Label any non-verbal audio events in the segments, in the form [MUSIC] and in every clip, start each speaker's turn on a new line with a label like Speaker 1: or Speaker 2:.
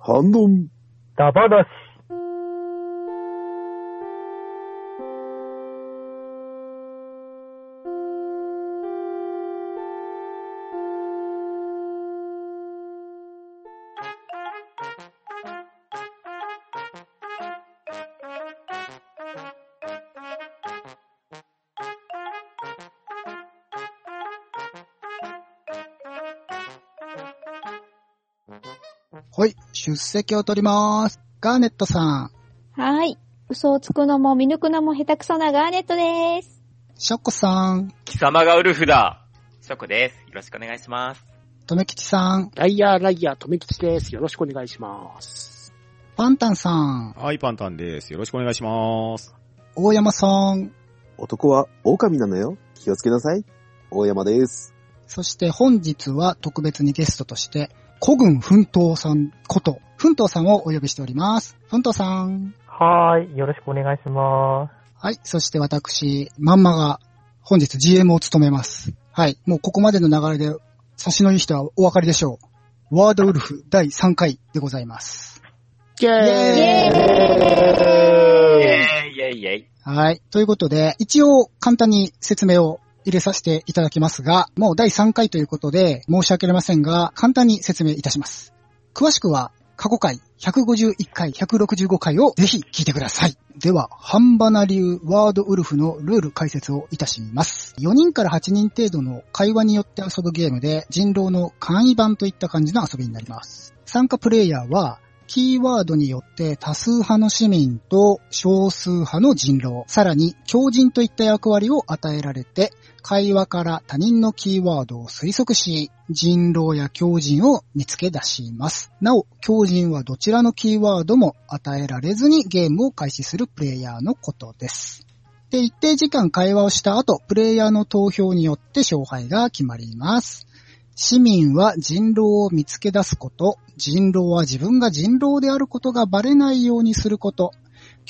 Speaker 1: ハンドン。
Speaker 2: ダバダシ。
Speaker 3: はい、出席を取ります。ガーネットさん、
Speaker 4: はーい。嘘をつくのも見抜くのも下手くそなガーネットでーす。
Speaker 3: ショコさん、
Speaker 5: 貴様がウルフだ。ショコです。よろしくお願いします。
Speaker 3: とめきちさん、
Speaker 6: ライヤーライヤー、とめきちです。よろしくお願いします。
Speaker 3: パンタンさん、
Speaker 7: はい、パンタンです。よろしくお願いします。
Speaker 3: 大山さん、
Speaker 1: 男は狼なのよ。気をつけなさい。大山です。
Speaker 3: そして本日は特別にゲストとして、古軍奮闘さんこと、奮闘さんをお呼びしております。奮闘さん。
Speaker 2: はーい。よろしくお願いします。
Speaker 3: はい、そして私、まんまが本日 GM を務めます。はい、もうここまでの流れで差しのいい人はお分かりでしょう。ワードウルフ第3回でございます。
Speaker 6: イェーイ
Speaker 3: イエ
Speaker 5: イェイイェイイェイ。
Speaker 3: はい。ということで、一応簡単に説明を入れさせていただきますが、もう第3回ということで申し訳ありませんが、簡単に説明いたします。詳しくは、過去回、151回、165回をぜひ聞いてください。では、ハンバナ流ワードウルフのルール解説をいたします。4人から8人程度の会話によって遊ぶゲームで、人狼の簡易版といった感じの遊びになります。参加プレイヤーは、キーワードによって多数派の市民と少数派の人狼、さらに狂人といった役割を与えられて、会話から他人のキーワードを推測し、人狼や狂人を見つけ出します。なお、狂人はどちらのキーワードも与えられずにゲームを開始するプレイヤーのことです。で、一定時間会話をした後、プレイヤーの投票によって勝敗が決まります。市民は人狼を見つけ出すこと、人狼は自分が人狼であることがバレないようにすること、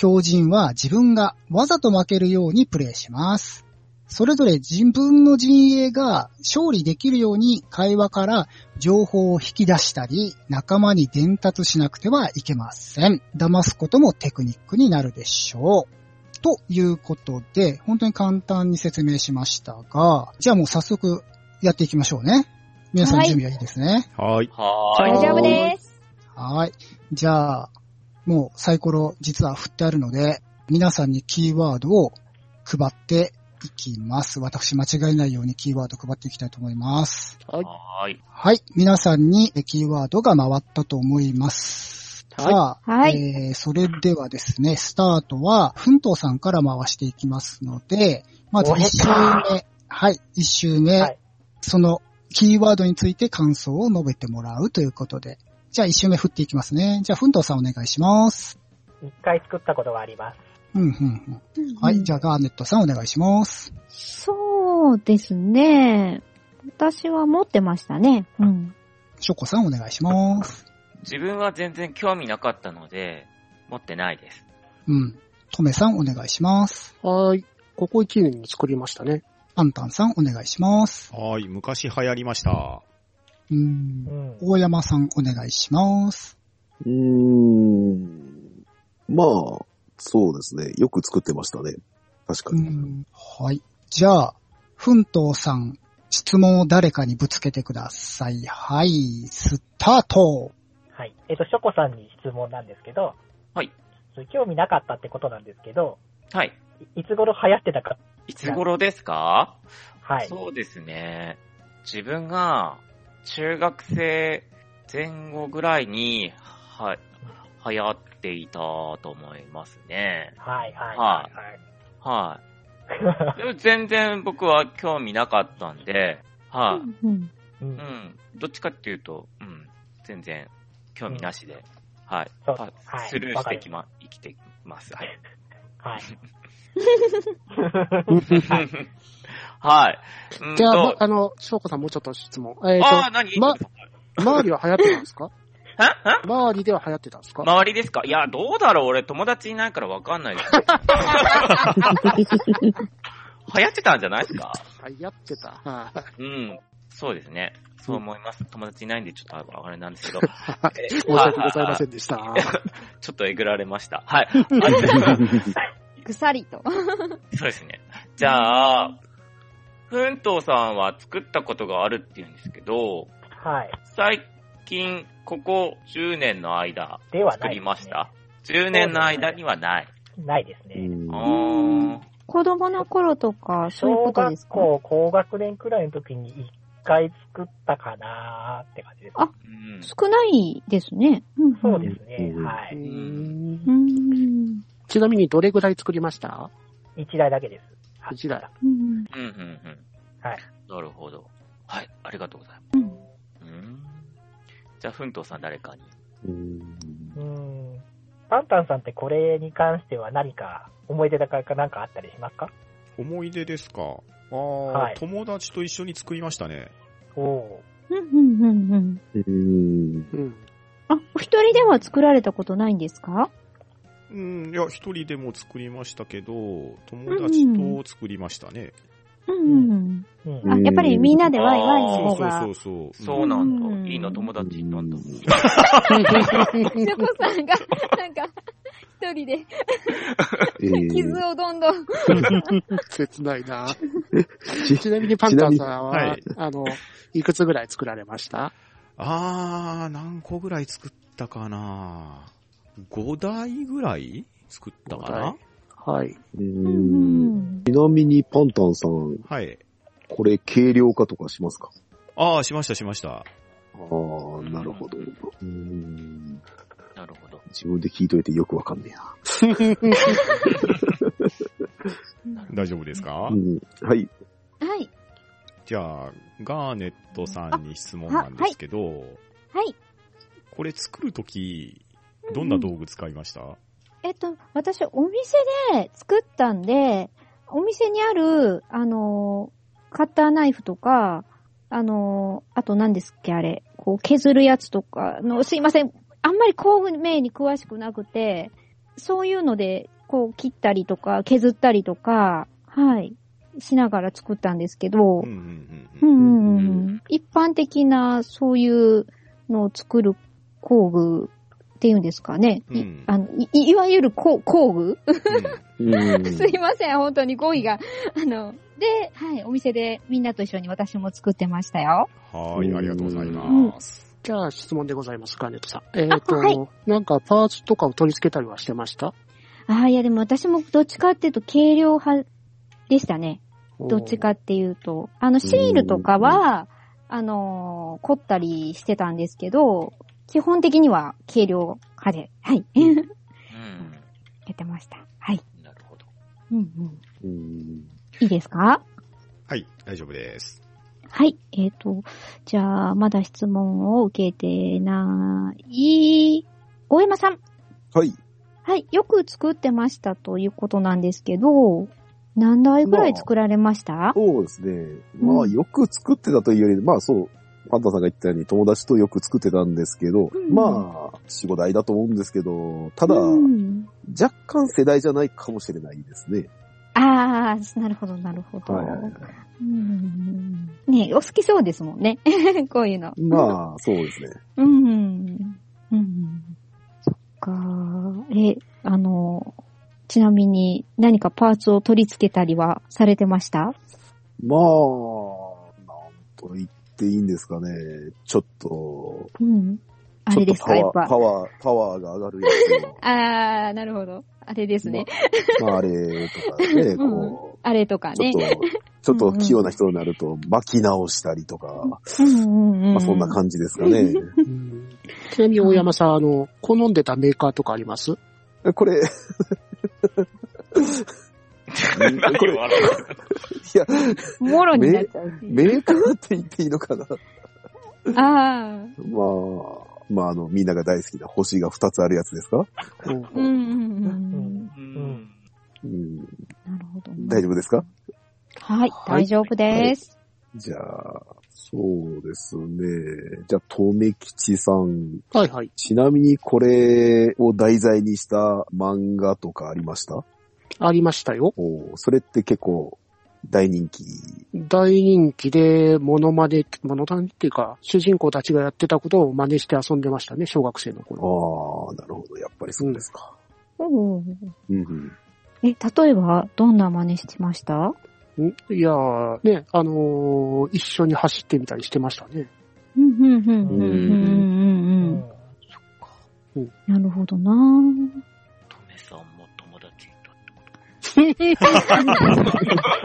Speaker 3: 狂人は自分がわざと負けるようにプレイします。それぞれ自分の陣営が勝利できるように会話から情報を引き出したり、仲間に伝達しなくてはいけません。騙すこともテクニックになるでしょう。ということで、本当に簡単に説明しましたが、じゃあもう早速やっていきましょうね。皆さん準備はいいですね。
Speaker 7: はーい。
Speaker 5: は
Speaker 4: 大
Speaker 5: ーい。
Speaker 4: 丈夫です。
Speaker 3: はい。じゃあ、もうサイコロ実は振ってあるので、皆さんにキーワードを配っていきます。私間違いないようにキーワード配っていきたいと思います。
Speaker 6: はい。
Speaker 5: はーい。
Speaker 3: はい。皆さんにキーワードが回ったと思います。
Speaker 6: はい
Speaker 3: さあ、
Speaker 4: はい
Speaker 3: えー、それではですね、スタートは、奮闘さんから回していきますので、まず
Speaker 2: お
Speaker 3: 1
Speaker 2: へ
Speaker 3: 周目、はい、1周目、
Speaker 2: はい
Speaker 3: そのキーワードについて感想を述べてもらうということで、じゃあ1周目振っていきますね。じゃあ、奮闘さんお願いします。
Speaker 2: 一回作ったことがあります。
Speaker 3: うん、うん、うん。はい、じゃあ、ガーネットさんお願いします。
Speaker 4: そうですね。私は持ってましたね。うん。
Speaker 3: ショコさんお願いします。
Speaker 5: 自分は全然興味なかったので、持ってないです。
Speaker 3: うん。トメさんお願いします。
Speaker 6: はーい。ここ1年に作りました [LAUGHS] ね。
Speaker 3: パンタンさんお願いします。
Speaker 7: はーい。昔流行りました。
Speaker 3: うーん
Speaker 2: うん。
Speaker 3: 大山さんお願いします。
Speaker 1: うーん。まあ、そうですね。よく作ってましたね。確か
Speaker 3: う
Speaker 1: に。
Speaker 3: ん、はい。じゃあ、奮闘さん、質問を誰かにぶつけてください。はい、スタート
Speaker 2: はい。えっ、と、ショコさんに質問なんですけど、
Speaker 5: はい。
Speaker 2: それ興味なかったってことなんですけど、
Speaker 5: はい。
Speaker 2: いいつ頃流行ってたか。
Speaker 5: いつ頃ですか
Speaker 2: はい。
Speaker 5: そうですね。自分が中学生前後ぐらいに、は、流行っていたと思いますね。
Speaker 2: はい、はい、
Speaker 5: は
Speaker 2: はい
Speaker 5: はい。でも全然僕は興味なかったんで、はい、
Speaker 4: うん。
Speaker 2: [LAUGHS] うん
Speaker 5: うん。どっちかっていうと、うん。全然、興味なしで。はい。
Speaker 2: そう
Speaker 5: パ
Speaker 2: はい
Speaker 5: スルーしてきま、生きてます。はい。 [LAUGHS]
Speaker 2: はい。
Speaker 5: はい。うん
Speaker 6: じ
Speaker 5: と
Speaker 6: ゃあ、まあの、翔子さんもうちょっと質問。えっ、
Speaker 5: ああ、何、
Speaker 6: まと、周 [LAUGHS] りは流行ってたんですか
Speaker 5: ええ
Speaker 6: 周りでは流行ってたんですか、
Speaker 5: 周りですかいや、どうだろう俺、友達いないからわかんない
Speaker 6: [LAUGHS]
Speaker 5: です。流行ってたんじゃないですか
Speaker 6: 流行ってた。はい
Speaker 5: うん。そうですね。そう思います。友達いないんでちょっとあれなんですけど。
Speaker 6: [LAUGHS] 申し訳ございませんでした。
Speaker 5: ちょっとえぐられました。
Speaker 6: [LAUGHS]
Speaker 5: はい。あ
Speaker 4: ぐさりと。
Speaker 5: そうですね。じゃあ、ふんとうさんは作ったことがあるっていうんですけど、
Speaker 2: はい。
Speaker 5: 最近、ここ10年の間、
Speaker 2: では
Speaker 5: 作
Speaker 2: ないですね、
Speaker 5: りました。10年の間にはない。
Speaker 2: ないですね。
Speaker 5: あ
Speaker 1: ん
Speaker 5: ー
Speaker 4: 子供の頃とか、そういう
Speaker 2: 小
Speaker 4: ことで
Speaker 2: 学
Speaker 4: すか
Speaker 2: 校高学年くらいの時に一回作ったかなーって感じです。
Speaker 4: あ
Speaker 5: うん
Speaker 4: 少ないですね。ん
Speaker 2: そうですね。
Speaker 1: うん
Speaker 2: は
Speaker 6: う
Speaker 2: い。
Speaker 6: ん
Speaker 4: うーん。
Speaker 6: ちなみにどれぐらい作りました
Speaker 2: 一台だけです。はい
Speaker 6: 一台。
Speaker 4: うん
Speaker 5: うんうんうん。
Speaker 2: はい。
Speaker 5: なるほど。はい。ありがとうございます。うん。じゃあ、ふんとうさん誰かに。
Speaker 1: うん
Speaker 2: うーん。パンタンさんってこれに関しては何か思い出だからかなんかあったりしますか
Speaker 7: 思い出ですか。あー、
Speaker 2: はい
Speaker 7: 友達と一緒に作りましたね。
Speaker 2: おお
Speaker 4: うんうんうんうん。
Speaker 1: うん
Speaker 6: [LAUGHS] うん。
Speaker 4: あ、お一人では作られたことないんですか
Speaker 7: うん、いや、一人でも作りましたけど、友達と作りましたね。
Speaker 4: うんうん
Speaker 2: ー。うん
Speaker 4: うん。あ、やっぱりみんなでワイワイの
Speaker 5: う
Speaker 4: 方
Speaker 5: ん
Speaker 7: そうそう
Speaker 4: が
Speaker 7: そ。うそう。
Speaker 5: そう
Speaker 7: うん
Speaker 5: なんだ。
Speaker 4: うん
Speaker 5: いいの友達なんだもん。
Speaker 4: ひょこさんが、なんか、一人で
Speaker 1: えー
Speaker 4: 傷をどんどん。
Speaker 6: 切ない [LAUGHS] な。
Speaker 1: ち
Speaker 6: ちなみにパンタンさんは、
Speaker 7: ちなみにはい
Speaker 6: あの、いくつぐらい作られました
Speaker 7: あー、何個ぐらい作ったかな。5台ぐらい作ったか
Speaker 6: 五台
Speaker 7: な
Speaker 6: はい。
Speaker 1: う
Speaker 4: うんん
Speaker 1: ちなみにパンタンさん、
Speaker 7: はい。
Speaker 1: これ軽量化とかしますか
Speaker 7: あー、しましたしました。
Speaker 1: ああ、なるほど。うん
Speaker 5: なるほど。
Speaker 1: 自分で聞いといてよくわかんねえな。
Speaker 4: うん
Speaker 7: 大丈夫ですか、
Speaker 1: うんはい。
Speaker 4: はい。
Speaker 7: じゃあ、ガーネットさんに質問なんですけど、
Speaker 4: はい。
Speaker 7: これ作るとき、どんな道具使いました、
Speaker 4: えっと、私、お店で作ったんで、お店にある、あのー、カッターナイフとか、あのー、あと何ですっけ、あれ、こう削るやつとかの、すいません、あんまり工名に詳しくなくて、そういうので、こう切ったりとか、削ったりとか、はい、しながら作ったんですけど、
Speaker 7: うんうん
Speaker 4: う
Speaker 7: うんうん。
Speaker 4: んうんう。
Speaker 5: うん
Speaker 4: 一般的な、そういうのを作る工具っていうんですかね。い
Speaker 7: うん
Speaker 4: あのいいいわゆる工工具、
Speaker 1: うん
Speaker 4: すいません、本当に語彙が。あの、で、はい、お店でみんなと一緒に私も作ってましたよ。
Speaker 7: はーい、ありがとうございます。
Speaker 6: じゃあ質問でございます、ガーネットさん。えっ、と、
Speaker 4: はい
Speaker 6: なんかパーツとかを取り付けたりはしてました
Speaker 4: ああ、いやでも私もどっちかっていうと軽量派でしたね。どっち。かっていうと。あの、シールとかは、あのー凝ったりしてたんですけど、基本的には軽量派で、はい、 [LAUGHS] や
Speaker 5: うん。
Speaker 4: ってました。はい。
Speaker 5: なるほど。
Speaker 4: うんうん。
Speaker 1: うん
Speaker 4: いいですか
Speaker 7: はい、大丈夫です。
Speaker 4: はい。えっ、と、じゃあ、まだ質問を受けてない、大山さん。
Speaker 1: はい。
Speaker 4: はい。よく作ってましたということなんですけど、何台ぐらい作られました、
Speaker 1: そうですね。まあ、よく作ってたというより、まあそう、パンタンさんが言ったように友達とよく作ってたんですけど、
Speaker 4: うん
Speaker 1: まあ、4、5台だと思うんですけど、ただ、
Speaker 4: うん
Speaker 1: 若干世代じゃないかもしれないですね。
Speaker 4: ああ、なるほど、なるほど。
Speaker 1: はいはいはい
Speaker 4: うんねえお好きそうですもんね。 [LAUGHS] こういうの。
Speaker 1: まあ、そうですね。
Speaker 4: うん。うん。そっか。え、あの、ちなみに何かパーツを取り付けたりはされてました
Speaker 1: まあ、なんと言っていいんですかね。ちょっと、
Speaker 4: うん。あ
Speaker 1: ちょ
Speaker 4: れ
Speaker 1: っと
Speaker 4: です
Speaker 1: パ
Speaker 4: か、やっ
Speaker 1: ワー、
Speaker 4: ぱ
Speaker 1: パ。ワー、パワーが上がるや
Speaker 4: あー、なるほど。あれですね。
Speaker 1: つを、
Speaker 4: [LAUGHS]
Speaker 1: まあ、あれとかね、こ
Speaker 4: あれとか
Speaker 1: う、ちょ
Speaker 4: ね
Speaker 1: っ。と、ちょっと器用な人になると巻き直したりとか、
Speaker 4: うんうんうん。
Speaker 1: まあそんな感じですかね。
Speaker 6: うんちなみに大山さん、あの、好んでたメーカーとかあります
Speaker 1: これ、これ
Speaker 5: [LAUGHS] 何を笑ってる
Speaker 1: いや、
Speaker 4: もろになっちゃう。
Speaker 1: メーカーって言っていいのかな
Speaker 4: あー。
Speaker 1: まあ、まああの、みんなが大好きな星が2つあるやつですか
Speaker 4: うんうんうん。
Speaker 5: [LAUGHS] うん。
Speaker 1: うん、
Speaker 4: なるほど。
Speaker 1: 大丈夫ですか
Speaker 4: はい、大丈夫です。
Speaker 1: じゃあ、そうですね。じゃあ、とめきちさん。
Speaker 6: はいはい。
Speaker 1: ちなみにこれを題材にした漫画とかありました
Speaker 6: ありましたよ。
Speaker 1: おーそれって結構大人気。
Speaker 6: 大人気で、モノマネ、モノマネっていうか、主人公たちがやってたことを真似して遊んでましたね、小学生の
Speaker 1: ああ
Speaker 6: 頃。
Speaker 1: ー、なるほど。やっぱりそうですか。
Speaker 4: おー
Speaker 1: うんうん。
Speaker 4: え、例えば、どんな真似してました
Speaker 6: んいやー、ね、あのー一緒に走ってみたりしてましたね。
Speaker 4: うん、うん、うん、うん、うん、うん。
Speaker 5: そっか。
Speaker 4: なるほどな
Speaker 5: 乙女さんも友達いたってこと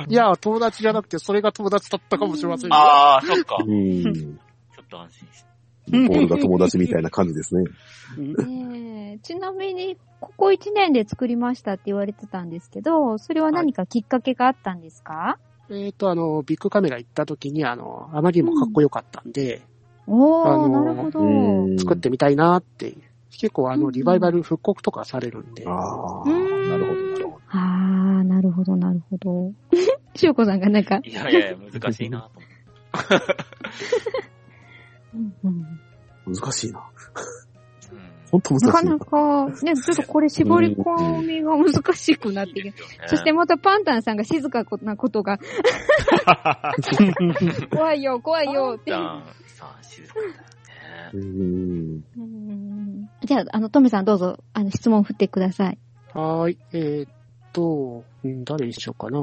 Speaker 6: いやー、友達じゃなくて、それが友達だったかもしれませんよ。
Speaker 5: ああ、そっか。
Speaker 1: うん。
Speaker 5: ちょっと安心して。
Speaker 1: ボールが友達みたいな感じですね。
Speaker 4: ねえちなみに、ここ1年で作りましたって言われてたんですけど、それは何かきっかけがあったんですか、
Speaker 6: えっ、と、あの、ビッグカメラ行った時に、あの、あまりにもかっこよかったんで、
Speaker 4: おー、
Speaker 6: あのー
Speaker 4: なるほど。
Speaker 1: うん。
Speaker 6: 作ってみたいなっていう。結構、あ
Speaker 4: う
Speaker 6: の、
Speaker 4: ん
Speaker 6: リバイバル復刻とかされるんで。
Speaker 1: ああ、
Speaker 4: う
Speaker 1: なるほど、
Speaker 4: ん
Speaker 1: なるほど。
Speaker 4: あー、なるほど、なるほ [LAUGHS] ど。しおこさんがなんか、
Speaker 5: いやいやいや、難しいなと思って。
Speaker 4: うんうん
Speaker 1: 難しいな。
Speaker 5: うん
Speaker 1: ほんと難しい
Speaker 4: な
Speaker 1: な。
Speaker 4: かなか、ね、ちょっとこれ絞り込みが難しくなってきて、そして、またパンタンさんが静かなこと
Speaker 1: [LAUGHS]
Speaker 4: が、怖いよ、怖いよって
Speaker 5: じ。ゃあ、さあ、静かだよね。
Speaker 1: うん。
Speaker 4: うんじゃあ、あの、トメさんどうぞ、あの、質問振ってください。
Speaker 6: はーい。えーっと、うん誰にしようかな。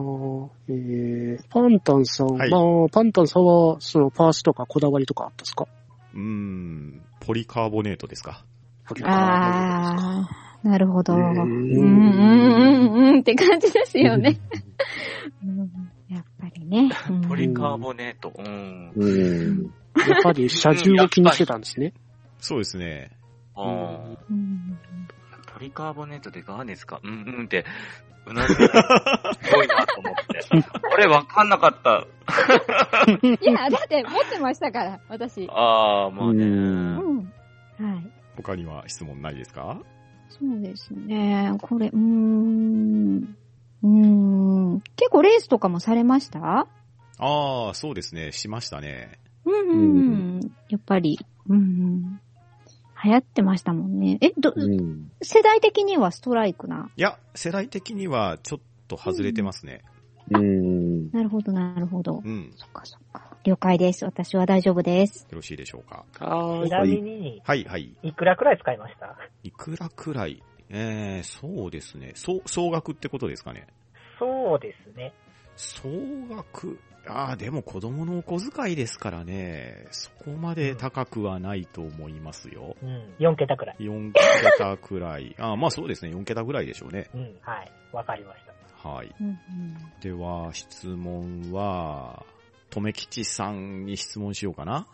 Speaker 6: えー、パンタンさん、
Speaker 7: はい
Speaker 6: まあ、パンタンさんは、その、パースとかこだわりとかあったですか
Speaker 7: うーん、ポリカーボネートですか。
Speaker 4: あー、なるほど。うん
Speaker 1: う
Speaker 4: うん
Speaker 1: ん
Speaker 4: うんうんって感じですよね。うんやっぱりね。うん
Speaker 5: ポリカーボネート。うん。
Speaker 1: うん。
Speaker 6: やっぱり、車重を気にしてたんですね。
Speaker 7: そうですね。
Speaker 5: うん
Speaker 4: うん
Speaker 5: ポリカーボネートでガーネスか。うんうんって、うなずいてた、すごいなと
Speaker 4: [LAUGHS]
Speaker 5: 思って。俺わかんなかった。
Speaker 4: いや、だって持ってましたから、私。
Speaker 5: ああ、まあね。
Speaker 1: うん
Speaker 4: うん。はい。
Speaker 7: 他には質問ないですか
Speaker 4: そうですね。これ、うーん。うーん。結構レースとかもされました
Speaker 7: ああ、そうですね。しましたね。
Speaker 4: うんう
Speaker 1: うん
Speaker 4: うん。やっぱり、うんうん。流行ってましたもんね。え、ど、
Speaker 1: うん。
Speaker 4: 世代的にはストライクない
Speaker 7: や、世代的にはちょっと外れてますね。
Speaker 1: うん。
Speaker 4: なるほど、なるほど。
Speaker 7: うん。よ
Speaker 4: そっかそっか。了解です。私は大丈夫です。
Speaker 7: ろしいでしょうか。
Speaker 6: はー
Speaker 2: ち
Speaker 6: い。
Speaker 2: なみに、
Speaker 7: はい、はい。
Speaker 2: いくらくらい使いました
Speaker 7: いくらくらいえー、そうですね。総、総額ってことですかね。
Speaker 2: そうですね。
Speaker 7: 総額、ああ、でも子供のお小遣いですからね、そこまで高くはないと思いますよ。
Speaker 2: うん。4桁くらい。
Speaker 7: 4桁くらい。ああ、まあそうですね、4桁ぐらいでしょうね。
Speaker 2: うん。はい。わかりました。
Speaker 7: はい。
Speaker 4: うんうん。
Speaker 7: では、質問は、とめきちさんに質問しようかな。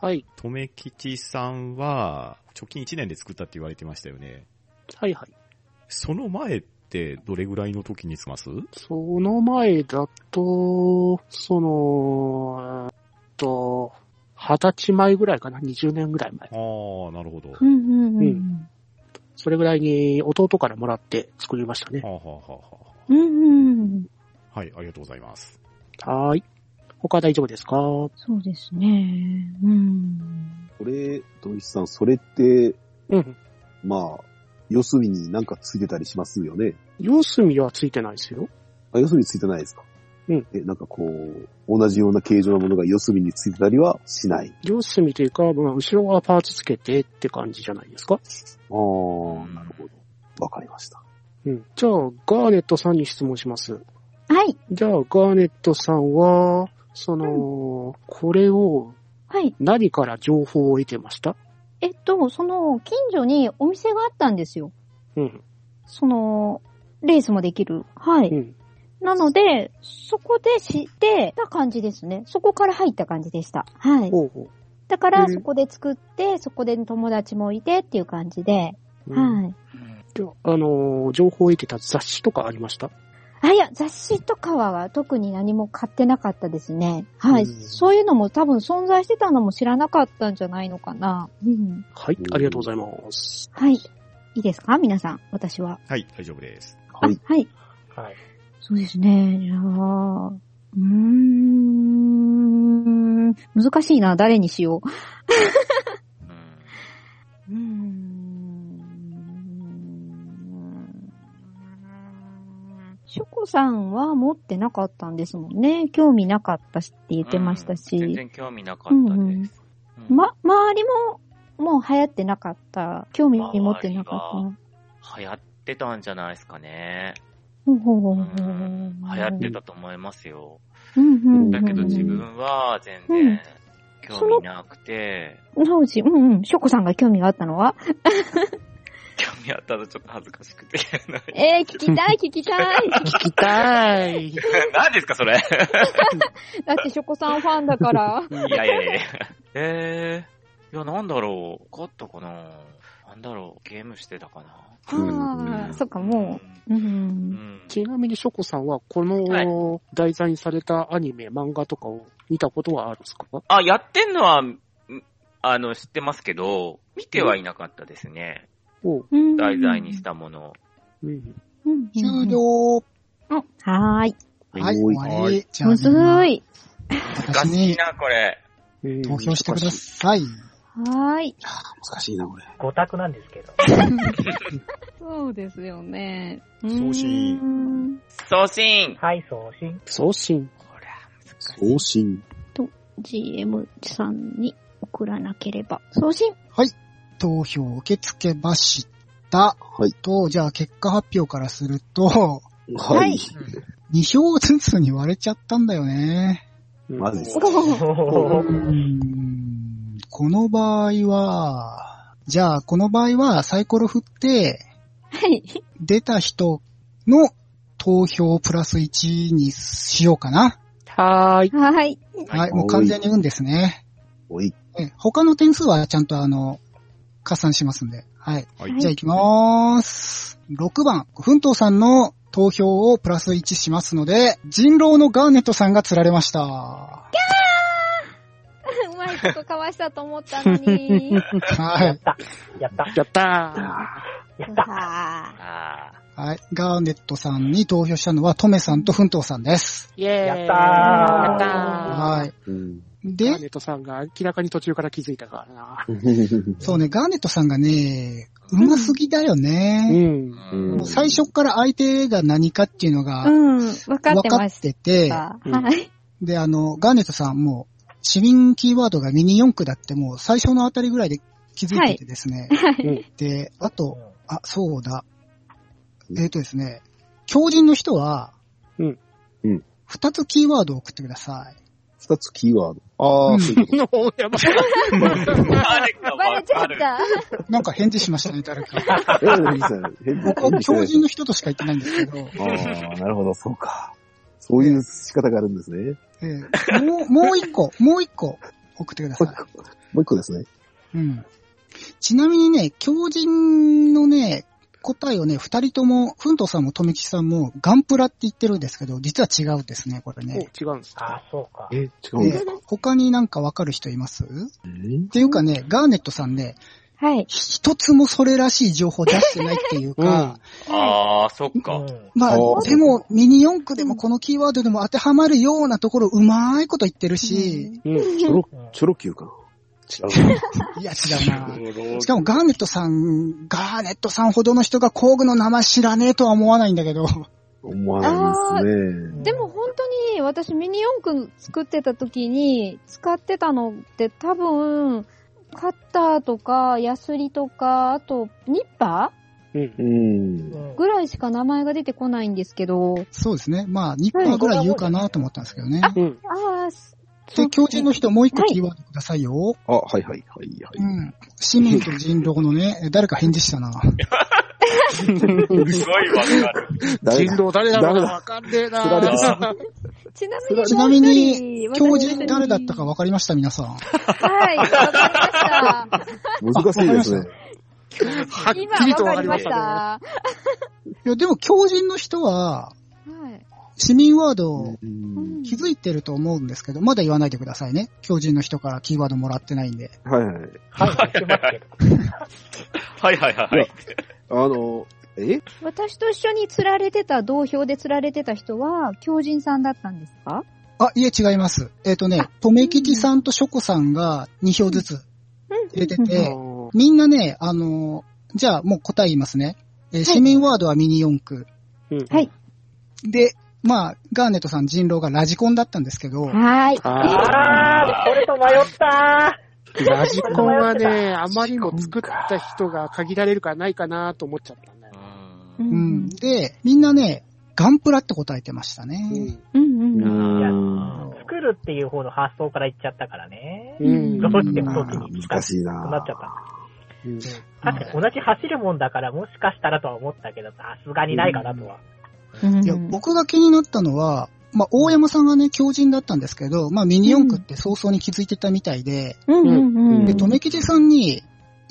Speaker 6: はい。
Speaker 7: とめきちさんは、直近1年で作ったって言われてましたよね。
Speaker 6: はいはい。
Speaker 7: その前ってどれぐらいの時に済ます
Speaker 6: その前だと、その、えーっと、二十歳前ぐらいかな、20年ぐらい前
Speaker 7: あ。あ、なるほど。は
Speaker 4: うんうんう。
Speaker 6: うんそれぐらいに弟からもらって作りましたね
Speaker 7: あ、。はあはあは
Speaker 4: うんうん。
Speaker 7: あ、はい、ありがとうございます。
Speaker 6: はーい。他大丈夫ですかう
Speaker 4: そうですね。うん。
Speaker 1: これ、ドイツさん、それって、
Speaker 6: ん。
Speaker 1: まあ、四隅になんかついてたりしますよね。
Speaker 6: 四隅はついてないですよ。
Speaker 1: あ、四隅ついてないですか
Speaker 6: うん。
Speaker 1: え、なんかこう、同じような形状なものが四隅についてたりはしない。
Speaker 6: 四隅というか、まあ、後ろはパーツつけてって感じじゃないですか
Speaker 1: あー、なるほど。わかりました。
Speaker 6: うん。じゃあ、ガーネットさんに質問します。
Speaker 4: はい。
Speaker 6: じゃあ、ガーネットさんは、その、これを
Speaker 4: はい。
Speaker 6: 何から情報を得てました
Speaker 4: えっと、その、近所にお店があったんですよ。
Speaker 6: うん。
Speaker 4: その、レースもできる。は
Speaker 6: う
Speaker 4: い。
Speaker 6: ん。
Speaker 4: なので、そこで知ってた感じですね。そこから入った感じでした。はい。
Speaker 6: ほうほ
Speaker 4: だから、
Speaker 6: うん
Speaker 4: そこで作って、そこで友達もいてっていう感じで、
Speaker 6: う。うん
Speaker 4: はい。
Speaker 6: じゃあ、あのー情報を得てた雑誌とかありました
Speaker 4: あ、いや、雑誌とかは特に何も買ってなかったですね。はい。
Speaker 6: うん
Speaker 4: そういうのも多分存在してたのも知らなかったんじゃないのかな。うん。
Speaker 6: はい
Speaker 1: うん。
Speaker 6: ありがとうございます。
Speaker 4: はい。いいですか皆さん、私は。
Speaker 7: はい、大丈夫です。
Speaker 1: はい。
Speaker 4: あはい。
Speaker 2: はい。
Speaker 4: そうですね。じゃあ、うーん。難しいな。誰にしよう。う
Speaker 5: うん
Speaker 4: ーん。ショコさんは持ってなかったんですもんね。興味なかったしって言ってましたし。
Speaker 5: うん全然興味なかったです。うん
Speaker 4: ま、周りも、もう流行ってなかった。興味持ってなかっ
Speaker 5: 流行ってたんじゃないですかね。
Speaker 4: た。ほうほうほう
Speaker 5: う
Speaker 4: ほうん
Speaker 5: 流行ってたと思いますよ。
Speaker 4: うんうんうんうん
Speaker 5: だけど自。分は全然興味なくて、
Speaker 4: 直ち、うんうん。ショコさんが興味があったのは
Speaker 5: 興味あったのちょっと恥ずかしくて。 [LAUGHS]
Speaker 4: えー、聞きたい、聞きたい。
Speaker 6: 聞きたい。
Speaker 5: 何ですかそれ
Speaker 4: だってショコさんファンだから。
Speaker 5: いやいやいやいや。 [LAUGHS] えー、いやなんだろう。勝ったかななんだろう。ゲームしてたかな
Speaker 4: ああ、そっか、もう。う。
Speaker 5: うんん。
Speaker 6: [LAUGHS] ちなみにショコさんは、こ
Speaker 5: はい
Speaker 6: の題材にされたアニメ、漫画とかを見たことはあるんですか
Speaker 5: あ、やってんのは、んあの、知ってますけど、見てはいなかったですね。
Speaker 6: おう
Speaker 4: うん
Speaker 5: 題材にし。たもの。
Speaker 6: うん。
Speaker 4: うんうんうん
Speaker 3: 終了。
Speaker 4: はーい。
Speaker 3: はい、
Speaker 1: おい
Speaker 3: 終わり。じゃあ、
Speaker 4: むずー
Speaker 3: い。
Speaker 4: い。
Speaker 5: 難しいな、これ。
Speaker 6: うん
Speaker 3: 投票してください。
Speaker 4: はーい。
Speaker 1: 難しいな、これ。
Speaker 2: 五択なんですけど。
Speaker 4: そうですよね。
Speaker 7: 送信
Speaker 4: うーん。
Speaker 5: 送信
Speaker 2: はい、送信。
Speaker 6: 送信。
Speaker 5: これは難しい。
Speaker 1: 送信。
Speaker 4: GM さんに送らなければ。送信
Speaker 3: 投票受け付けました。
Speaker 1: はい。
Speaker 3: と、じゃあ結果発表からすると、 [LAUGHS]
Speaker 1: は
Speaker 4: はいい。
Speaker 3: 2票ずつに割れちゃったんだよね。
Speaker 1: マジっす
Speaker 4: お [LAUGHS] ー
Speaker 2: お
Speaker 3: うーんこの場合は、じゃあこの場合はサイコロ振って、
Speaker 4: はい。
Speaker 3: 出た人の投票プラス1にしようかな。
Speaker 6: はーい。
Speaker 4: はーい。
Speaker 5: はい
Speaker 3: はい、もう完全に運ですね。
Speaker 1: おい。
Speaker 3: え他の点数はちゃんとあの、加算しますんで。はい。
Speaker 7: は
Speaker 4: はい
Speaker 3: じゃあ行き
Speaker 4: [LAUGHS]
Speaker 3: まーす。6番、奮闘さんの投票をプラス1しますので、人狼のガーネットさんが釣られました。
Speaker 4: うまいことかわしたと思ったの
Speaker 3: [LAUGHS]
Speaker 4: に。 [LAUGHS]
Speaker 3: は
Speaker 2: やっ
Speaker 3: い。
Speaker 2: た。やった。
Speaker 6: やった
Speaker 2: やった。
Speaker 4: あ
Speaker 5: あ
Speaker 3: はい。ガーネットさんに投票したのは、トメさんと奮闘さんです。
Speaker 6: ーイェーイ
Speaker 2: やった
Speaker 6: やっ
Speaker 2: ー
Speaker 6: たー
Speaker 3: はい。
Speaker 1: うん。
Speaker 6: ガーネ
Speaker 3: で、
Speaker 6: ットさんが明らかに途中から気づいたからな。
Speaker 3: そうね、ガーネットさんがね、うますぎだよ
Speaker 6: う
Speaker 3: ね。
Speaker 6: [LAUGHS]
Speaker 5: ー
Speaker 6: ん。
Speaker 5: うん [LAUGHS]
Speaker 1: うん
Speaker 3: 最初から相手が何かっていうの
Speaker 4: ー
Speaker 3: が、
Speaker 4: うん。わかっ
Speaker 3: 分
Speaker 4: て
Speaker 3: か
Speaker 4: ま
Speaker 3: っ
Speaker 4: して
Speaker 3: て、
Speaker 4: た。
Speaker 6: うん
Speaker 4: はい。
Speaker 3: で、あの、ガーネットさんも、市民キーワードがミニ四駆だってもう最初のあたりぐらいで気づいててですね。
Speaker 6: い
Speaker 3: で、あ
Speaker 2: う
Speaker 3: と、
Speaker 2: ん
Speaker 3: あ、そうだ。えっ、とですね、狂人の人は、
Speaker 6: うん
Speaker 1: うん
Speaker 3: 二つキーワードを送ってください。
Speaker 1: 二つキーワード。あ
Speaker 3: うん
Speaker 1: あ、そういうこ
Speaker 6: の、やばい。
Speaker 5: 誰か
Speaker 4: バレちゃ
Speaker 5: わ
Speaker 4: っ
Speaker 5: かる。
Speaker 4: た。
Speaker 3: なんか返事しま
Speaker 6: [LAUGHS]
Speaker 3: したね、誰か。
Speaker 1: と。ええいいですね変
Speaker 3: 僕は狂人
Speaker 1: 変
Speaker 3: の人としか言ってないんですけど、
Speaker 1: ああ、なるほど、そうか。そういう仕方があるんですね。
Speaker 3: ええもう、もう一個、もう一個送ってくださ
Speaker 1: もう一
Speaker 3: い。
Speaker 1: 個もう一個ですね。
Speaker 3: うん。ちなみにね、狂人のね、答えをね、二人とも、ふんとうさんもとめきちさんも、ガンプラって言ってるんですけど、実は違うんですね、これね。
Speaker 6: [LAUGHS] お、違うんですか
Speaker 2: あ、そうか
Speaker 1: え。、違うんです
Speaker 3: え
Speaker 1: か
Speaker 3: え他になんかわかる人いますっ
Speaker 1: え
Speaker 3: ていうかね、ガーネットさんね、
Speaker 4: はい。
Speaker 3: 一つもそれらしい情報出してないっていうか、
Speaker 5: ああ、そっ
Speaker 2: う
Speaker 5: か。
Speaker 2: ん。
Speaker 3: まあ
Speaker 1: あ、ー
Speaker 3: でも、ミニ四駆でもこのキーワードでも当てはまるようなところうまーいこと言ってるし、
Speaker 6: うん。
Speaker 1: チョロ
Speaker 2: うん、
Speaker 1: チョロ Q かな。違う。
Speaker 3: いや、違うな。しかもガーネットさん、ガーネットさんほどの人が工具の名前知らねえとは思わないんだけど。
Speaker 1: 思わないですね。
Speaker 4: でも本当に私ミニ四駆作ってた時に使ってたのって多分カッターとかヤスリとかあとニッパ
Speaker 6: うん
Speaker 1: う。。
Speaker 2: うんん
Speaker 4: ーぐらいしか名前が出てこないんですけど
Speaker 3: そうですね。まあ、ニッパーぐらい言うかなと思ったんですけどね。
Speaker 6: うん。
Speaker 4: ああす
Speaker 3: で、
Speaker 4: そう
Speaker 3: 狂人の人もう一個
Speaker 4: はい
Speaker 3: キーワードくださいよ。
Speaker 1: あ、はいはいはいは
Speaker 3: う
Speaker 1: い。
Speaker 3: ん。市民と人狼のね、誰か返事したな。
Speaker 5: すごいわかる。
Speaker 1: 誰だ
Speaker 6: 人狼 [LAUGHS] 誰だ
Speaker 1: 誰
Speaker 6: ろう
Speaker 1: だ
Speaker 6: わかんねえ
Speaker 1: 釣られ
Speaker 6: な
Speaker 4: ちな
Speaker 3: ちな
Speaker 4: み
Speaker 3: み
Speaker 4: に
Speaker 3: に
Speaker 4: も、う一人
Speaker 3: 狂人誰だったか分かりました、皆さん。
Speaker 4: はいわかりまし
Speaker 1: 難しいですね。
Speaker 6: はったき
Speaker 4: 今
Speaker 6: りと
Speaker 4: わかり
Speaker 6: わかり
Speaker 4: ま
Speaker 6: ま
Speaker 4: し
Speaker 6: したた
Speaker 3: いや、でも狂人の人は、
Speaker 4: はい
Speaker 3: 市民ワードを
Speaker 1: うん
Speaker 3: 気づいてると思うんですけど、まだ言わないでくださいね。狂人の人からキーワードもらってないんで。
Speaker 1: はいはい。
Speaker 2: はい、言ってますけど。
Speaker 5: はいはいはいはい。
Speaker 1: あの、え
Speaker 4: 私と一緒に釣られてた同票で釣られてた人は狂人さんだったんですか
Speaker 3: あ、いえ、違います。えっ、とね、とめきちさんとしょこさんが2票ずつ入れて
Speaker 4: うん
Speaker 3: て、
Speaker 6: ー。
Speaker 3: みんなね、あのーじゃあもう答え言いますね。えー市民ワードはミニ四駆。
Speaker 6: うん
Speaker 4: はい
Speaker 3: で、まあ、ガーネットさん人狼がラジコンだったんですけど、
Speaker 4: はーい。
Speaker 2: あー、これと迷った
Speaker 6: ラジコンはね、あまりにも作った人が限られるかないかなと思っちゃったんだよ
Speaker 5: う
Speaker 6: ね。
Speaker 5: ん
Speaker 4: う
Speaker 3: うんん。。で、みんなね、ガンプラって答えてましたね。
Speaker 6: うん
Speaker 4: うんうんうん。
Speaker 1: ん
Speaker 2: ー。作るっていう方の発想からいっちゃったからね。
Speaker 6: う
Speaker 4: うん
Speaker 6: ん
Speaker 2: どうしても
Speaker 1: ま
Speaker 2: そ
Speaker 1: あ
Speaker 2: っちに
Speaker 1: 難しいな
Speaker 2: なっちゃった。
Speaker 6: うん
Speaker 2: 確かに同じ走るもんだから、もしかしたらとは思ったけど、さすがにないかなとは。
Speaker 4: うん
Speaker 3: いや、僕が気になったのは、まあ、大山さんがね、狂人だったんですけど、まあ、ミニ四駆って早々に気づいてたみたいで、
Speaker 4: うんうんうん。
Speaker 3: で、留吉さんに、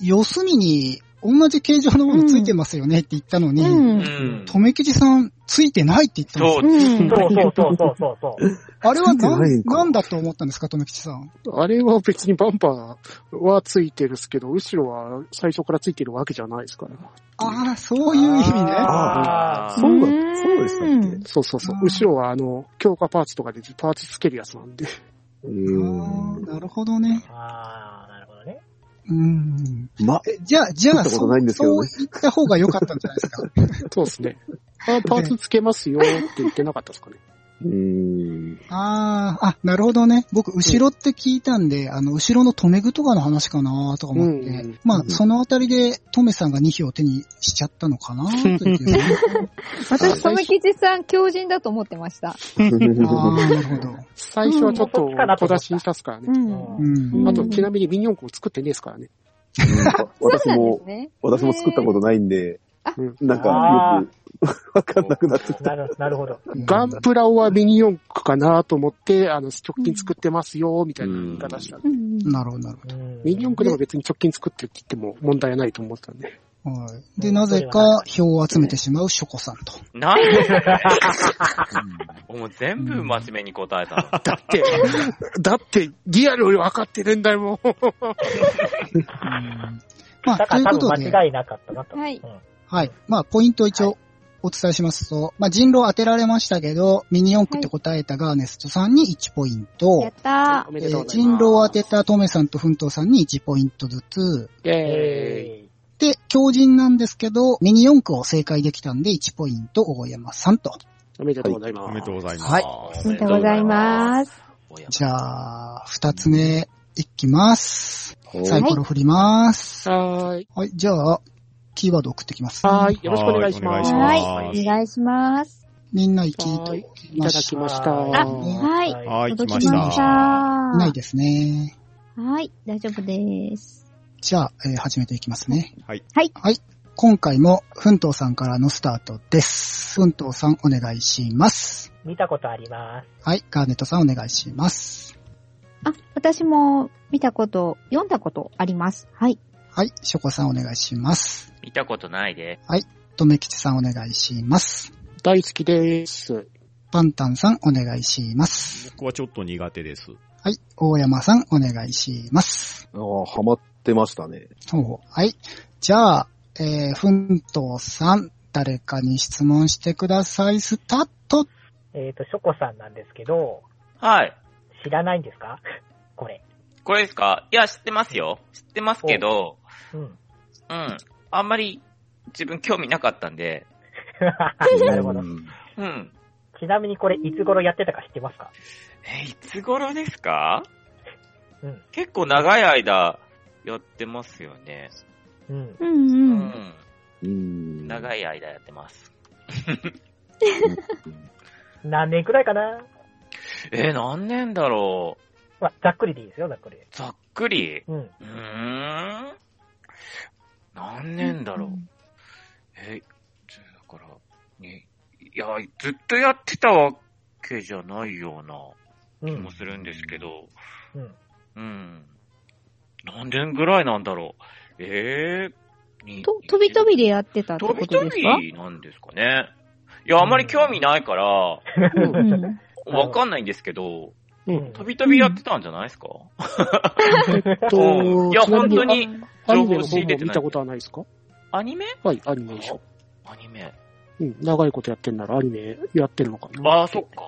Speaker 3: 四隅に同じ形状のものついてますよねって言ったのに、
Speaker 4: うん。
Speaker 5: うん。
Speaker 3: 留吉さんついてないって言ってます
Speaker 5: そ
Speaker 3: よ。
Speaker 5: う、
Speaker 4: うん
Speaker 2: そうそうそうそうそうそう。
Speaker 3: あれは
Speaker 1: ついて
Speaker 3: な
Speaker 1: ない
Speaker 3: ん
Speaker 1: んか
Speaker 3: なんだと思ったんですか、留吉さん。
Speaker 6: あれは別にバンパーはついてるっすけど、後ろは最初からついてるわけじゃないですから。
Speaker 3: ああ、そういう意味ね。
Speaker 2: あ
Speaker 5: あ
Speaker 1: そ
Speaker 5: ー
Speaker 1: うだ、
Speaker 4: うん
Speaker 1: そうでしたっけ
Speaker 6: そうそうそう
Speaker 3: あ。ー
Speaker 6: 後ろはあの、強化パーツとかでパーツつけるやつなん [LAUGHS] で。
Speaker 1: う
Speaker 3: あ
Speaker 1: ー
Speaker 3: ー
Speaker 1: ん。
Speaker 3: なるほどね。
Speaker 2: ーあー、なるほどね。
Speaker 3: うん。
Speaker 1: ま、
Speaker 3: えじゃあ、じゃ
Speaker 1: 作った
Speaker 3: あ、
Speaker 1: こ
Speaker 3: そ
Speaker 1: とないん
Speaker 3: う
Speaker 1: ですけどね
Speaker 3: そう言った方が良かったんじゃない
Speaker 1: [LAUGHS]
Speaker 3: ですか。
Speaker 6: そうですね。あパーツつけますよって言ってなかったですかね。
Speaker 1: うーん。
Speaker 3: ああ、あ、なるほどね。僕、後ろって聞いたんで、あの、後ろの留め具とかの話かなとか思って、
Speaker 6: うんうん
Speaker 3: まあ
Speaker 1: う、ん
Speaker 3: そのあたりで、留めさんが2票手にしちゃったのかなという気がする
Speaker 4: 私、留吉さん、狂人だと思ってました。
Speaker 3: ああ、なるほど。
Speaker 6: 最初はちょっと小出しにしたっすから
Speaker 4: う
Speaker 6: ね。
Speaker 4: ん。
Speaker 3: うん。
Speaker 6: あと、ちなみにミニ四駆を作ってねえですからね。
Speaker 1: [LAUGHS] 私
Speaker 4: そう
Speaker 1: も
Speaker 4: なんです、ね。
Speaker 1: 私も作ったことないんで
Speaker 4: あ、
Speaker 1: なんかよくわかんなくなってきた。
Speaker 2: なるなるほど。
Speaker 6: ガンプラはミニ四駆かなと思って、あの、直近作ってますよ、みたいな言い方したんで。
Speaker 4: うんうん。
Speaker 3: なるほど、なる
Speaker 2: うん
Speaker 6: ミニ四駆でも別に直近作ってるって言っても問題ないと思ったんで。
Speaker 3: ほど。はい。で、なぜか票を集めてしまうショコさんと。
Speaker 5: なんでもう全部真面目に答えたの。
Speaker 6: だって、だって、リアルより分かってるんだよ、
Speaker 3: うんま
Speaker 2: だか
Speaker 3: あ、という
Speaker 2: ら
Speaker 3: こ
Speaker 2: 多
Speaker 3: と
Speaker 2: 分
Speaker 3: で、
Speaker 2: 間違いなかったなと。
Speaker 4: はい
Speaker 2: うん
Speaker 3: はい。まあ、ポイントを一応お伝えしますと、まあ、人狼当てられましたけど、ミニ四駆って答えたガーネストさんに1ポイント。
Speaker 4: やった
Speaker 6: お
Speaker 3: え
Speaker 6: めでとう
Speaker 3: ー
Speaker 6: ござい
Speaker 3: 人
Speaker 6: ます。
Speaker 3: 狼を当てたトメさんと奮闘さんに1ポイントずつ。
Speaker 6: え
Speaker 2: え
Speaker 3: で、狂人なんですけど、ミニ四駆を正解できたんで1ポイント、大山さんと。
Speaker 6: ーおめでとうございます。
Speaker 7: おめでとうございます。
Speaker 3: はい
Speaker 4: ー。おめでとうございます。
Speaker 5: おや
Speaker 3: じゃあ、二つ目、いきます。サイコロ振ります。
Speaker 6: はーい。
Speaker 3: はい、じゃあ、キーワード送ってきます。
Speaker 6: はーい。よろしくお願いします。
Speaker 7: は
Speaker 4: はいい。
Speaker 7: お願いしま
Speaker 4: お願いしま
Speaker 7: す
Speaker 4: す。
Speaker 3: みんな行きとき
Speaker 6: いた
Speaker 3: ま
Speaker 6: だ
Speaker 3: し
Speaker 6: き
Speaker 3: た。
Speaker 6: ました。
Speaker 2: あ
Speaker 3: ね
Speaker 4: はい。
Speaker 2: ー
Speaker 7: はい、来
Speaker 4: 届
Speaker 7: ま
Speaker 4: き
Speaker 7: し
Speaker 4: ました。
Speaker 7: た。
Speaker 3: ない
Speaker 4: は
Speaker 3: ですね。
Speaker 4: い。大丈夫です。
Speaker 3: じゃあ、えー始めていきますね。
Speaker 7: はい。
Speaker 4: はい
Speaker 3: はい。今回も、奮闘さんからのスタートです。奮闘さん、お願いします。
Speaker 2: 見たことあります。
Speaker 3: はい、ガーネットさん、お願いします。
Speaker 4: あ、私も見たこと、読んだことあります。はい。
Speaker 3: はい、ショコさんお願いします。
Speaker 5: 見たことないで。
Speaker 3: とめきちさんお願いします。
Speaker 6: 大好きです。
Speaker 3: パンタンさんお願いします。
Speaker 7: 僕はちょっと苦手です。
Speaker 3: はい、大山さんお願いします。
Speaker 1: ああ、ハマってましたね。
Speaker 3: ほうほうはい。じゃあ、えー、ふんとうさん、誰かに質問してください。スタート
Speaker 2: えっ、と、ショコさんなんですけど、
Speaker 5: はい。
Speaker 2: 知らないんですかこれ。
Speaker 5: これですかいや、知ってますよ。知ってますけど、
Speaker 2: うん。
Speaker 5: うん。あんまり自分興味なかったんで、
Speaker 2: [LAUGHS] なるほど
Speaker 1: う。ん
Speaker 5: うん。
Speaker 2: ちなみにこれ、いつ頃やってたか知ってますか
Speaker 5: え、いつ頃ですか
Speaker 2: うん。
Speaker 5: 結構長い間やってますよね。
Speaker 2: うん。
Speaker 4: うん
Speaker 5: う
Speaker 4: うん。
Speaker 5: ん。
Speaker 1: うん。
Speaker 5: 長
Speaker 1: い。
Speaker 5: い間やってます。
Speaker 2: 何年くらいかな
Speaker 5: え、何年だろう。
Speaker 2: まあ、ざっくりでいいですよ、ざっくりで。
Speaker 5: ざっくり
Speaker 2: うん。
Speaker 5: うーん。何年だろう。え、じゃあだから、ね、いや、ずっとやってたわけじゃないよう
Speaker 2: う
Speaker 5: な気
Speaker 2: ん
Speaker 5: も。するんですけど、
Speaker 2: うん。
Speaker 5: うん。何年ぐらいなんだろう。えー、に
Speaker 4: と、飛び飛びでやってたって
Speaker 5: 飛
Speaker 4: こ
Speaker 5: び
Speaker 4: と
Speaker 5: 飛
Speaker 4: ですか
Speaker 5: びなんですかね。いや、あまり興味ないから、
Speaker 4: う。
Speaker 6: うん
Speaker 5: わかんないんですけど、
Speaker 6: うん。
Speaker 5: 飛び飛びやってたんじゃないですか、
Speaker 6: と
Speaker 5: いや、
Speaker 6: ちな
Speaker 5: 本
Speaker 6: み
Speaker 5: 当に、
Speaker 6: ア
Speaker 5: 情
Speaker 6: ニ
Speaker 5: 報
Speaker 6: メの
Speaker 5: 仕
Speaker 6: 方
Speaker 5: 入れ
Speaker 6: も
Speaker 5: てな
Speaker 6: 見
Speaker 5: い
Speaker 6: たことはないですか
Speaker 5: アニメ
Speaker 6: はい、アニメでしょ。
Speaker 5: アニメ。
Speaker 6: うん。長いことやってんならアニメやってるのかな。
Speaker 5: ああ、そっか。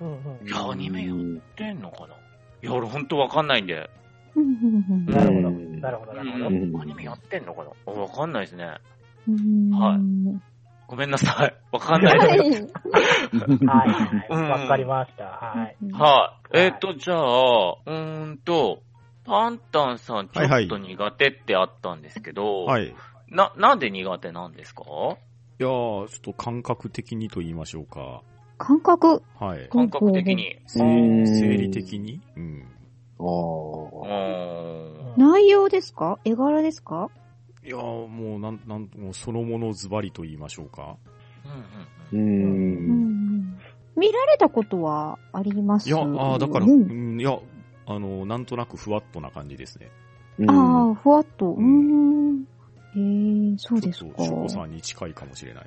Speaker 2: うんうん。
Speaker 5: いやアニメよやってんのかないや、俺ほんとわかんないんで。
Speaker 4: うんうん
Speaker 2: なるほど。
Speaker 1: うん
Speaker 2: なるほど、なるほ
Speaker 5: う
Speaker 2: ど。
Speaker 5: んアニメやってんのかなわかんないですね。
Speaker 4: うんうん
Speaker 5: はいごめんなさ
Speaker 6: [LAUGHS]
Speaker 5: い。わかんないです。
Speaker 2: はいは
Speaker 5: うん
Speaker 2: い。わかりました。はい。
Speaker 5: はい。
Speaker 2: はい
Speaker 5: えっ、と、じゃあ、うーんと、パンタンさんち
Speaker 7: はいは
Speaker 5: ょっ
Speaker 7: い
Speaker 5: と苦手ってあったんですけど、
Speaker 7: はい。い
Speaker 5: な、なんで苦手なんですか
Speaker 7: やー、ちょっと感覚的にと言いましょうか。
Speaker 4: 感覚。
Speaker 7: はい。
Speaker 4: ほうほ
Speaker 5: 感
Speaker 4: うほう
Speaker 5: 覚的に。
Speaker 1: うーん
Speaker 7: 生理的にうん。
Speaker 1: ああ
Speaker 5: う。ーん。
Speaker 4: 内容ですか絵柄ですか
Speaker 7: いやー、もう、なん、なん、もうそのものズバリと言いましょうか。
Speaker 1: うー。
Speaker 4: うんん見られたことはあります
Speaker 7: いや、あーだから、う
Speaker 4: うん
Speaker 7: ん、いや、あの、なんとなくふわっとな感じですね。
Speaker 4: ああ、ふわっと。うー。
Speaker 7: うん
Speaker 4: えー、そうです
Speaker 7: ちょっ
Speaker 4: か。
Speaker 7: と、ショコさんに近いかもしれない。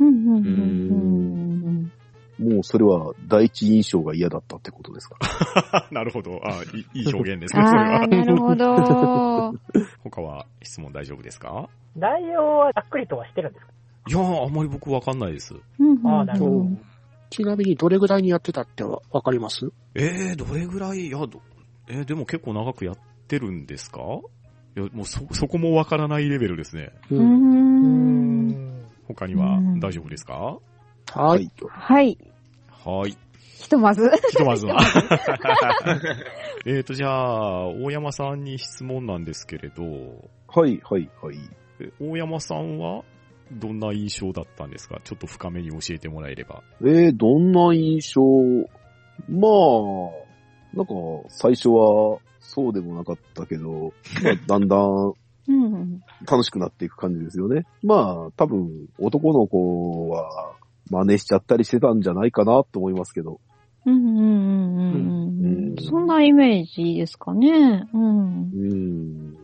Speaker 7: [LAUGHS]
Speaker 4: うんうんうんうん
Speaker 1: もうそれは第一印象が嫌だったってことですか。
Speaker 7: あなるほど。あーいいいい [LAUGHS] 表現で
Speaker 4: う
Speaker 7: す
Speaker 4: ん。
Speaker 7: ね、それ
Speaker 4: ああ、
Speaker 7: は。
Speaker 4: なるほど。 [LAUGHS]
Speaker 7: 他は質問大丈夫ですか
Speaker 2: 内容はざっくりとはしてるんですか
Speaker 7: いやー、あんまり僕わかんないです。
Speaker 4: うんうんうん
Speaker 2: ああ、なるほど。
Speaker 6: ちなみにどれぐらいにやってたってわわかります
Speaker 7: えー、どれぐらいいや、どえーでも結構長くやってるんですかいや、もうそ、そこもわからないレベルですね。
Speaker 6: う
Speaker 4: うー。
Speaker 6: ん。
Speaker 2: うんん。
Speaker 7: 他には
Speaker 4: うん
Speaker 7: 大丈夫ですか
Speaker 6: は。
Speaker 1: はいい。
Speaker 4: はい。
Speaker 7: はーい。
Speaker 4: ひとまず。
Speaker 7: ひとまずは。 [LAUGHS] えっと、じゃあ、大山さんに質問なんですけれど、
Speaker 1: はい、はい、はい。
Speaker 7: え大山さんはどんな印象だったんですかちょっと深めに教えてもらえれば。
Speaker 1: えー、どんな印象まあ、なんか、最初はそうでもなかったけど、ま
Speaker 6: [LAUGHS]
Speaker 1: あ、だんだん
Speaker 4: うん。
Speaker 1: 楽しくなっていく感じですよね。まあ、多分、男の子は真似しちゃったりしてたんじゃないかなと思いますけど。
Speaker 4: うんうんうんうんうん。
Speaker 1: うん
Speaker 4: そんなイメージですかね。うん
Speaker 1: う。ーん。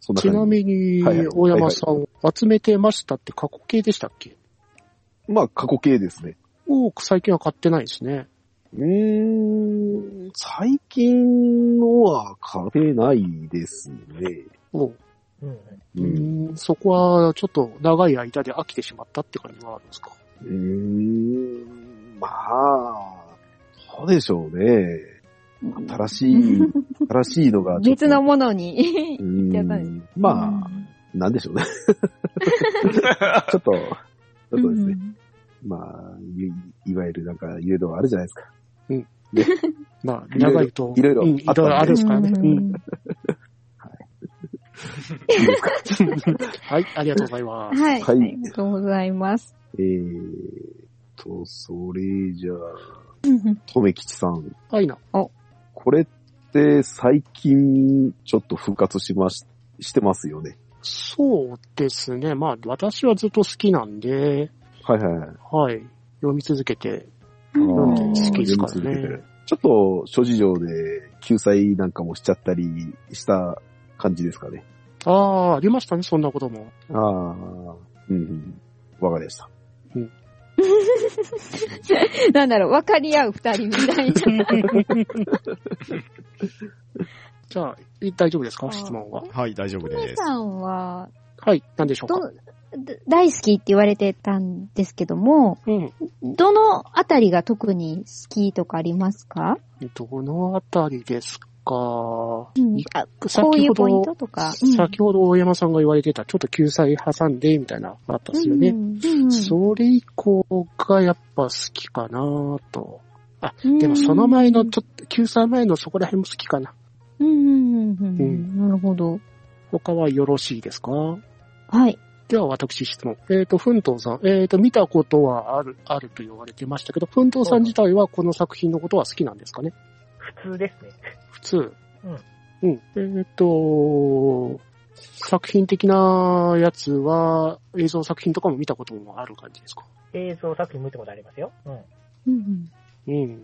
Speaker 1: そんな
Speaker 6: ち
Speaker 1: 感じ。
Speaker 6: なみに
Speaker 1: はいはい、
Speaker 6: 大山さん、集めてましたって過去形でしたっけ
Speaker 1: まあ、過去形ですね。
Speaker 6: 多く最近は買ってないですね。
Speaker 1: うーん、最近のは買えないですね。
Speaker 6: も
Speaker 2: うん。
Speaker 1: う
Speaker 6: う、
Speaker 1: ん。
Speaker 6: うんそこはちょっと長い間で飽きてしまったって感じはあるんですか
Speaker 1: うーん、まあ、どうでしょうね。新し
Speaker 4: [LAUGHS]
Speaker 1: い、新しいのがちょっと。
Speaker 4: 別のものに
Speaker 1: う。
Speaker 4: 行っちゃったんで
Speaker 1: ーん。まあ、なんでしょう
Speaker 4: [LAUGHS]
Speaker 1: ね。ちょっと、ちょっとですね。まあ、いいわゆるなんか、いろいろあるじゃないですか。
Speaker 6: まあ、
Speaker 1: いろいろ
Speaker 6: 長いと。
Speaker 1: いろいろ
Speaker 6: うんいろいろあるんですからね。
Speaker 4: う
Speaker 6: うん
Speaker 4: ん [LAUGHS]
Speaker 6: はい、ありがとうございます。
Speaker 4: はい。あ
Speaker 1: はい
Speaker 4: りがとうございます。
Speaker 1: えーと、それじゃあ、
Speaker 4: うんうん
Speaker 1: とめきちさん。
Speaker 6: はいな。
Speaker 1: これって最近、ちょっと復活しまし、してますよね。
Speaker 6: そうですね。まあ、私はずっと好きなんで、
Speaker 1: はいはいはい。
Speaker 6: はい。読み続けて、
Speaker 4: うん
Speaker 1: あー
Speaker 6: 好きですからね
Speaker 1: 読み続けてちょっと、諸事情で救済なんかもしちゃったりした感じですかね。
Speaker 6: ああ、ありましたね、そんなことも。
Speaker 1: ああ、うんうん。わかりました。
Speaker 4: [LAUGHS] なんだろう、分かり合う二人みた
Speaker 6: [LAUGHS]
Speaker 4: いな。
Speaker 6: [LAUGHS] じゃあ、い大丈夫ですか
Speaker 4: あー
Speaker 6: 質問は。
Speaker 7: はい、大丈夫
Speaker 4: ト
Speaker 7: で
Speaker 4: メ
Speaker 7: す。
Speaker 4: さんは、
Speaker 6: はい、何でしょう
Speaker 4: ど
Speaker 6: か、
Speaker 4: だ大好きって言われてたんですけども、
Speaker 6: うん。
Speaker 4: どのあたりが特に好きとかありますか、
Speaker 6: どのあたりですか
Speaker 4: うん、あこう
Speaker 6: 先
Speaker 4: い
Speaker 6: ほ
Speaker 4: うポイン
Speaker 6: ど
Speaker 4: ト、とか。
Speaker 6: 先ほど大山さんが言われてた、ちょっと救済挟んで、みたいな、あったんですよね。それ以降がやっぱ好きかなと。でもその前の、ちょっと、救済前のそこら辺も好きかな。
Speaker 4: うんうんうんうんう。
Speaker 6: うん
Speaker 4: なるほど。
Speaker 6: 他はよろしいですか
Speaker 4: はい。
Speaker 6: では私質問。えっ、と、ふんとうさん。えっ、と、見たことはある、あると言われてましたけど、ふんとうさん自体はこの作品のことは好きなんですかね
Speaker 2: 普通ですね。
Speaker 6: 普通。うん。えっ、と、作品的なやつは、映像作品とかも見たこともある感じですか
Speaker 2: 映像作品見たことありますよ。うん。
Speaker 4: うん
Speaker 6: うん。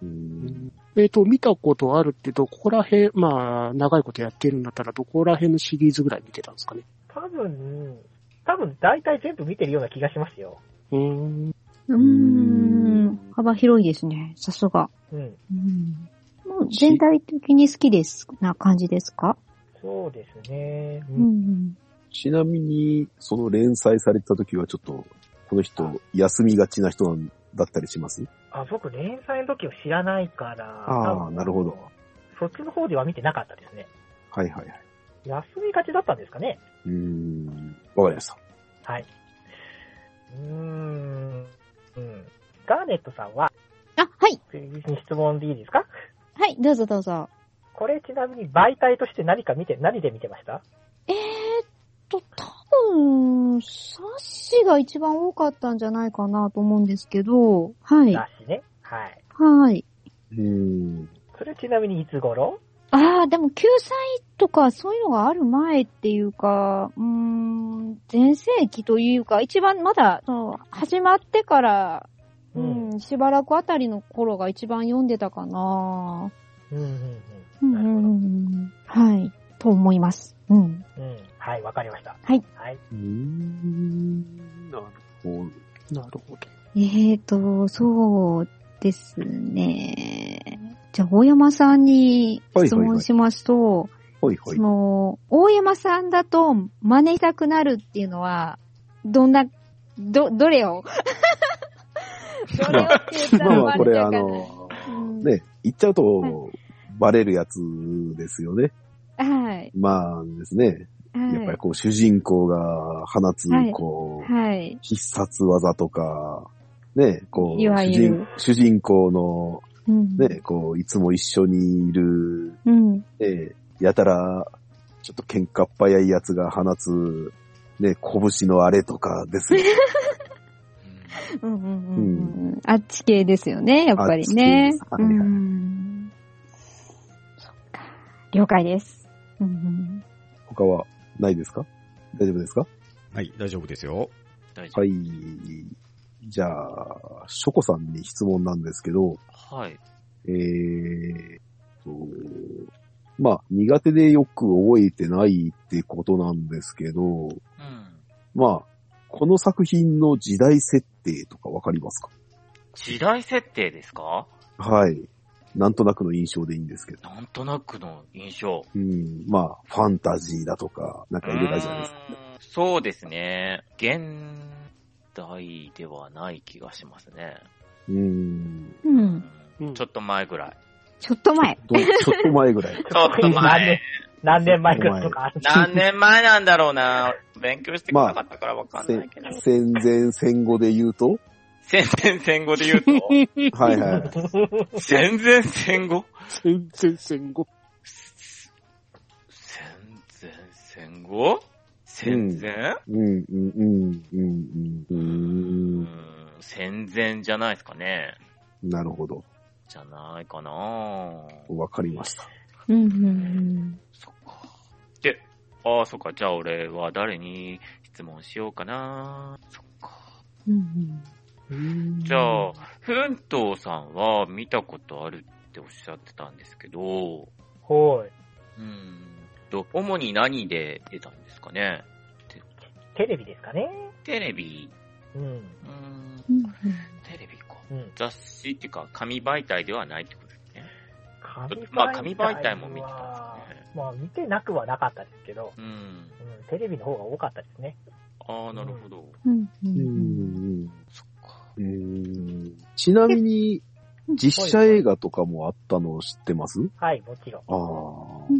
Speaker 1: う
Speaker 6: うんんえっ、と、見たことあるってどこら辺、まあ、長いことやってるんだったらどこら辺のシリーズぐらい見てたんですかね
Speaker 2: 多分、多分大体全部見てるような気がしますよ。
Speaker 6: う
Speaker 4: う
Speaker 6: ん。
Speaker 4: ん。うーん。幅広いですね。さすが。
Speaker 2: うん。
Speaker 4: うん。もう全体的に好きです。な感じですか
Speaker 2: そうですね。う
Speaker 4: うんん。
Speaker 1: ちなみに、その連載されてた時はちょっと、この人、休みがちな人なんだったりします
Speaker 2: あ、僕、連載の時を知らないから。
Speaker 1: あー
Speaker 2: 多分
Speaker 1: なるほど。
Speaker 2: そっちの方では見てなかったですね。
Speaker 1: はいはいはい。
Speaker 2: 休みがちだったんですかね。
Speaker 1: うーん、わかりました。
Speaker 2: はい。うーん。うんガーネットさんは、
Speaker 4: あ、はい。
Speaker 2: 次に質問でいいですか
Speaker 4: はい、どうぞどうぞ。
Speaker 2: これちなみに媒体として何か見て、何で見てました
Speaker 4: えーっと、多分、冊子が一番多かったんじゃないかなと思うんですけど、はい。
Speaker 2: 雑誌ね。はい。
Speaker 4: はい。
Speaker 1: うん。
Speaker 2: それちなみにいつ頃
Speaker 4: ああ、でも救済とかそういうのがある前っていうか、うーん、前世紀というか、一番まだ、その、始まってから、う
Speaker 2: うん。
Speaker 4: ん、しばらくあたりの頃が一番読んでたかな
Speaker 2: うんうんうん。
Speaker 4: うんう
Speaker 2: なるほ
Speaker 4: んう
Speaker 2: ど。
Speaker 4: ん。はい。と思います。うん。
Speaker 2: うん。はい、わかりました。
Speaker 4: はい。
Speaker 2: はい。
Speaker 1: うん。なるほど。
Speaker 6: なるほど。
Speaker 4: えーと、そうですね。じゃあ、大山さんに質問しますと、
Speaker 1: ほいほい
Speaker 4: そ。の、大山さんだと真似したくなるっていうのは、どんな、ど、どれ
Speaker 1: [LAUGHS]
Speaker 4: をどれを計算
Speaker 1: まあまあ、これあ
Speaker 4: 割れた
Speaker 1: の、
Speaker 4: かうん
Speaker 1: ね、言っちゃう
Speaker 4: はい
Speaker 1: と、バレるやつですよね。
Speaker 4: はい。
Speaker 1: まあですね。やっぱ
Speaker 4: は
Speaker 1: り
Speaker 4: い。
Speaker 1: こう、主人公が放つ、こう、
Speaker 4: はい。
Speaker 1: 必殺技とか、ね、こう、
Speaker 4: いわ
Speaker 1: 主
Speaker 4: ゆ
Speaker 1: 人
Speaker 4: る
Speaker 1: 主人公の、
Speaker 4: うん。
Speaker 1: ね、こう、いつも一緒にいる、
Speaker 4: うん。
Speaker 1: ね、やたら、ちょっと喧嘩っ早いやつが放つ、ね、拳のあれとかです
Speaker 4: [LAUGHS]
Speaker 1: よ。
Speaker 4: うんうんうんうん。あっち系ですよね、やっぱりね。
Speaker 1: あっち系です
Speaker 4: う
Speaker 1: はいはい
Speaker 4: ん。そっか了解です。うん
Speaker 1: 他はないですか大丈夫ですか
Speaker 7: はい、大丈夫ですよ。
Speaker 5: 大丈
Speaker 1: はい。じゃあ、ショコさんに質問なんですけど、
Speaker 5: 夫。はい。
Speaker 1: えーっと、まあ、苦手でよく覚えてないってことなんですけど、
Speaker 5: うん。
Speaker 1: まあ、この作品の時代設定とかわかりますか
Speaker 5: 時代設定ですか
Speaker 1: はい。なんとなくの印象でいいんですけど。
Speaker 5: なんとなくの印象。
Speaker 1: うん、まあ、ファンタジーだとか、なんか入れたじゃないですか。
Speaker 5: うーんそうですね。現代ではない気がしますね。
Speaker 1: うん。
Speaker 4: うん。う。
Speaker 5: うんん
Speaker 6: うん
Speaker 5: ちょっと前ぐらい。
Speaker 4: ちょっと前。
Speaker 1: どちょっと前ぐら
Speaker 5: [LAUGHS]
Speaker 1: い。
Speaker 5: ちょっと前。
Speaker 2: 何年前かとか。
Speaker 5: 何年前なんだろうな。勉強してこなかったからわかんな
Speaker 1: せ
Speaker 5: いけど。
Speaker 1: 戦前戦後で言うと、
Speaker 5: 戦前戦後で言う
Speaker 1: [LAUGHS]
Speaker 5: と、
Speaker 1: はいはい。
Speaker 5: 戦前戦後
Speaker 6: 全然戦後。
Speaker 5: 戦前戦後戦前、
Speaker 1: うん、うん、うん、うん、うんう。
Speaker 5: うんん、戦前じゃないですかね。
Speaker 1: なるほど。
Speaker 5: じゃないかな
Speaker 1: わかりました。
Speaker 4: うんうん
Speaker 5: そっか。で、ああ、そっか。じゃあ俺は誰に質問しようかなそっか。
Speaker 4: うん。うん
Speaker 5: じゃあ、ふんとうさんは見たことあるっておっしゃってたんですけど、
Speaker 2: ほい。
Speaker 5: うーんと、主に何で出たんですかね
Speaker 2: テレビですかね
Speaker 5: テレビ、
Speaker 2: うん。
Speaker 5: うーん、
Speaker 4: うん。うん
Speaker 5: テレビか。
Speaker 2: うん。
Speaker 5: 雑誌っていうか、紙媒体ではないってことですね。
Speaker 2: 紙
Speaker 5: まあ紙媒体も見てた
Speaker 2: は
Speaker 5: んですね
Speaker 2: まあ、見てなくはなかったですけど、
Speaker 5: うん。
Speaker 2: うん、テレビの方が多かったですね。
Speaker 5: ああ、なるほど。
Speaker 4: うんう。
Speaker 1: うんん、
Speaker 5: そっか。
Speaker 1: うん。ちなみに、実写映画とかもあったの知ってます
Speaker 2: はい、もちろん。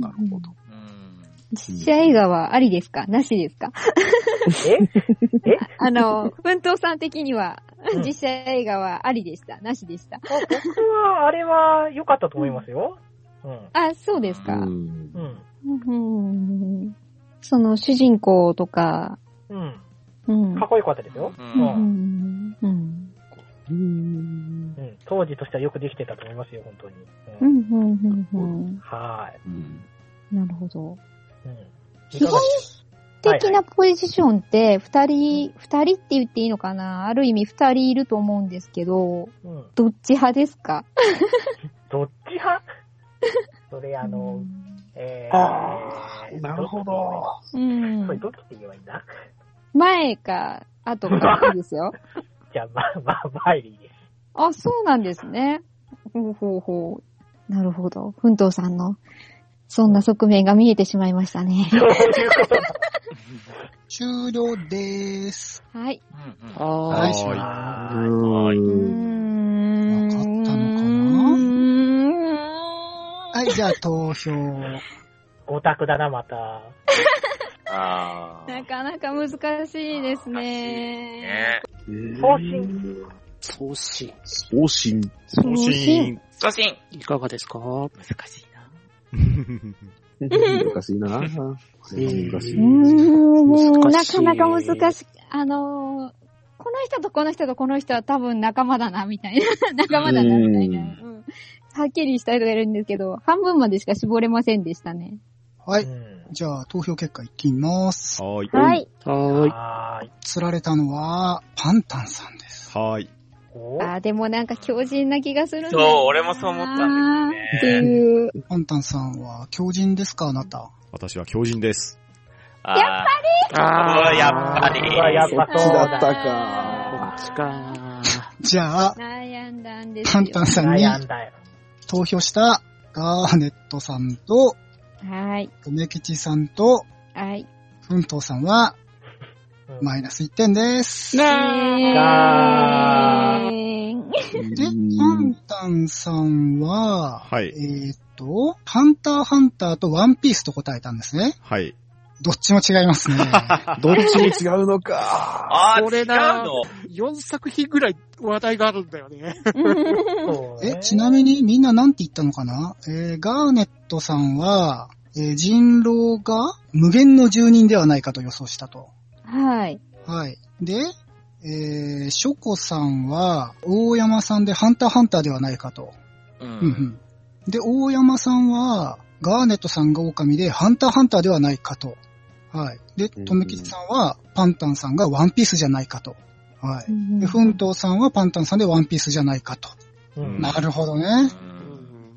Speaker 1: ああ、なるほど。
Speaker 5: うーん。
Speaker 4: 実写映画はありですかなしですか
Speaker 2: え
Speaker 4: [LAUGHS] あ [LAUGHS] の、奮闘さん的には
Speaker 2: う、ん
Speaker 4: 実写映画はありでしたなしでした
Speaker 2: あ僕は、あれは良かったと思いますよ。うん。
Speaker 4: あ、そうです
Speaker 1: う
Speaker 4: か。
Speaker 1: ん
Speaker 2: う。ん。
Speaker 4: うんその、主人公とか、
Speaker 2: うん。
Speaker 4: うん。
Speaker 2: かっこよかったですよ。
Speaker 5: う。
Speaker 4: うんん。うん。
Speaker 1: うん
Speaker 2: うん。当時としてはよくできてたと思いますよ、本当に。
Speaker 4: う
Speaker 2: うん。
Speaker 4: ん、うん、うん。うん
Speaker 2: は
Speaker 1: うん
Speaker 4: なるほど。
Speaker 2: い。うん。
Speaker 4: 基本的なポジションって、二人、二人って言っていいのかなある意味二人いると思うんですけど、
Speaker 2: うん。
Speaker 4: どっち派ですか
Speaker 2: どっち派 [LAUGHS] それ、あの、えー、
Speaker 1: あーなるほど
Speaker 4: うん
Speaker 2: それ、。どっちって言えばいいんだ
Speaker 4: 前か、後か、いいですよ。
Speaker 2: [LAUGHS] じゃあ、まあ、まあ、前でいいです。
Speaker 4: あ、そうなんですね。ほうほうほう。なるほど。奮闘さんの、そんな側面が見えてしまいましたね。
Speaker 2: そういうことだ。
Speaker 3: 終了でーす。
Speaker 4: はい。
Speaker 5: うんうん
Speaker 6: は
Speaker 3: は
Speaker 6: ー
Speaker 3: い
Speaker 6: い。
Speaker 2: [LAUGHS] あー
Speaker 5: はいう
Speaker 4: ー
Speaker 1: うん
Speaker 4: ん。
Speaker 3: わかったのかな
Speaker 4: な
Speaker 3: はい、じゃあ投票。
Speaker 2: 五択だな、また。
Speaker 5: ああー
Speaker 4: なかなか難しいですね。
Speaker 5: ね
Speaker 2: 送信。
Speaker 6: 送信。
Speaker 1: 送信。
Speaker 7: 送信。
Speaker 5: 送信
Speaker 6: いかがですか
Speaker 5: 難しいな。
Speaker 1: 難しいなぁ。これは難し
Speaker 4: うー
Speaker 1: い。
Speaker 4: ん、もう、
Speaker 6: 難
Speaker 4: な
Speaker 6: し
Speaker 4: か
Speaker 6: い
Speaker 4: なか難しい。あのー、この人とこの人とこの人は多分仲間だな、みたいな。 [LAUGHS] 仲間だな、みたいな。うんはっきりした人がいるんですけど、半分までしか絞れませんでしたね。
Speaker 3: は
Speaker 2: う
Speaker 3: い。
Speaker 2: ん
Speaker 3: じゃあ、投票結果いきます。
Speaker 7: [LAUGHS] はーい。
Speaker 4: は。い。
Speaker 6: はーい。
Speaker 2: はーい。
Speaker 3: 釣られたのは、パンタンさんです。
Speaker 7: はーい。
Speaker 2: お
Speaker 4: あーでもなんか強靭な気がするんだよ
Speaker 5: そう
Speaker 4: な、
Speaker 5: 俺もそう思ったんですよね
Speaker 4: っていう。
Speaker 3: パンタンさんは、強人ですか、あなた。
Speaker 7: 私は狂人です。
Speaker 5: やっぱ
Speaker 6: あ
Speaker 5: あーやっぱり
Speaker 2: うわやっぱそう
Speaker 1: だった
Speaker 6: こ
Speaker 1: か
Speaker 6: っちか
Speaker 3: じゃあ、
Speaker 4: 悩んだんですよ。
Speaker 3: パンタンさんに
Speaker 2: 悩んだよ。
Speaker 3: 投票した、ガーネットさんと、
Speaker 4: はい。
Speaker 3: 梅吉さんと、
Speaker 4: はい。
Speaker 3: ふんとうさんは、
Speaker 2: うん
Speaker 3: マイナス1点です。で、
Speaker 2: が
Speaker 4: えー
Speaker 3: パンタンさんは、
Speaker 7: はい。
Speaker 3: えーっと、ハンターハンターとワンピースと答えたんですね。
Speaker 7: はい。
Speaker 3: どっちも違いますね。
Speaker 1: どっちも違うのか。
Speaker 5: あー、
Speaker 6: これ
Speaker 5: 違う
Speaker 6: だ
Speaker 5: の
Speaker 6: 4作品ぐらい話題があるんだよね。
Speaker 2: そうね
Speaker 3: え、ちなみにみんななんて言ったのかなえーガーネットさんは、えー人狼が無限の住人ではないかと予想したと。
Speaker 4: はい。
Speaker 3: はい。で、えー、ショコさんは、大山さんでハンターハンターではないかと。
Speaker 5: う。
Speaker 3: うんうんん。で、大山さんは、ガーネットさんが狼で、ハンターハンターではないかと。はい。で、
Speaker 1: うんうん
Speaker 3: とめきちさんは、パンタンさんがワンピースじゃないかと。は
Speaker 4: う
Speaker 3: い。
Speaker 4: ん
Speaker 3: で、フントウさんはパンタンさんでワンピースじゃないかと。
Speaker 2: うん
Speaker 3: なるほどね。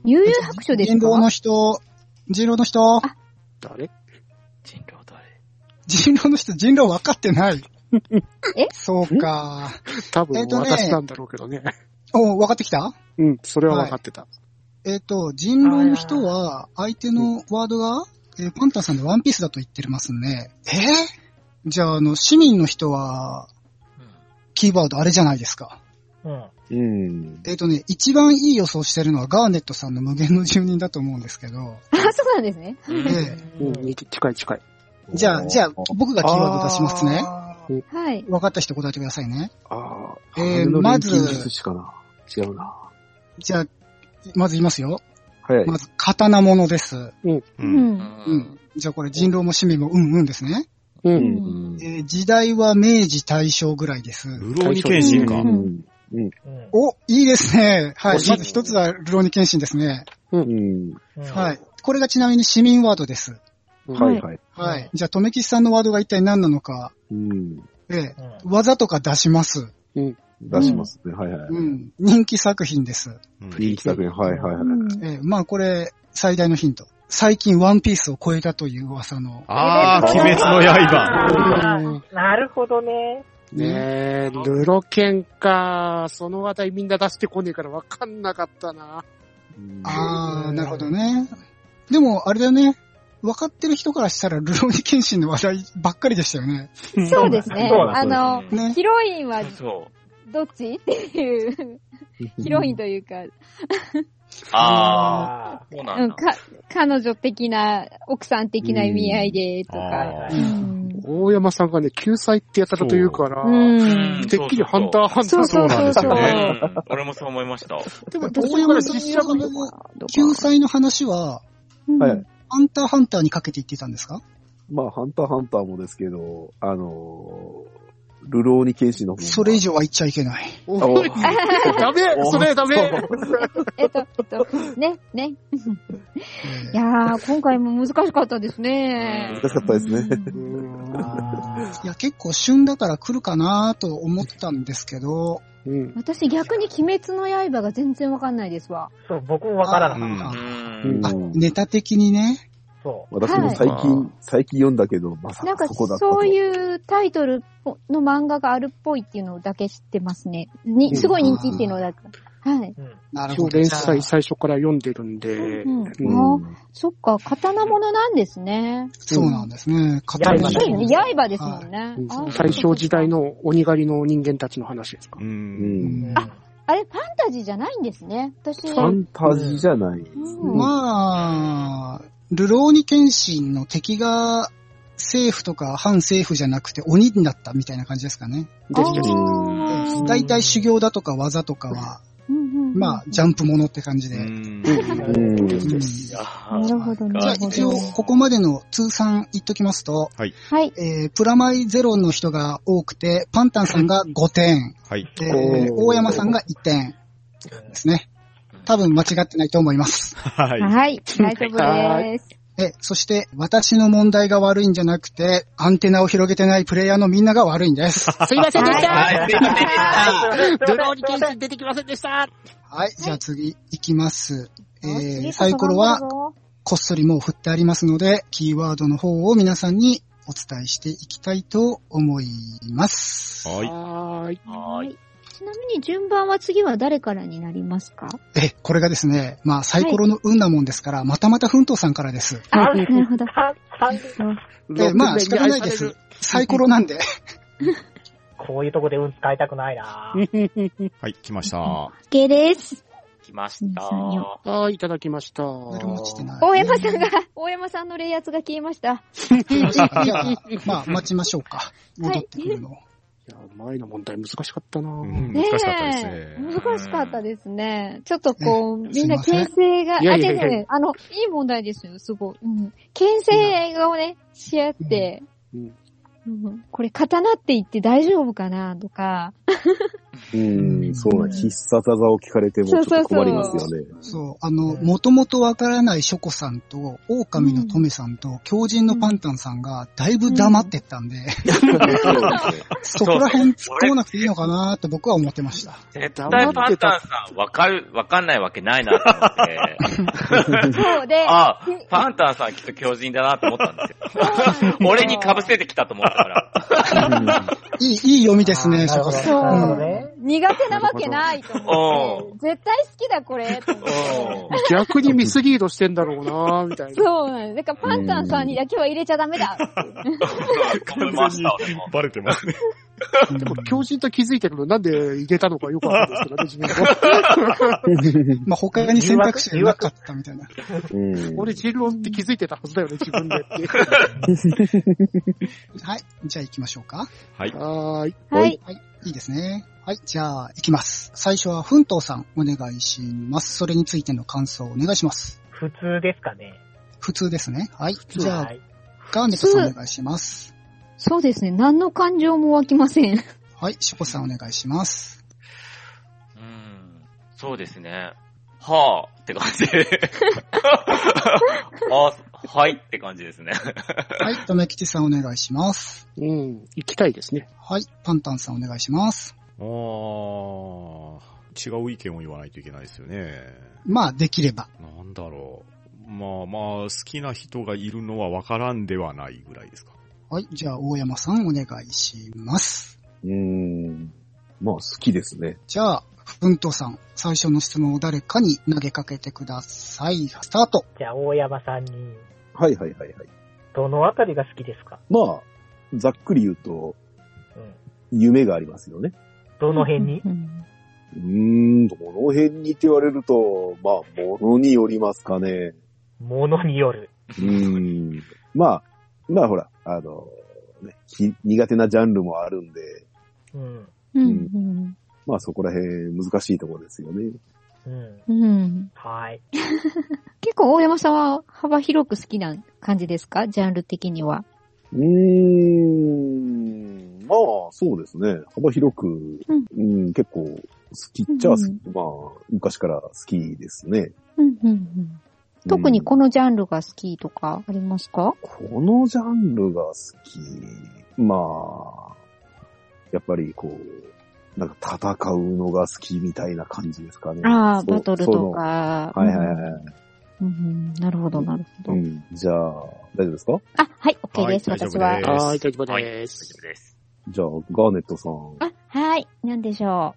Speaker 4: 悠々白書です
Speaker 3: 人狼の
Speaker 4: か
Speaker 3: 人、人狼の人、
Speaker 6: 誰
Speaker 5: 人狼誰
Speaker 3: 人狼の人、人狼分かってない。
Speaker 4: え
Speaker 3: そうか。
Speaker 6: 多
Speaker 3: え
Speaker 6: 分
Speaker 3: っとね
Speaker 6: 私なんだろうけどね。
Speaker 3: お、分かってきた
Speaker 6: うん、それは分かってた。
Speaker 3: えっ、と、人狼の人は、相手のワードが、えーパンタさんでワンピースだと言ってますね。えーじゃあ、あの、市民の人は、キーワードあれじゃないですか。
Speaker 2: うん。
Speaker 1: うん。
Speaker 3: えっ、とね、一番いい予想してるのはガーネットさんの無限の住人だと思うんですけど、
Speaker 4: あ、そうなんですね。
Speaker 5: うん
Speaker 3: え
Speaker 6: うん、似て近い近い。
Speaker 3: えじゃあ、じゃあ、僕がキーワード出しますね。
Speaker 1: あ
Speaker 4: はい。
Speaker 3: 分かった人答えてくださいね。
Speaker 1: ーあー。
Speaker 3: え
Speaker 1: 羽
Speaker 3: ー
Speaker 1: の
Speaker 3: まず
Speaker 1: 錬金術師かな。違うな。
Speaker 3: じゃあ、まず言いますよ。
Speaker 1: はい。
Speaker 3: まず、刀物です。
Speaker 7: う。
Speaker 4: うんん。
Speaker 5: う
Speaker 3: うんん。じゃあ、これ人狼も市民もうんうんですね。
Speaker 6: う。
Speaker 1: うんん。
Speaker 3: えー時代は明治大正ぐらいです。
Speaker 7: ブローニケンシンか。
Speaker 4: う
Speaker 1: うんん。
Speaker 2: うん
Speaker 3: お、いいですね。はい。
Speaker 6: 惜
Speaker 3: ま
Speaker 6: しい
Speaker 3: ず一つは、ルローニケンシンですね。
Speaker 1: うん。
Speaker 2: うん
Speaker 3: はい。これがちなみに市民ワードです。
Speaker 1: はいはい。
Speaker 3: はい。じゃあ、とめきちさんのワードが一体何なのか。
Speaker 1: うん。
Speaker 3: ええ
Speaker 2: うん
Speaker 3: 技とか出します。
Speaker 1: 出しますね。はいはい。
Speaker 3: うん。人気作品です。
Speaker 1: 人気作品。はいはいはい。
Speaker 4: うん
Speaker 3: ええまあこれ、最大のヒント。最近ワンピースを超えたという噂の。
Speaker 7: あー、鬼滅の刃。
Speaker 2: あ
Speaker 6: う
Speaker 2: ー
Speaker 6: ん
Speaker 2: なるほどね。
Speaker 6: ねえ、ルロケンか。その話題みんな出してこねえから分かんなかったな。
Speaker 3: あー、なるほどね。でも、あれだよね。分かってる人からしたら、ルローニケンシンの話題ばっかりでしたよね。
Speaker 4: そうですね。
Speaker 2: そうだ
Speaker 4: あの、
Speaker 3: ね。
Speaker 4: ヒロインは
Speaker 5: そう。
Speaker 4: どっちっていう、ヒロインというか、
Speaker 2: あ
Speaker 5: あー、そう
Speaker 4: う
Speaker 5: なん
Speaker 4: ん、
Speaker 5: だ。
Speaker 4: か、彼女的な、奥さん的な意味合いで、とか。
Speaker 2: ー
Speaker 7: あー
Speaker 4: うん。
Speaker 6: 大山さんがね、救済ってやたらというから、
Speaker 4: うん。
Speaker 6: てっきりハンターハンタ
Speaker 4: そ
Speaker 6: ー
Speaker 4: うそうそうそう。
Speaker 5: うん俺もそう思いました。
Speaker 6: でも、
Speaker 3: どう
Speaker 6: 大
Speaker 3: いうこ
Speaker 6: 山
Speaker 3: と
Speaker 6: 実写版
Speaker 3: どういうこ救済の話は、
Speaker 4: うん
Speaker 1: はい。
Speaker 3: ハンターハンターにかけて言ってたんですか
Speaker 1: まあ、ハンターハンターもですけど、あのー、ルローニケンシンの方が
Speaker 3: それ以。上は言っちゃいけない。
Speaker 6: お
Speaker 1: お
Speaker 6: い [LAUGHS] ダメ
Speaker 1: お
Speaker 6: それダメ
Speaker 4: えっと、えっと、ね、ね。いやー、今回も難しかったですね。
Speaker 1: 難しかったですね。
Speaker 6: うん
Speaker 2: ーあ
Speaker 3: いや、結構旬だから来るかなと思ったんですけど、
Speaker 6: うん
Speaker 4: 私逆に鬼滅の刃が全然わかんないですわ。
Speaker 2: ー。そう、僕もわからなかっ
Speaker 7: うん
Speaker 5: う
Speaker 3: あ
Speaker 5: ん。
Speaker 3: あ
Speaker 1: うん
Speaker 3: ネタ的にね。
Speaker 2: た。そう。
Speaker 1: 私も最
Speaker 5: は
Speaker 1: 近
Speaker 5: い、
Speaker 1: 最近読んだけど、まさ
Speaker 4: なん
Speaker 1: か
Speaker 4: か
Speaker 1: そこだったと
Speaker 4: そういうタイトルの漫画があるっぽいっていうのだけ知ってますね。にすごい人気っていうのだから。はい。
Speaker 2: うん。
Speaker 3: なるほ
Speaker 6: 今日
Speaker 3: ど。
Speaker 6: 連
Speaker 3: じゃあ
Speaker 6: 載最初から読んでるんで、
Speaker 4: うん
Speaker 1: う
Speaker 4: あ
Speaker 1: ん
Speaker 4: そっか、刀物なんですね。
Speaker 3: そうなんですね。
Speaker 2: うん
Speaker 3: 刀
Speaker 4: そうよね。
Speaker 3: の。
Speaker 4: 刃ですもんね
Speaker 6: うん。
Speaker 4: あ
Speaker 6: 大正時代。の鬼狩りの人間たちの話ですか
Speaker 7: う。。
Speaker 1: うんん。
Speaker 2: うん
Speaker 4: あれ、ファンタジーじゃないんですね。私。
Speaker 1: ファンタジーじゃないですね。
Speaker 4: うん
Speaker 3: まあ、ルローニケンシンの敵が政府とか反政府じゃなくて鬼になったみたいな感じですかね。
Speaker 6: ですです。
Speaker 4: あー
Speaker 3: 大体修行だとか技とかは、まあ、ジャンプものって感じで。
Speaker 7: うん
Speaker 1: うん。
Speaker 3: うん
Speaker 4: なるほどね
Speaker 3: じゃあ一応、ここまでの通算言っときますと、
Speaker 4: はい。
Speaker 3: えー、プラマイゼロの人が多くて、パンタンさんが5点、
Speaker 7: はい。
Speaker 3: えー、大山さんが1点ですね。多分間違ってないと思います。
Speaker 7: はい。
Speaker 4: はい。大丈夫です。
Speaker 3: え、そして、私の問題が悪いんじゃなくて、アンテナを広げてないプレイヤーのみんなが悪いんです。
Speaker 6: すいませんでした、
Speaker 7: はい、すいませんでした。
Speaker 6: ドローリケンシン出てきませんでした
Speaker 3: はい、じゃあ次行きます。え
Speaker 4: お次こ
Speaker 3: ー、
Speaker 4: そ
Speaker 3: サイコロ
Speaker 4: 頑
Speaker 3: は
Speaker 4: 張
Speaker 3: こっそりもう振ってありますので、キーワードの方を皆さんにお伝えしていきたいと思います。
Speaker 7: はい。
Speaker 6: はーい。
Speaker 4: るぞはい。ちなみに順番は次は誰からになりますか
Speaker 3: え、これがですね、まあサイコロの運なもんですから、またまた奮闘さんからです。
Speaker 4: あ、なるほど。
Speaker 2: 三三
Speaker 3: え、まあ仕方ないです。サイコロなんで。
Speaker 2: こういうとこで運使いたくないなぁ。
Speaker 7: はい、来ました。は
Speaker 4: OK です。
Speaker 5: 来ました。
Speaker 4: 二三四
Speaker 6: [LAUGHS] はい、いただきました。
Speaker 3: 誰も来てない。
Speaker 4: [LAUGHS] 大山さんが、大山さんの冷圧が消えました。
Speaker 3: いや、まあ待ちましょうか。戻ってくるのを。
Speaker 6: いや、前の問題難しかったな、
Speaker 7: うん
Speaker 4: ねえ
Speaker 7: 難しかったですね
Speaker 4: 難しかったですね。ちょっとこう、
Speaker 3: ん
Speaker 4: みんな
Speaker 3: すいま
Speaker 4: 牽制が、あ、
Speaker 6: いやい
Speaker 4: 違
Speaker 6: や
Speaker 4: う
Speaker 6: いや
Speaker 4: 違うあの、いい問題ですよ、すごい。うん。牽制をね、し合って、
Speaker 6: うん
Speaker 4: うんこれ、刀って言って大丈夫かなとか、
Speaker 1: うん、そうなん、必殺技を聞かれてもちょっと困りますよね。
Speaker 3: そう、あの、もともとわからないショコさんと、狼のトメさんと、狂人のパンタンさんが、だいぶ黙ってったんで、
Speaker 1: そうなんですよ。
Speaker 3: そこら辺突っ込まなくていいのかなーって僕は思ってました。
Speaker 5: 絶対パンタンさん、わかる、わかんないわけないなと思って。
Speaker 4: そうで、
Speaker 5: あ、パンタンさんきっと狂人だなと思ったんですよ。俺に被せてきたと思ったから。
Speaker 3: いい、いい読みですね、
Speaker 2: な
Speaker 3: そ
Speaker 2: るほ
Speaker 3: こ
Speaker 2: ど
Speaker 3: ら
Speaker 4: そ
Speaker 2: なるほど
Speaker 4: う
Speaker 2: ね。
Speaker 4: 苦手なわけないと思って、絶対好きだこれ、と思って
Speaker 5: うん
Speaker 6: 逆にミスリードしてんだろうな、 [LAUGHS] みたいな。
Speaker 4: そうなんです。だからパンタンさんにだけは入れちゃダメだ。
Speaker 5: 思いました、俺も。
Speaker 7: バレてますね。
Speaker 6: でも、狂人と気づいてるの、なんで入れたのかよくわかんないですけどね、自分が。
Speaker 3: [LAUGHS] まあ、他に選択肢がなかったみたいな。
Speaker 1: うん。
Speaker 6: 俺、人狼って気づいてたはずだよね、自分でっ
Speaker 3: [LAUGHS]
Speaker 6: て。
Speaker 3: はい。じゃあ行きましょうか。
Speaker 7: はい。
Speaker 6: はーい。
Speaker 4: はい。
Speaker 3: はい。いいですね。はい。じゃあ行きます。最初は、奮闘さん、お願いします。それについての感想をお願いします。
Speaker 2: 普通ですかね。
Speaker 3: 普通ですね。はい。じゃ
Speaker 2: は
Speaker 3: あ、
Speaker 2: い。
Speaker 3: ガーネットさんお願いします。
Speaker 4: そうですね、何の感情も湧きません。
Speaker 3: はい。ショコさんお願いします。
Speaker 5: うんそうですね。はぁ、っ
Speaker 4: [LAUGHS]
Speaker 5: て感じで。あ、はいって感じですね。
Speaker 3: はい。とめきちさんお願いします。
Speaker 6: うん、行きたいですね。
Speaker 3: はい。パンタンさんお願いします。
Speaker 7: あー、違う意見を言わないといけないですよね。
Speaker 3: まあ、できれば。
Speaker 7: なんだろう。まあまあ、好きな人がいるのはわからんではないぐらいですか。
Speaker 3: はい。じゃあ、大山さんお願いします。
Speaker 1: うん。まあ、好きですね。
Speaker 3: じゃあ、奮闘さん、最初の質問を誰かに投げかけてください。スタート。
Speaker 2: じゃあ、大山さんに、
Speaker 1: はいはいはいはい。
Speaker 2: どのあたりが好きですか
Speaker 1: まあ、ざっくり言うと、
Speaker 2: うん。夢
Speaker 1: 夢がありますよね。
Speaker 2: どの辺に
Speaker 4: うん
Speaker 1: うーん、どの辺にって言われると、まあ、ものによりますかね。
Speaker 2: ものによる。
Speaker 1: うーん。まあ、まあほら、あの、ね、ひ苦手なジャンルもあるんで、
Speaker 2: うん。
Speaker 4: うん。
Speaker 1: まあそこら辺難しいところですよね。
Speaker 2: うん。
Speaker 4: うん。
Speaker 2: はい。
Speaker 4: 結構大山さんは幅広く好きな感じですかジャンル的には。
Speaker 1: うーん、まあそうですね。幅広く、
Speaker 4: うん
Speaker 1: うん、結構好きっちゃ好き、
Speaker 4: うん
Speaker 1: まあ昔から好きですね。
Speaker 4: うんうんうん、特にこのジャンルが好きとかありますか
Speaker 1: このジャンルが好き。まあ、やっぱりこう、なんか戦うのが好きみたいな感じですかね。
Speaker 4: ああ、
Speaker 1: そ
Speaker 4: バトルと。か。
Speaker 1: そのはいはいはい。
Speaker 4: うんうんなるほど、なるほど。
Speaker 1: うん。じゃあ、大丈夫ですか
Speaker 4: あ、はい、OK です、
Speaker 7: はい大丈
Speaker 4: 私
Speaker 7: 夫
Speaker 4: は
Speaker 7: で。す
Speaker 6: はーい、大丈夫
Speaker 5: はい、
Speaker 6: で
Speaker 5: 大
Speaker 6: す
Speaker 5: 丈。夫です。
Speaker 1: じゃあ、ガーネットさん、
Speaker 4: あ、はい、なんでしょ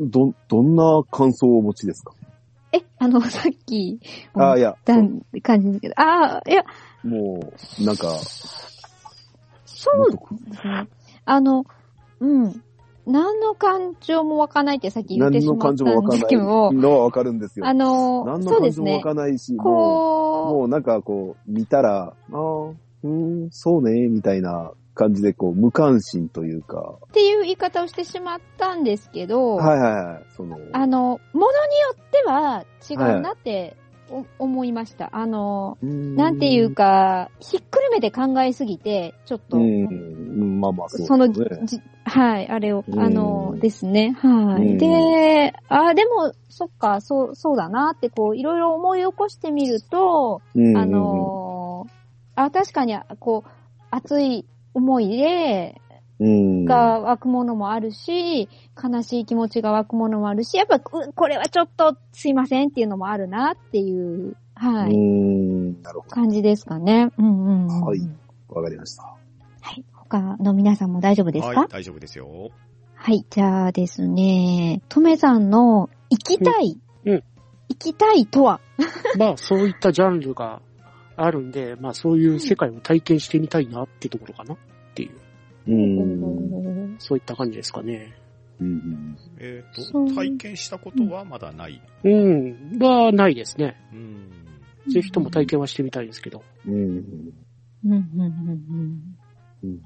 Speaker 1: ど、どんな感想をお持ちですか
Speaker 4: う。え、あの、 [LAUGHS] さっき、
Speaker 1: ああ、い
Speaker 4: や、
Speaker 1: や、
Speaker 4: だん感じですけど。ああ、いや、
Speaker 1: もう、なんか、
Speaker 4: そう
Speaker 1: もっと
Speaker 4: ですね。あの、うん。何の感情も湧かないってさっき言って
Speaker 1: 何
Speaker 4: し
Speaker 1: の
Speaker 4: ま
Speaker 1: 感
Speaker 4: った
Speaker 1: 情もわ
Speaker 4: ん
Speaker 1: か
Speaker 4: で
Speaker 1: ん
Speaker 4: す
Speaker 1: な
Speaker 4: け
Speaker 1: い
Speaker 4: ど、
Speaker 1: のはわかるんですよ。
Speaker 4: [LAUGHS] あの
Speaker 1: 何、の
Speaker 4: そう
Speaker 1: 感
Speaker 4: です
Speaker 1: 情もわ
Speaker 4: ね。
Speaker 1: かんないし、も
Speaker 4: こ
Speaker 1: う、
Speaker 4: う、
Speaker 1: もうなんかこう、見たら、ああ、うーん、そうね、みたいな感じで、こう、無関心というか、
Speaker 4: っていう言い方をしてしまったんですけど、
Speaker 1: はいはいはい、その、
Speaker 4: あの、ものによっては違うなって、お思いました。あの、な
Speaker 1: なん
Speaker 4: ていう、か、ひっくるめて考えすぎて、ちょっと、
Speaker 1: うん、うんまあまあ、そう
Speaker 4: その、
Speaker 1: ですね
Speaker 4: じはい、あれを、
Speaker 1: うん
Speaker 4: あの、ですね、は
Speaker 1: うん
Speaker 4: い。で、あ、でも、そっか、そう、そうだなって、こう、いろいろ思い起こしてみると、
Speaker 1: うん
Speaker 4: あのーあ、確かに、こう、熱い思いで、
Speaker 1: うん、
Speaker 4: が湧くものもあるし、悲しい気持ちが湧くものもあるし、やっぱ、うこれはちょっとすいませんっていうのもあるなっていう、は
Speaker 1: うー
Speaker 4: い、
Speaker 1: ん、なるほ
Speaker 4: 感じですかね。うんうんうん。
Speaker 1: はいど。わかりました。
Speaker 4: はい。他の皆さんも大丈夫ですか
Speaker 7: はい、大丈夫ですよ。
Speaker 4: はい、じゃあですね、とめさんの行きたい、
Speaker 6: うんうん
Speaker 4: 行きたいとは、
Speaker 6: まあ、そういったジャンルがあるんで、まあ、そういう世界を体験してみたいなってところかなっていう、
Speaker 1: うーん。
Speaker 6: そういった感じですかね。
Speaker 1: うん
Speaker 7: えっ、
Speaker 4: そう
Speaker 7: と、体験したことはまだない。
Speaker 6: うん、はないですね。
Speaker 7: うん。
Speaker 6: ぜひとも体験はしてみたいですけど。
Speaker 1: うんうん
Speaker 4: うんうんうんう
Speaker 1: う
Speaker 4: ん
Speaker 1: ん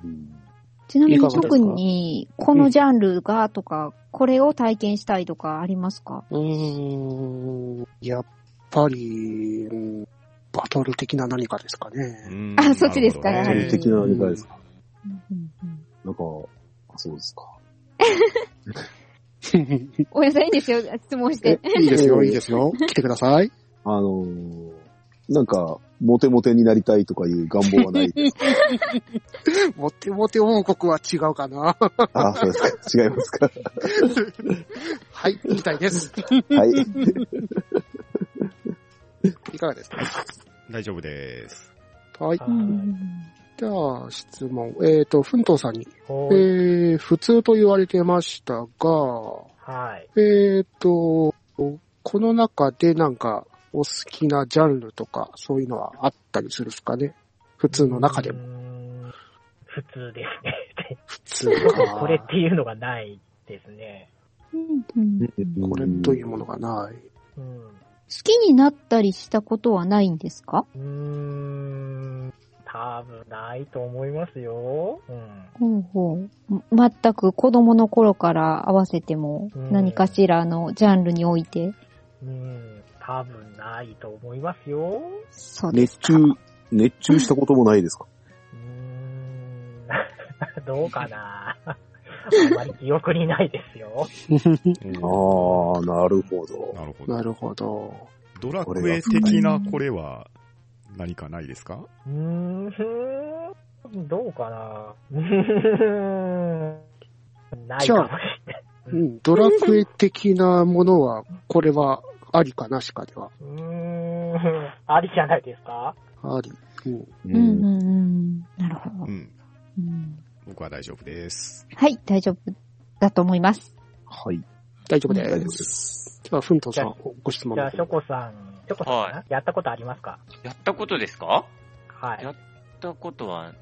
Speaker 4: ちなみ
Speaker 6: いか
Speaker 4: に
Speaker 6: がですか
Speaker 4: 特に、このジャンルがとか、これを体験したいとかありますか
Speaker 6: うーん、やっぱり、うんバトル的な何かですか
Speaker 7: う
Speaker 6: ね。
Speaker 7: ん
Speaker 4: あそっちですか
Speaker 7: な
Speaker 1: うん
Speaker 4: は
Speaker 7: るほどね
Speaker 4: い
Speaker 1: 的な理解ですか。
Speaker 4: うんうん
Speaker 1: なんか、そうですか。
Speaker 4: お野菜いいんですよ、質問し
Speaker 6: [LAUGHS] え
Speaker 4: て。
Speaker 6: いいですよ、いいですよ。来てください。
Speaker 1: あのー、なんか、モテモテになりたいとかいう願望は
Speaker 4: [LAUGHS]
Speaker 1: ない。
Speaker 6: モテモテ王国は違うかな。
Speaker 1: あ、そうですか。違いますか。
Speaker 6: はい、みたいです。
Speaker 1: はい。
Speaker 6: [LAUGHS] いかがですか
Speaker 7: 大丈夫です。
Speaker 6: はい。
Speaker 4: うんうん
Speaker 6: じゃあ、質問。えっ、と、奮闘さんに。
Speaker 2: お
Speaker 6: え
Speaker 2: ー
Speaker 6: ー、普通と言われてましたが、
Speaker 2: はい。
Speaker 6: えっ、と、この中でなんか、お好きなジャンルとか、そういうのはあったりするんですかね普通の中でも。
Speaker 2: うーん普通です
Speaker 6: [LAUGHS]
Speaker 2: ね。
Speaker 6: 普通か。
Speaker 2: これっていうのがないですね。
Speaker 4: うんうん好
Speaker 6: これというものがない。
Speaker 2: うん。う
Speaker 4: きになったりしたことはないんですか
Speaker 2: ーん。多分ないと思いますよ。うん。
Speaker 4: ほうほう。全く子供の頃から合わせても、
Speaker 2: うん
Speaker 4: 何かしらのジャンルにおいて。
Speaker 2: うん。多分ないと思いますよ。
Speaker 4: そうで
Speaker 1: 熱
Speaker 4: すか。
Speaker 1: 中、熱中したこともないですか
Speaker 2: うーん。 [LAUGHS] どうか
Speaker 6: [LAUGHS]
Speaker 2: な。あんまり記憶にないですよ。
Speaker 1: ああ、なるほど。
Speaker 7: なるほ
Speaker 6: な
Speaker 7: ど。
Speaker 6: るほど。
Speaker 7: ドラクエ的なこれは何かないですか
Speaker 2: うーん。どうかな。うーん。ないかもしれない。
Speaker 6: う
Speaker 2: うん
Speaker 6: ん、ドラクエ的なものは、これはありかなしかでは。
Speaker 2: うーん。ありじゃないですか
Speaker 6: あり。うん、
Speaker 1: う
Speaker 4: うんうんうん。なるほど
Speaker 7: う、ん。
Speaker 4: うん
Speaker 7: 僕は大丈夫です。
Speaker 4: はい、大丈夫だと思います。
Speaker 1: はい。
Speaker 6: 大丈夫
Speaker 1: 大丈夫
Speaker 6: で。
Speaker 1: ですす。
Speaker 6: じゃあ、ふんとさん、ご質問
Speaker 2: じゃあ、
Speaker 6: の
Speaker 2: シ
Speaker 6: 方
Speaker 2: ョコさん、ショコさんかな、
Speaker 5: は
Speaker 2: やったことありますか
Speaker 5: やったことですか
Speaker 2: はい。
Speaker 5: やったことは、う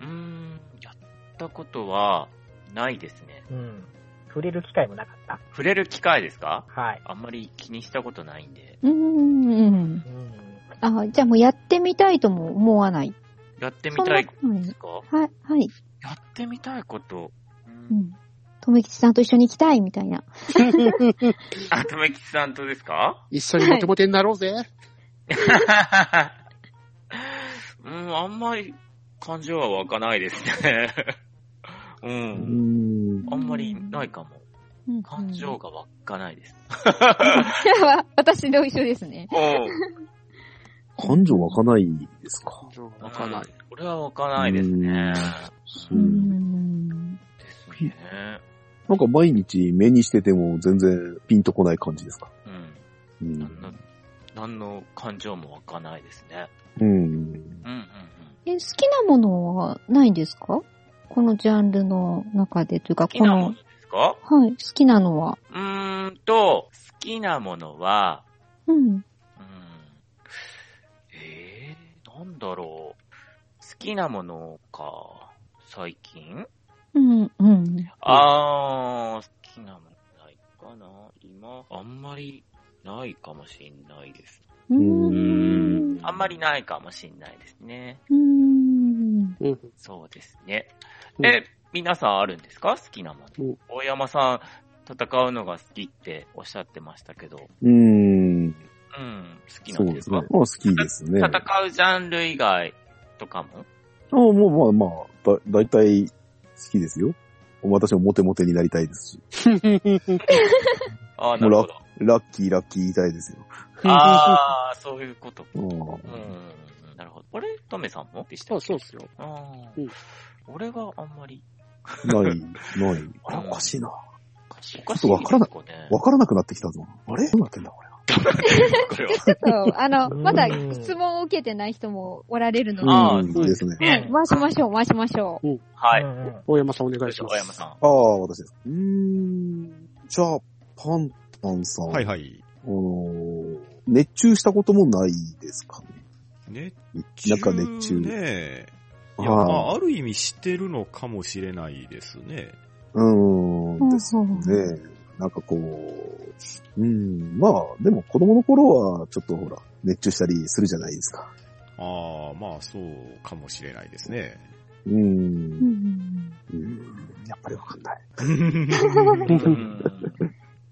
Speaker 5: ーん、やったことはないですね。
Speaker 2: うん。触れる機会もなかった。
Speaker 5: 触れる機会ですか
Speaker 2: はい。
Speaker 5: あんまり気にしたことないんで。
Speaker 4: うんうんうん。
Speaker 2: うん。
Speaker 4: あ、じゃあもうやってみたいとも思わない。
Speaker 5: やってみたい
Speaker 4: そんなこ
Speaker 5: で
Speaker 4: と
Speaker 5: すか
Speaker 4: はい、はい。
Speaker 5: やってみたいこと。う
Speaker 4: うんん。とめきちさんと一緒に行きたいみたいな。
Speaker 5: あ、とめきちさんとですか
Speaker 6: 一緒にモテモテになろうぜ。
Speaker 5: うん、あんまり感情は湧かないですね。う。
Speaker 1: うんん。
Speaker 5: あんまりないかも。
Speaker 4: うんうん
Speaker 5: 感情。が湧かないです。
Speaker 4: 私と一緒ですね。
Speaker 5: おう
Speaker 1: 感情湧かないですか
Speaker 6: 感情がわかな
Speaker 5: う
Speaker 6: い。
Speaker 5: んこれは湧かないですね。
Speaker 1: そうう。
Speaker 4: んうんうん。
Speaker 5: ですね。
Speaker 1: なんか毎日目にしてても全然ピンとこない感じですか
Speaker 5: うん。
Speaker 1: う
Speaker 5: 何の
Speaker 1: ん。、
Speaker 5: 何の感情も湧かないですね。
Speaker 1: うん。
Speaker 5: うんうんうん。
Speaker 4: え、好きなものはないんですかこのジャンルの中でというか、
Speaker 5: 好き
Speaker 4: こ
Speaker 5: な
Speaker 4: の
Speaker 5: もの、ですか
Speaker 4: はい、好きなのは。
Speaker 5: うーんと、好きなものは、
Speaker 4: うん。
Speaker 5: うん。えー、なんだろう。好きなものか。最近
Speaker 4: うん、うん。
Speaker 5: あー、好きなものないかな。今、あんまりないかもしんないです。
Speaker 4: うー。
Speaker 5: うんん。あんまりないかもしんないですね。
Speaker 4: うーん。
Speaker 6: うん。
Speaker 5: そうですね。
Speaker 6: うん
Speaker 5: え、皆さんあるんですか好きなも
Speaker 6: う
Speaker 5: の
Speaker 6: ん。
Speaker 5: 大山さん、戦うのが好きっておっしゃってましたけど、
Speaker 1: うーん。
Speaker 5: うん、好きな
Speaker 1: そ
Speaker 5: ん
Speaker 1: う
Speaker 5: で
Speaker 1: ですすね。
Speaker 5: か
Speaker 1: まあ好きですね。あ
Speaker 5: 戦うジャンル以外とかも
Speaker 1: もうまあまあ、だ、だいたい好きですよ。私もモテモテになりたいですし。
Speaker 5: ああ、なるほど。
Speaker 1: ラッキーラッキー言いたいですよ。
Speaker 5: ああ、そういうこと。
Speaker 1: うん
Speaker 5: うんうんうん、なるほど。あれトメさんもでした
Speaker 6: そ
Speaker 5: っけ
Speaker 6: うそうっすよ。
Speaker 5: ああ
Speaker 6: うん
Speaker 5: 俺があんまり
Speaker 1: ない、ない。あれおかしいな。
Speaker 5: おかしい。おか
Speaker 1: ちょっとわからない
Speaker 5: こね。
Speaker 1: わからなくなってきたぞ。あれどうなってんだこれ。
Speaker 5: これは。
Speaker 4: そう、あの、
Speaker 2: うん
Speaker 4: まだ質問を受けてない人もおられるので、は
Speaker 5: ああ
Speaker 1: うん
Speaker 5: そう
Speaker 1: ですね。
Speaker 4: い、回しましょう、回しましょ
Speaker 5: は
Speaker 2: う
Speaker 5: い。
Speaker 2: んうん
Speaker 6: 大山さんお願いしま
Speaker 5: 小
Speaker 6: す。
Speaker 5: 山さん。
Speaker 1: ああ、私です。うーん。じゃあ、パンタンさん。
Speaker 7: はいはい。
Speaker 1: あの熱中したこともないですかね。
Speaker 7: 熱
Speaker 1: なんか熱中。
Speaker 7: 中ね。いや、ま
Speaker 1: は
Speaker 7: あ、
Speaker 1: い
Speaker 7: ある意味知ってるのかもしれないですね。
Speaker 1: うー
Speaker 4: う。
Speaker 1: ん。です
Speaker 4: ほうほう
Speaker 1: ね。なんかこう、うん。まあ、でも子供の頃はちょっとほら、熱中したりするじゃないですか。
Speaker 7: ああ、まあ、そうかもしれないです [LAUGHS] ね。
Speaker 1: うー。
Speaker 4: うんん
Speaker 1: うん。やっぱりわかんない。
Speaker 5: うん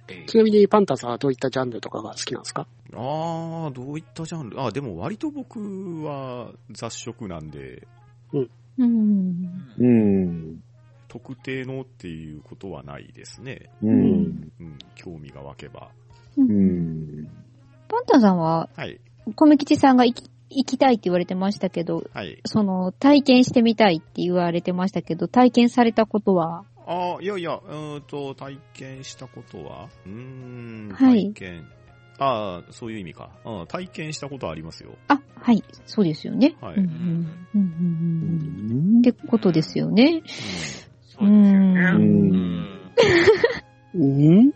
Speaker 5: え
Speaker 6: ちなみにパンタさんはどういったジャンルとかが好きなんですか
Speaker 7: ああ、どういったジャンルあでも割と僕は雑食なんで、
Speaker 4: うんうん
Speaker 1: う
Speaker 5: え
Speaker 1: ん。
Speaker 7: 特定のっていうことはないですね。
Speaker 1: うん。
Speaker 7: うん、興味が湧けば。
Speaker 4: うん
Speaker 1: う
Speaker 4: うん
Speaker 1: ん。
Speaker 4: パンタさんは、
Speaker 7: はい、
Speaker 4: 米吉さんが行き行きたいって言われてましたけど、
Speaker 7: はい。
Speaker 4: その、体験してみたいって言われてましたけど、体験されたことは、
Speaker 7: ああ、いやいや、うーんと、体験したことはうーん、
Speaker 4: はい
Speaker 7: 体験。ああ、そういう意味か。うん、体験したことはありますよ。
Speaker 4: あ、はい、そうですよね。
Speaker 7: はい
Speaker 4: うんうんうんうんうんってことですよね。
Speaker 5: そうです
Speaker 4: う
Speaker 5: よね。うん [LAUGHS] ん。
Speaker 6: うん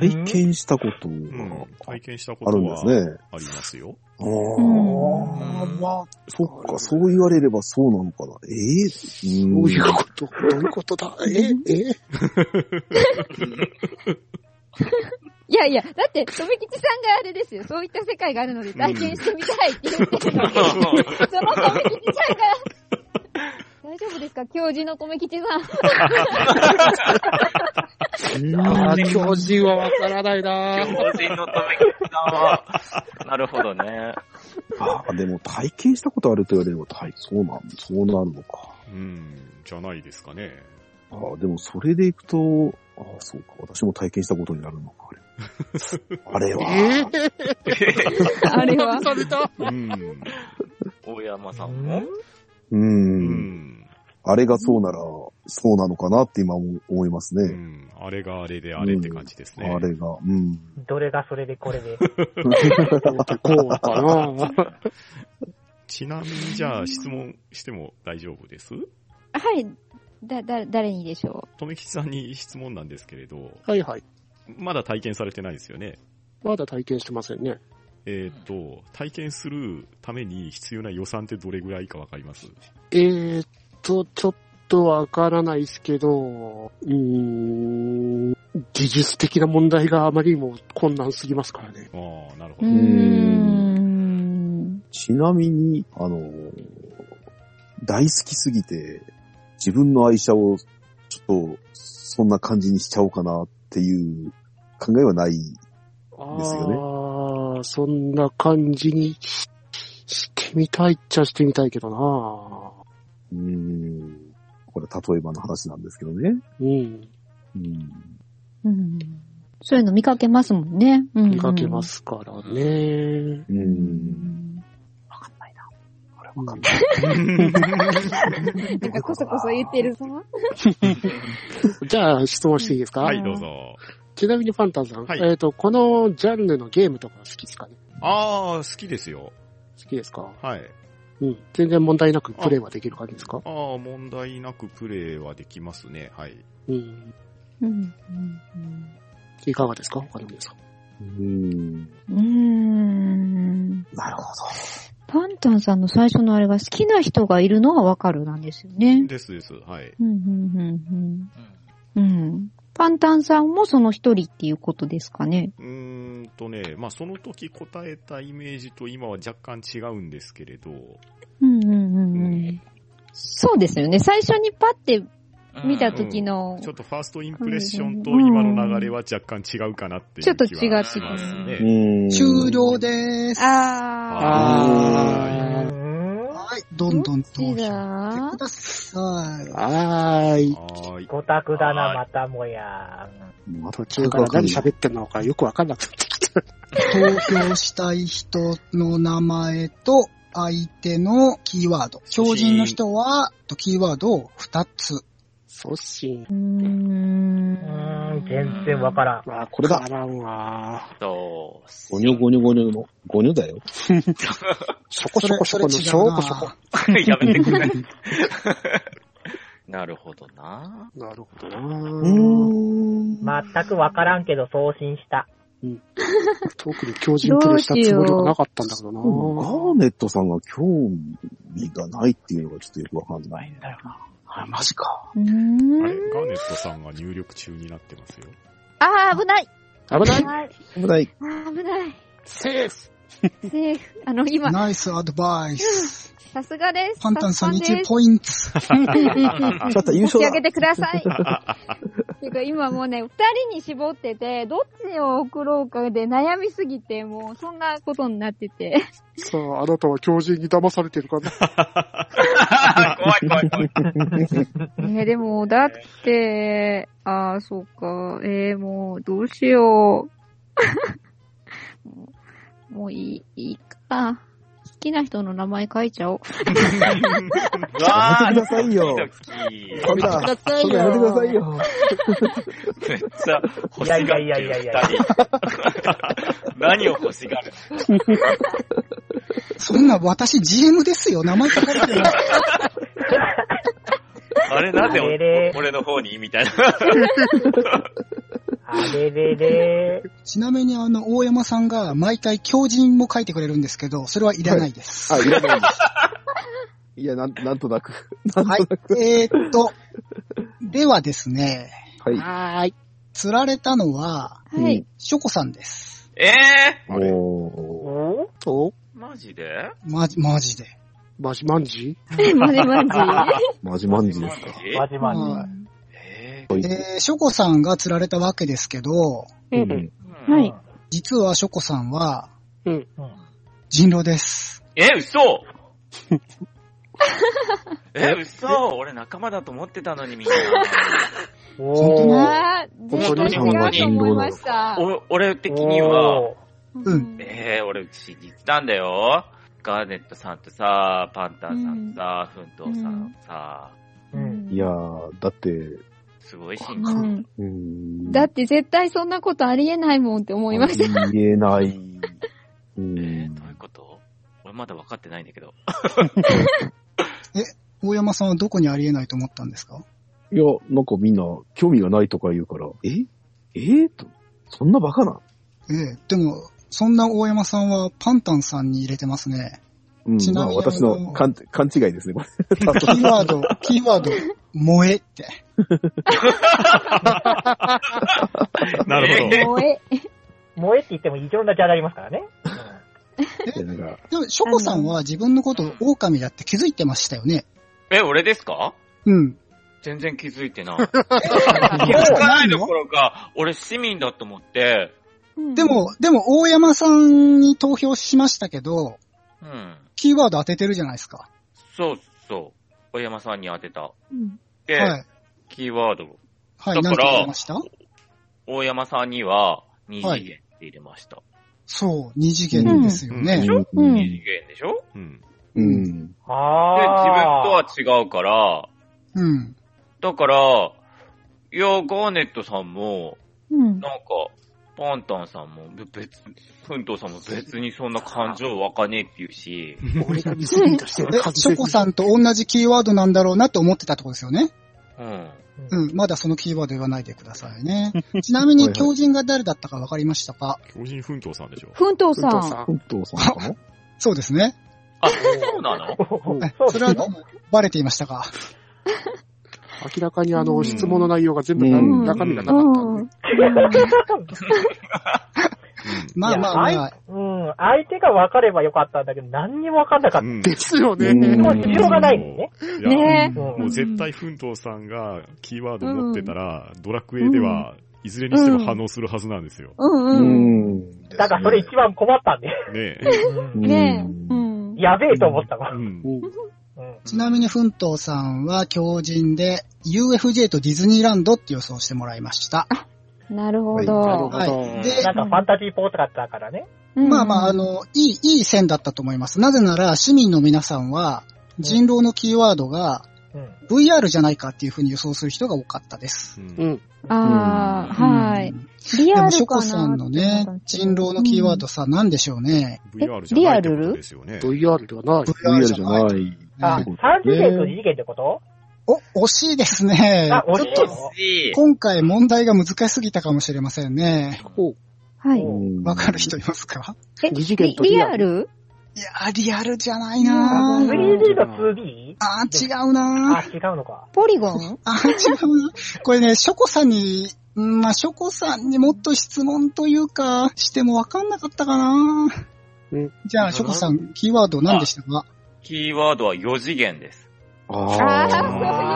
Speaker 1: 体験したこと
Speaker 7: うん、うん
Speaker 1: が
Speaker 7: 体験したこ
Speaker 1: ある
Speaker 7: と
Speaker 1: んで
Speaker 7: は
Speaker 1: すね。
Speaker 7: ありますよ。
Speaker 1: あ
Speaker 4: ん
Speaker 1: あ、まあ、そっか、そう言われればそうなのかな。ええー、
Speaker 6: ど
Speaker 1: ん
Speaker 6: ういうことどういうことだええ
Speaker 4: いやいや、だって、とめきちさんがあれですよ。そういった世界があるので体験してみたいって言ってるので、 [LAUGHS] そのとめきちさんが、大丈夫ですか教授のとめきちさん。
Speaker 6: ああ、教授はわからないな
Speaker 5: 巨
Speaker 6: ぁ
Speaker 5: 人のためにな。なるほどね。
Speaker 1: ああ、でも体験したことあると言われれば、体そうなん、そうなるのか。
Speaker 7: うん、じゃないです
Speaker 1: [LAUGHS]
Speaker 7: かね。
Speaker 1: ああ、でもそれでいくと、ああ、そうか、私も体験したことになるのか、
Speaker 6: [LAUGHS]
Speaker 1: あれ。あれは、
Speaker 6: え
Speaker 4: [LAUGHS]
Speaker 6: え
Speaker 4: あれ [LAUGHS] は。
Speaker 6: された
Speaker 7: うん、
Speaker 5: 大山さんも
Speaker 1: う、
Speaker 7: うんん、
Speaker 1: あれがそうなら、そうなのかなって今思思います
Speaker 7: う
Speaker 1: ね。
Speaker 7: ん、あれがあれであれって感じですね。
Speaker 1: あれが、うん。
Speaker 2: どれがそれでこれで。
Speaker 6: こうかなぁ
Speaker 7: ちなみにじゃあ質問しても大丈夫です
Speaker 4: はい。だ、だ、誰にでしょ
Speaker 7: とめきちさんに質問なんですけれど、
Speaker 6: はいはい。
Speaker 7: まだ体験されてないですよね。
Speaker 6: まだ体験してませんね。
Speaker 7: えっ、と、体験するために必要な予算ってどれぐらいかわかります
Speaker 6: えー、っと、ちょっとわからないですけど、うーん、技術的な問題があまりにも困難すぎますからね。
Speaker 7: ああ、なるほ
Speaker 4: う。う
Speaker 7: ど。
Speaker 4: ーん。
Speaker 1: ちなみに、あの、大好きすぎて、自分の愛車を、ちょっと、そんな感じにしちゃおうかなっていう考えはない。です
Speaker 6: よね。そんな感じにしてみたいっちゃしてみたいけどな
Speaker 1: うーん。これ、例えばの話なんですけどね。
Speaker 6: うん。
Speaker 1: うん。
Speaker 4: うんそういうの見かけますもんね。うんうん
Speaker 6: 見かけま。すからね。
Speaker 1: う。
Speaker 4: うんんわかんないな。
Speaker 6: うん
Speaker 4: なんかこそこそ言ってるぞ。
Speaker 6: じゃあ質問していいですか、
Speaker 7: はい、どうぞ。
Speaker 6: ちなみにファンタンさん、
Speaker 7: はい
Speaker 6: えーっと、このジャンルのゲームとか好きですかね
Speaker 7: ああ、好きですよ。
Speaker 6: 好きですか
Speaker 7: はい。
Speaker 6: うん。全然問題なくプレイはできる感じですか
Speaker 7: ああ、問題なくプレイはできますね。はい。
Speaker 6: うん。
Speaker 4: うんうん
Speaker 6: いかがですか他の皆さん。
Speaker 1: うん。
Speaker 4: うんうーん。
Speaker 1: なるほど。
Speaker 4: パンタンさんの最初のあれが好きな人がいるのはわかるなんですよね。
Speaker 7: ですです。はい。
Speaker 4: うん、うん、うん、うん。うん。パンタンさんもその一人っていうことですかね。
Speaker 7: うーんとね、まあ、その時答えたイメージと今は若干違うんですけれど、
Speaker 4: うん、うん、うん。
Speaker 7: う
Speaker 4: うんんそうですよね。最初にパって
Speaker 5: うん
Speaker 4: 見た時の、
Speaker 7: ちょっとファーストインプレッションと今の流れは若干違うかなっていう気
Speaker 4: ちょ
Speaker 7: は
Speaker 4: っと違って
Speaker 7: します
Speaker 1: う
Speaker 7: ね。
Speaker 1: ん。
Speaker 3: 終了でーす。は
Speaker 4: あ
Speaker 7: あ
Speaker 2: う
Speaker 6: あ
Speaker 2: ーん。
Speaker 3: い、どんどん投
Speaker 4: ー、どっち
Speaker 3: 票して
Speaker 4: だ
Speaker 3: ください
Speaker 6: ー。。はーい。
Speaker 7: はーい。
Speaker 2: 五択だな、
Speaker 7: は
Speaker 2: またもや。
Speaker 6: 途中から何喋ってんのかよくわかんなくなってきた。
Speaker 3: 投票したい人の名前と相手のキーワード。
Speaker 7: 写真
Speaker 3: 強人の人は、キーワードを2つ。
Speaker 6: ソッシン。
Speaker 4: うーん
Speaker 2: う。ーん、全然わからん。
Speaker 6: わあ、これがあらんわー。
Speaker 5: と、
Speaker 1: ゴニョゴニョゴニョの、ゴニョだよ。
Speaker 6: しょこしょこしょこの、
Speaker 3: それ
Speaker 6: し
Speaker 3: それ違う
Speaker 6: ょ
Speaker 3: な
Speaker 6: こしょこ。
Speaker 5: [LAUGHS] やめてくれ。なるほどな。
Speaker 6: [LAUGHS] なるほどな
Speaker 1: う
Speaker 6: ー。
Speaker 2: 全くわからんけど送信した。
Speaker 6: 特に強靭プレイしたつもりはなかったんだけどな
Speaker 1: ガーネットさんが興味がないっていうのがちょっとよくわかんないんだよな。あ、マジか。
Speaker 4: うー
Speaker 7: あ
Speaker 4: ん
Speaker 7: れ、ガーネットさんが入力中になってますよ。
Speaker 4: あー、危ない。
Speaker 6: 危ない
Speaker 4: はい
Speaker 1: 危ない。
Speaker 4: あー危ない。
Speaker 6: セーフ
Speaker 4: セーフ。あの、今、
Speaker 3: ナイスアドバイス。
Speaker 4: さすがです。
Speaker 3: パンタンさん
Speaker 4: さすがで
Speaker 3: 1
Speaker 4: す
Speaker 3: ポイント。
Speaker 1: 勝った優
Speaker 4: 差し
Speaker 1: 勝
Speaker 4: 上
Speaker 1: だ
Speaker 4: げてください。てか今もうね、二人に絞ってて、どっちを送ろうかで悩みすぎて、もうそんなことになってて。
Speaker 6: さあ、あなたは強靭に騙されてるかな
Speaker 5: 怖い怖い怖い。
Speaker 4: えーでも、だって、ああ、そうか。えーもう、どうしよう。 [LAUGHS] もうもういい、いいか。好きな人の名前書いちゃおう。
Speaker 5: うわ
Speaker 1: やめてくださいよ
Speaker 5: ドキドキ
Speaker 1: パンダ、
Speaker 4: くださ
Speaker 1: そんなやめてください。よ。
Speaker 5: めっちゃ欲
Speaker 2: い
Speaker 5: しがってる。
Speaker 2: やいやいやいやいや
Speaker 5: 二人何を欲しがる
Speaker 3: そんな私 GM ですよ。名前書かれてるの。
Speaker 5: あれなぜ
Speaker 2: あれれ
Speaker 5: 俺の方にみたいな。
Speaker 2: あれれれ
Speaker 3: ちなみにあの、大山さんが毎回強人も書いてくれるんですけど、それはいらないです。
Speaker 1: あ、いらないんです。いや、なん、なんとなく。なん
Speaker 3: はい
Speaker 1: となく。。
Speaker 3: えーっと、ではですね、
Speaker 1: はい。
Speaker 6: はーい。
Speaker 3: 釣られたのは、
Speaker 4: はい。
Speaker 3: ショコさんです。
Speaker 5: ええ
Speaker 7: あれ
Speaker 1: おー
Speaker 2: お
Speaker 6: お
Speaker 5: ー、マジで
Speaker 3: まじ、マジで。
Speaker 6: マジマンジ
Speaker 4: マジマジ。
Speaker 1: マジマンジですか。
Speaker 2: マジマジ。
Speaker 3: は
Speaker 5: え
Speaker 1: はい
Speaker 3: で、ショコさんが釣られたわけですけど、
Speaker 6: う。
Speaker 1: うんん
Speaker 5: ー
Speaker 4: はい。
Speaker 3: 実はショコさんは
Speaker 2: うん
Speaker 3: 人狼です。
Speaker 5: え、
Speaker 1: [LAUGHS]
Speaker 5: 嘘え、嘘俺仲間だと思ってたのに
Speaker 1: [LAUGHS]
Speaker 5: みんな。
Speaker 2: おー
Speaker 4: あー、絶対違うと思いました。
Speaker 5: お俺的には、
Speaker 2: おー
Speaker 3: うん
Speaker 5: えー、俺真実なんだよ。ガーネットさんとさ、パンタンさんとさ、フントウさんさ、
Speaker 2: うん。
Speaker 1: いやー、だって、う
Speaker 5: すごい真
Speaker 4: う
Speaker 5: 実。
Speaker 4: ん。
Speaker 1: ーん。
Speaker 4: だって絶対そんなことありえないもんって思いました。
Speaker 1: た。言えない。う
Speaker 5: え
Speaker 1: ん
Speaker 5: ー、。どういうこと俺まだ分かってないんだけど。
Speaker 3: 大山さんはどこにありえないと思ったんですか
Speaker 1: いや、なんかみんな興味がないとか言うから、ええと、そんなバカな
Speaker 3: ええでも、そんな大山さんはパンタンさんに入れてますね。
Speaker 1: うん、
Speaker 3: ち
Speaker 1: まあ
Speaker 3: なみに
Speaker 1: 私の勘勘違いですね、これ。多
Speaker 3: キー
Speaker 1: 分
Speaker 3: ワー
Speaker 5: [LAUGHS]
Speaker 3: ド、キーワード、萌えって。
Speaker 7: なるほど。
Speaker 4: 萌え。
Speaker 2: 萌えって言っても異常なジャーになりますからね。
Speaker 1: なんか
Speaker 3: でも、ショコさんは自分のことを狼だって気づいてましたよね。
Speaker 5: え、俺ですか
Speaker 3: うん。
Speaker 5: 全然気づいて
Speaker 7: [LAUGHS]
Speaker 5: ない。気づかないどころか、俺市民だと思って、
Speaker 3: で、も、でも大山さんに投票しましたけど、
Speaker 5: うん。
Speaker 3: キーワード当ててるじゃないですか。
Speaker 5: そうそう。小山さんに当てた。
Speaker 4: うん
Speaker 5: で、
Speaker 3: はい。
Speaker 5: キーワードを、
Speaker 3: はい、
Speaker 5: だ
Speaker 3: 何
Speaker 5: か
Speaker 3: て
Speaker 5: ら
Speaker 3: 言いました
Speaker 5: 大山さんには、二次元って入れました。
Speaker 3: そう、二次元ですよね。
Speaker 4: う
Speaker 5: 二
Speaker 4: ん。
Speaker 5: 次元でしょ
Speaker 7: うん。
Speaker 1: うん。
Speaker 5: で、自
Speaker 2: ああ。
Speaker 5: 分とは違うから、
Speaker 3: うん。
Speaker 5: だから、いや、ガーネットさんも、
Speaker 4: うん。
Speaker 5: なんか、パンタンさんも、べ別、フントさんも別にそんな感情わかねえって言うし、
Speaker 6: 俺がミスリードしてる感
Speaker 3: え、
Speaker 6: じ。
Speaker 3: ショコさんと同じキーワードなんだろうなと思ってたってことですよね。
Speaker 5: うん。
Speaker 3: うん、まだそのキーワード言わないでくださいね。ちなみに狂人が誰だったかわかりましたか
Speaker 7: 巨人奮闘さんで
Speaker 2: [LAUGHS]
Speaker 7: しょ。
Speaker 4: 奮闘さ
Speaker 6: 奮闘
Speaker 4: ん。
Speaker 6: さん。
Speaker 1: 本当さんかな
Speaker 3: そうですね。
Speaker 5: あ、そうなの
Speaker 2: そう
Speaker 3: え
Speaker 2: です
Speaker 3: それはもうバレていましたか
Speaker 6: 明らかにあ
Speaker 4: うん
Speaker 6: の、質問の内容が全部
Speaker 1: うん
Speaker 6: 中身がな
Speaker 4: う
Speaker 6: か
Speaker 4: ん
Speaker 6: ったんで。
Speaker 4: うん
Speaker 3: まあまあ
Speaker 2: いや
Speaker 3: まあ、
Speaker 2: [LAUGHS] うん、相手が分かればよかったんだけど、何にも分かんなかっ
Speaker 7: うん
Speaker 6: ですよね。
Speaker 1: うん
Speaker 2: た。もう需要がないのね。
Speaker 7: いや
Speaker 4: ねえ。
Speaker 2: うん
Speaker 7: もう絶対、奮闘さんがキーワード持ってたら、ドラクエでは、いずれにしても反応するはずなんですよ。
Speaker 4: うん
Speaker 1: う
Speaker 4: うん。
Speaker 1: ん。
Speaker 2: だからそれ一番困ったんで。
Speaker 7: ね
Speaker 2: うん
Speaker 4: ね
Speaker 1: うん
Speaker 4: え。うん。
Speaker 2: やべえと思った
Speaker 7: え。
Speaker 2: わ。
Speaker 7: うん。
Speaker 2: うん
Speaker 3: ちなみに、奮闘さんは強人で、UFJ とディズニーランドって予想してもらいました。
Speaker 4: なるほ
Speaker 6: なる
Speaker 4: ど。
Speaker 6: ほど。
Speaker 3: で、
Speaker 2: なんかファンタジーポートだったからね。
Speaker 4: うん
Speaker 3: まあまあ、あ、の、いい、いい線だったと思います。なぜなら、市民の皆さんは、人狼のキーワードが
Speaker 2: うん。
Speaker 3: VR じゃないかっていうふうに予想する人が多かったです。
Speaker 7: うん
Speaker 6: うん。
Speaker 4: ああ、はい。
Speaker 3: うん。
Speaker 4: リ
Speaker 3: で
Speaker 4: ア
Speaker 3: も、
Speaker 4: ル
Speaker 3: ショコ
Speaker 4: かな
Speaker 3: さんのね、人狼のキーワードさ、なんでしょうね。
Speaker 7: VR じゃないってことですよね。
Speaker 6: VR ではない。
Speaker 1: VR じゃない。
Speaker 3: い。
Speaker 2: あ、
Speaker 1: うん
Speaker 2: 3次元と2次元ってこと
Speaker 3: お、惜しいですね。
Speaker 2: あ、惜しい
Speaker 3: ちょっと、
Speaker 2: の
Speaker 5: しい。
Speaker 3: 今回問題が難しすぎたかもしれませんね。
Speaker 6: お
Speaker 4: はい。
Speaker 1: うん
Speaker 3: わかる人いますか
Speaker 4: え
Speaker 6: 二次元と
Speaker 4: リ
Speaker 6: リ
Speaker 4: リ
Speaker 6: ア
Speaker 4: アル
Speaker 3: いやー、リアルじゃないなー。
Speaker 2: 3D と 2D?
Speaker 3: あー、違う
Speaker 2: あ、。
Speaker 3: なー
Speaker 2: 違うのか。
Speaker 4: ポリゴン
Speaker 3: あ、違う。これね、ショコさんに、うんまあ、ショコさんにもっと質問というか、してもわかんなかったかな。
Speaker 6: うん
Speaker 3: じゃあ、ショコさん、キーワード何でしたか
Speaker 5: キーワードは4次元です。
Speaker 1: あ
Speaker 2: あ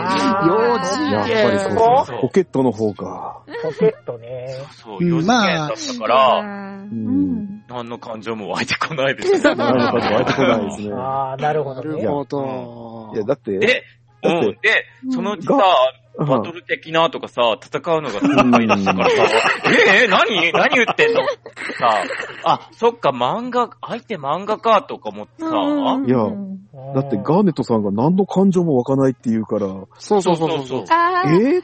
Speaker 1: あ。
Speaker 2: ー
Speaker 1: やっぱりそう
Speaker 2: そう
Speaker 1: か。ポケットの方か。
Speaker 2: ポケットね。
Speaker 5: そう、
Speaker 3: うん
Speaker 5: 4次元だったから、
Speaker 4: あー
Speaker 1: う
Speaker 4: うんん。
Speaker 5: 何の感情も湧いてこないで
Speaker 1: [LAUGHS]
Speaker 5: す。
Speaker 1: なかなか湧いてこないですね。
Speaker 2: あー、なるほ
Speaker 6: な
Speaker 2: ど
Speaker 6: る
Speaker 2: ね。
Speaker 6: ほど。
Speaker 1: いや、だって。
Speaker 5: で、う
Speaker 1: だって
Speaker 5: ん。で
Speaker 4: う、ん
Speaker 5: そのうちさ
Speaker 1: が、
Speaker 5: バトル的なとかさ、戦うの
Speaker 1: [LAUGHS]
Speaker 5: が戦いだったからさ、え、え、何何言ってんのさ、あ、そっか、漫画、相手漫画か、とか思ってさ、
Speaker 4: うん
Speaker 1: いや
Speaker 4: うん
Speaker 1: だってガーネットさんが何の感情も湧かないって言うから、
Speaker 6: そうそうそうそう。
Speaker 4: あー
Speaker 1: えー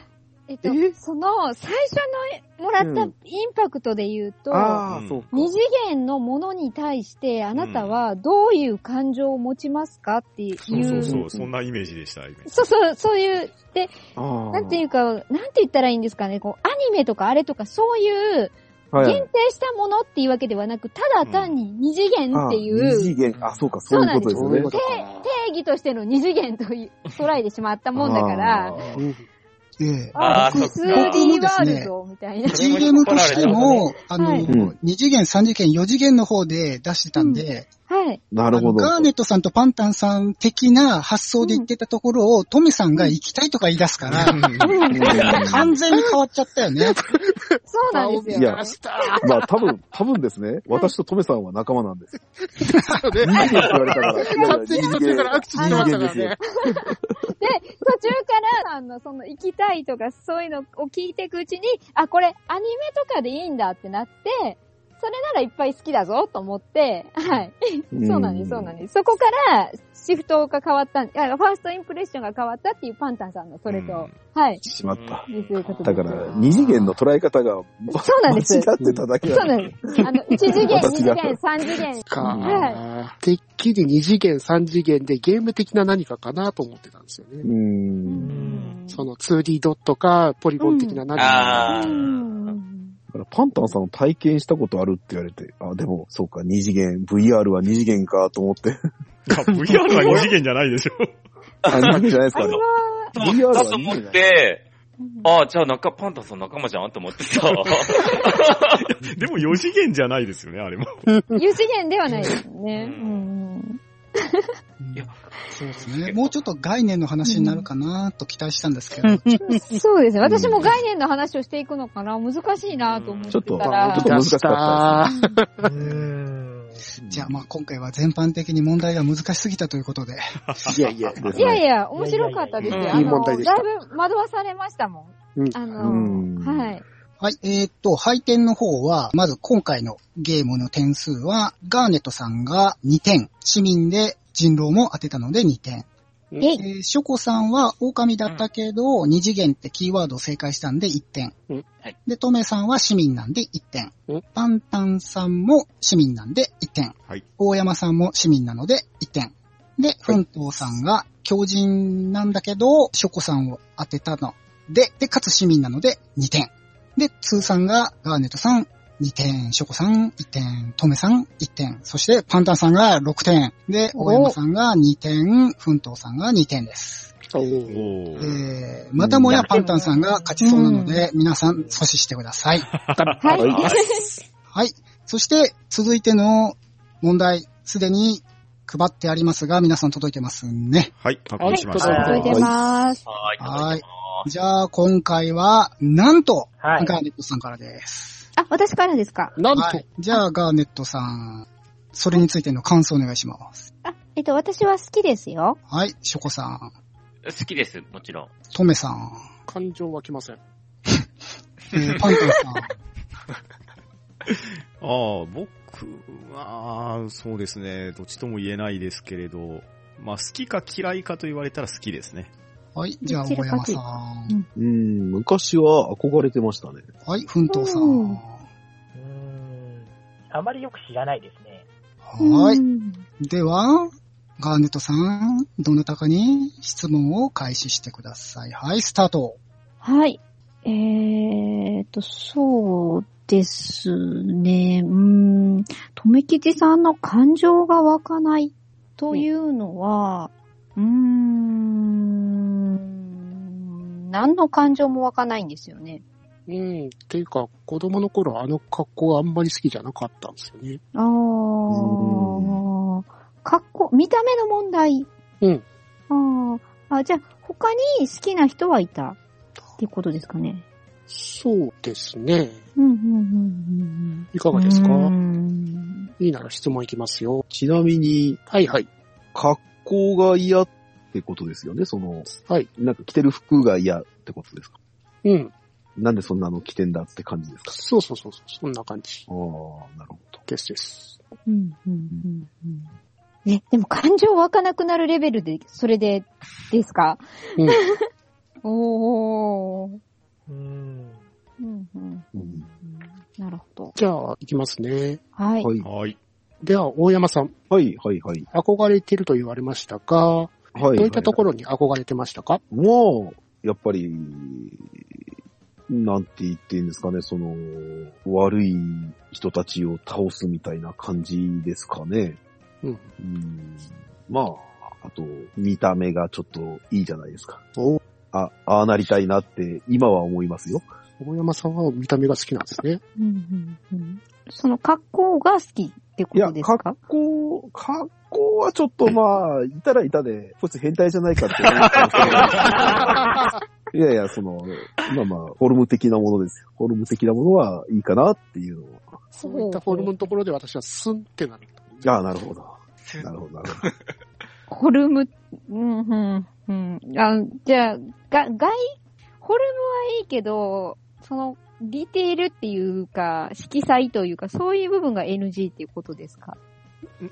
Speaker 4: えっと
Speaker 1: え、
Speaker 4: その、最初のもらったインパクトで言うと、
Speaker 1: あ
Speaker 7: うん
Speaker 1: あ、そうか。
Speaker 4: 二次元のものに対して、あなたはどういう感情を持ちますかっていう。
Speaker 7: そうそうそ
Speaker 1: うん
Speaker 7: う。そんなイメージでした、イメージ。
Speaker 4: そうそう、そういう、で、
Speaker 1: ああ。
Speaker 4: なんていうか、なんて言ったらいいんですかね、こう、アニメとかあれとか、そういう、
Speaker 1: はい
Speaker 4: 限定したものっていうわけではなく、ただ単に二次元
Speaker 1: ああ
Speaker 4: ってい
Speaker 1: 二次
Speaker 4: う、
Speaker 1: 元、あ、そうか、そういうことです
Speaker 6: そ
Speaker 1: よ
Speaker 6: うい
Speaker 1: ね
Speaker 6: うこ。とか
Speaker 4: 定義としての二次元という捉えてしまったもんだから、
Speaker 1: あ
Speaker 6: う
Speaker 1: ー
Speaker 6: ん
Speaker 3: ええ。
Speaker 5: あー
Speaker 4: 僕
Speaker 5: そ
Speaker 4: 数
Speaker 5: っ
Speaker 4: D
Speaker 5: か
Speaker 4: ワールドみたいな。
Speaker 5: それも
Speaker 3: GM としても、あ
Speaker 4: は
Speaker 3: の、
Speaker 4: い
Speaker 1: うん
Speaker 3: 2次元、3次元、4次元の方で出してたんで、
Speaker 4: はい。
Speaker 1: なる
Speaker 3: あの
Speaker 1: ほど。
Speaker 3: ガーネットさんとパンタンさん的な発想で言ってたところを、トメさんが行きたいとか言い出すから、完全に変わっちゃったよね。
Speaker 4: そうなんですよ。
Speaker 1: いや [LAUGHS] まあ、多分、多分ですね、私とトメさんは仲間なんです。
Speaker 6: ね
Speaker 1: 二次元って言われたから。いやいや
Speaker 6: 勝手に途中からアクションしてましたから
Speaker 1: 人間
Speaker 6: ね。
Speaker 4: で、途中から、あの、その、行きたいとか、そういうのを聞いていくうちに、あ、これ、アニメとかでいいんだってなって、それならいっぱい好きだぞと思って、はい。
Speaker 1: うん
Speaker 4: そうなんです、そうなんです。そこから、シフトが変わったん、あファーストインプレッションが変わったっていうパンタンさんのそれと、はい。
Speaker 1: しまった。
Speaker 4: ですいうこと
Speaker 1: だ
Speaker 4: です。
Speaker 1: から、二次元の捉え方が、ま
Speaker 4: そうなんです
Speaker 1: 間違ってただけ
Speaker 4: そう
Speaker 1: だ。
Speaker 4: なんです。あの、1次元、2
Speaker 1: 私
Speaker 4: 次
Speaker 1: が
Speaker 4: 元、3次元。は
Speaker 6: か。てっきり二次元、三次元でゲーム的な何かかなと思ってたんですよ
Speaker 1: う
Speaker 6: ね。
Speaker 1: ん。だ
Speaker 6: その 2D ドットか、ポリゴン的な何か。
Speaker 5: あ
Speaker 4: う
Speaker 5: ー。
Speaker 4: ん
Speaker 1: から、パンタンさんを体験したことあるって言われて、あ、でも、そうか、二次元、VR は二次元かと思って。
Speaker 7: いや VR は4次元じゃないでしょ。
Speaker 1: あ、二次元じゃないですか
Speaker 4: あれ
Speaker 1: ね。
Speaker 4: は、
Speaker 1: VR
Speaker 5: だ
Speaker 1: は
Speaker 5: と
Speaker 1: 二次元
Speaker 5: 思っ
Speaker 1: じゃない。
Speaker 5: て、
Speaker 4: うん
Speaker 5: ああ、じゃあ中、パンタさん仲間じゃんと思って
Speaker 1: [LAUGHS]
Speaker 5: さ。
Speaker 7: でも4次元じゃないですよね、あれも。
Speaker 4: 4次元ではないですね。うん
Speaker 5: いや
Speaker 6: そうです。
Speaker 3: ね、もうちょっと概念の話になるかなと期待したんですけど、
Speaker 4: そうですね。私も概念の話をしていくのかな難しいなと思ってたら。
Speaker 1: ちょっと難しかった
Speaker 2: うーん。
Speaker 3: じゃあまあ今回は全般的に問題が難しすぎたということで、
Speaker 6: いやいや。
Speaker 1: です
Speaker 4: いやい
Speaker 1: ね。
Speaker 4: や、面白かったですよ。
Speaker 5: いやいや
Speaker 4: あ
Speaker 5: いや
Speaker 6: いい問
Speaker 4: の、だ
Speaker 6: 題
Speaker 4: い
Speaker 6: でした
Speaker 4: ぶ惑わされましたも
Speaker 6: うんん。
Speaker 4: あ
Speaker 1: うん
Speaker 4: の、はい。
Speaker 3: はい、えーっと、配点の方は、まず今回のゲームの点数は、ガーネットさんが2点、市民で人狼も当てたので2点。
Speaker 6: え
Speaker 3: えーショコさんは狼だったけど、2次元ってキーワードを正解したんで1点
Speaker 6: うん。
Speaker 5: はい
Speaker 3: で、トメさんは市民なんで1点
Speaker 6: うん。
Speaker 3: パンタンさんも市民なんで1点。
Speaker 7: はい
Speaker 3: 大山さんも市民なので1点。で、奮闘さんが狂人なんだけど、ショコさんを当てたので、で、かつ市民なので2点。で、ツーさんがガーネットさん2点、ショコさん1点、トメさん1点、そしてパンタンさんが6点、で、
Speaker 4: お
Speaker 3: 大山さんが2点、奮闘さんが2点です。
Speaker 6: おー
Speaker 7: おー
Speaker 3: えー、またもやパンタンさんが勝ちそうなので、皆さん阻止してください。
Speaker 4: はい。
Speaker 1: は
Speaker 4: は。
Speaker 1: はい
Speaker 3: はい。そして、続いての問題、すでに配ってありますが、皆さん届いてますね。
Speaker 7: はい、確認しました。
Speaker 4: 届いてます。
Speaker 5: は
Speaker 3: はい
Speaker 5: い、いただきます。
Speaker 3: じゃあ、今回は、なんと、
Speaker 2: はい。
Speaker 3: ガーネットさんからです。
Speaker 4: あ、私からですか
Speaker 6: なんと、
Speaker 3: はい。じゃあ、ガーネットさん、それについての感想お願いします。
Speaker 4: あ、えっと、私は好きですよ。
Speaker 3: はい、ショコさん、
Speaker 5: 好きです、もちろん。
Speaker 3: トメさん、
Speaker 6: 感情湧きません。
Speaker 3: えーパンタンさん。
Speaker 7: ああ、僕は、そうですね、どっちとも言えないですけれど、まあ、好きか嫌いかと言われたら好きですね。
Speaker 3: はい、じゃあ、
Speaker 4: こちら
Speaker 3: 大山さ
Speaker 4: こ
Speaker 3: ん
Speaker 4: ち。
Speaker 1: うん、昔は憧れてましたね。
Speaker 3: はい、ふんとうさん。
Speaker 4: うん
Speaker 2: うーん。あまりよく知らないですね。
Speaker 3: は
Speaker 4: う
Speaker 3: い。
Speaker 4: ん
Speaker 3: では、ガーネットさん、どなたかに質問を開始してください。はい、スタート。
Speaker 4: はい。えーっと、そうですね。うーん。とめきちさんの感情が湧かないというのは、うーん。何の感情も湧かないんですよね。
Speaker 6: うん。っていうか、子供の頃あの格好あんまり好きじゃなかったんですよね。
Speaker 4: あー。かっこ、見た目の問題。
Speaker 6: うん。
Speaker 4: あーあ、じゃあ、他に好きな人はいたっていうことですかね。
Speaker 6: そうですね。
Speaker 4: うん、うん、うんうん。
Speaker 6: いかがですか
Speaker 4: うーん
Speaker 6: いいなら質問いきますよ。
Speaker 1: ちなみに、
Speaker 6: はいはい。
Speaker 1: 格好が嫌ってことですよね、その、
Speaker 6: はい。
Speaker 1: なんか着てる服が嫌ってことですか
Speaker 6: うん。
Speaker 1: なんでそんなの着てんだって感じですか
Speaker 6: そうそうそうそう。そんな感じ
Speaker 1: ああ、なるほど。
Speaker 6: ですです。
Speaker 4: うんうんうんうんえ、でも感情湧かなくなるレベルで、それで、ですか
Speaker 6: うん。
Speaker 4: [LAUGHS] おー。
Speaker 2: うーん。
Speaker 4: うんうん
Speaker 1: う
Speaker 4: うん
Speaker 1: ん、
Speaker 4: なるほど。
Speaker 6: じゃあ、いきますね。
Speaker 4: はい。
Speaker 1: はい、
Speaker 7: はい。
Speaker 6: では、大山さん。
Speaker 1: はい、はい、はい。
Speaker 6: 憧れてると言われましたが、
Speaker 1: はい。
Speaker 6: どういったところに憧れてましたか
Speaker 1: もう、やっぱり、なんて言っていいんですかね、その、悪い人たちを倒すみたいな感じですかね。
Speaker 6: うん。
Speaker 1: うん、まあ、あと、見た目がちょっといいじゃないですか。
Speaker 6: お
Speaker 1: あ、ああなりたいなって、今は思いますよ。
Speaker 6: 大山さんは見た目が好きなんですね。
Speaker 4: うんうんうんその格好が好きってことですか
Speaker 1: 格好、格好はちょっとまあ、いたらいたで、こいつ変態じゃないかって思ったんですけど。いやいや、その、まあまあ、フォルム的なものですよ。フォルム的なものはいいかなっていうのを。
Speaker 6: そういったフォルムのところで私はスンってなる。
Speaker 1: ああ、なるほど。なるほど、なるほど。
Speaker 4: ホルム、うん、うん、うん。あじゃあ、が、外、ホルムはいいけど、その、ディテールっていうか、色彩というか、そういう部分が NG っていうことです [LAUGHS] か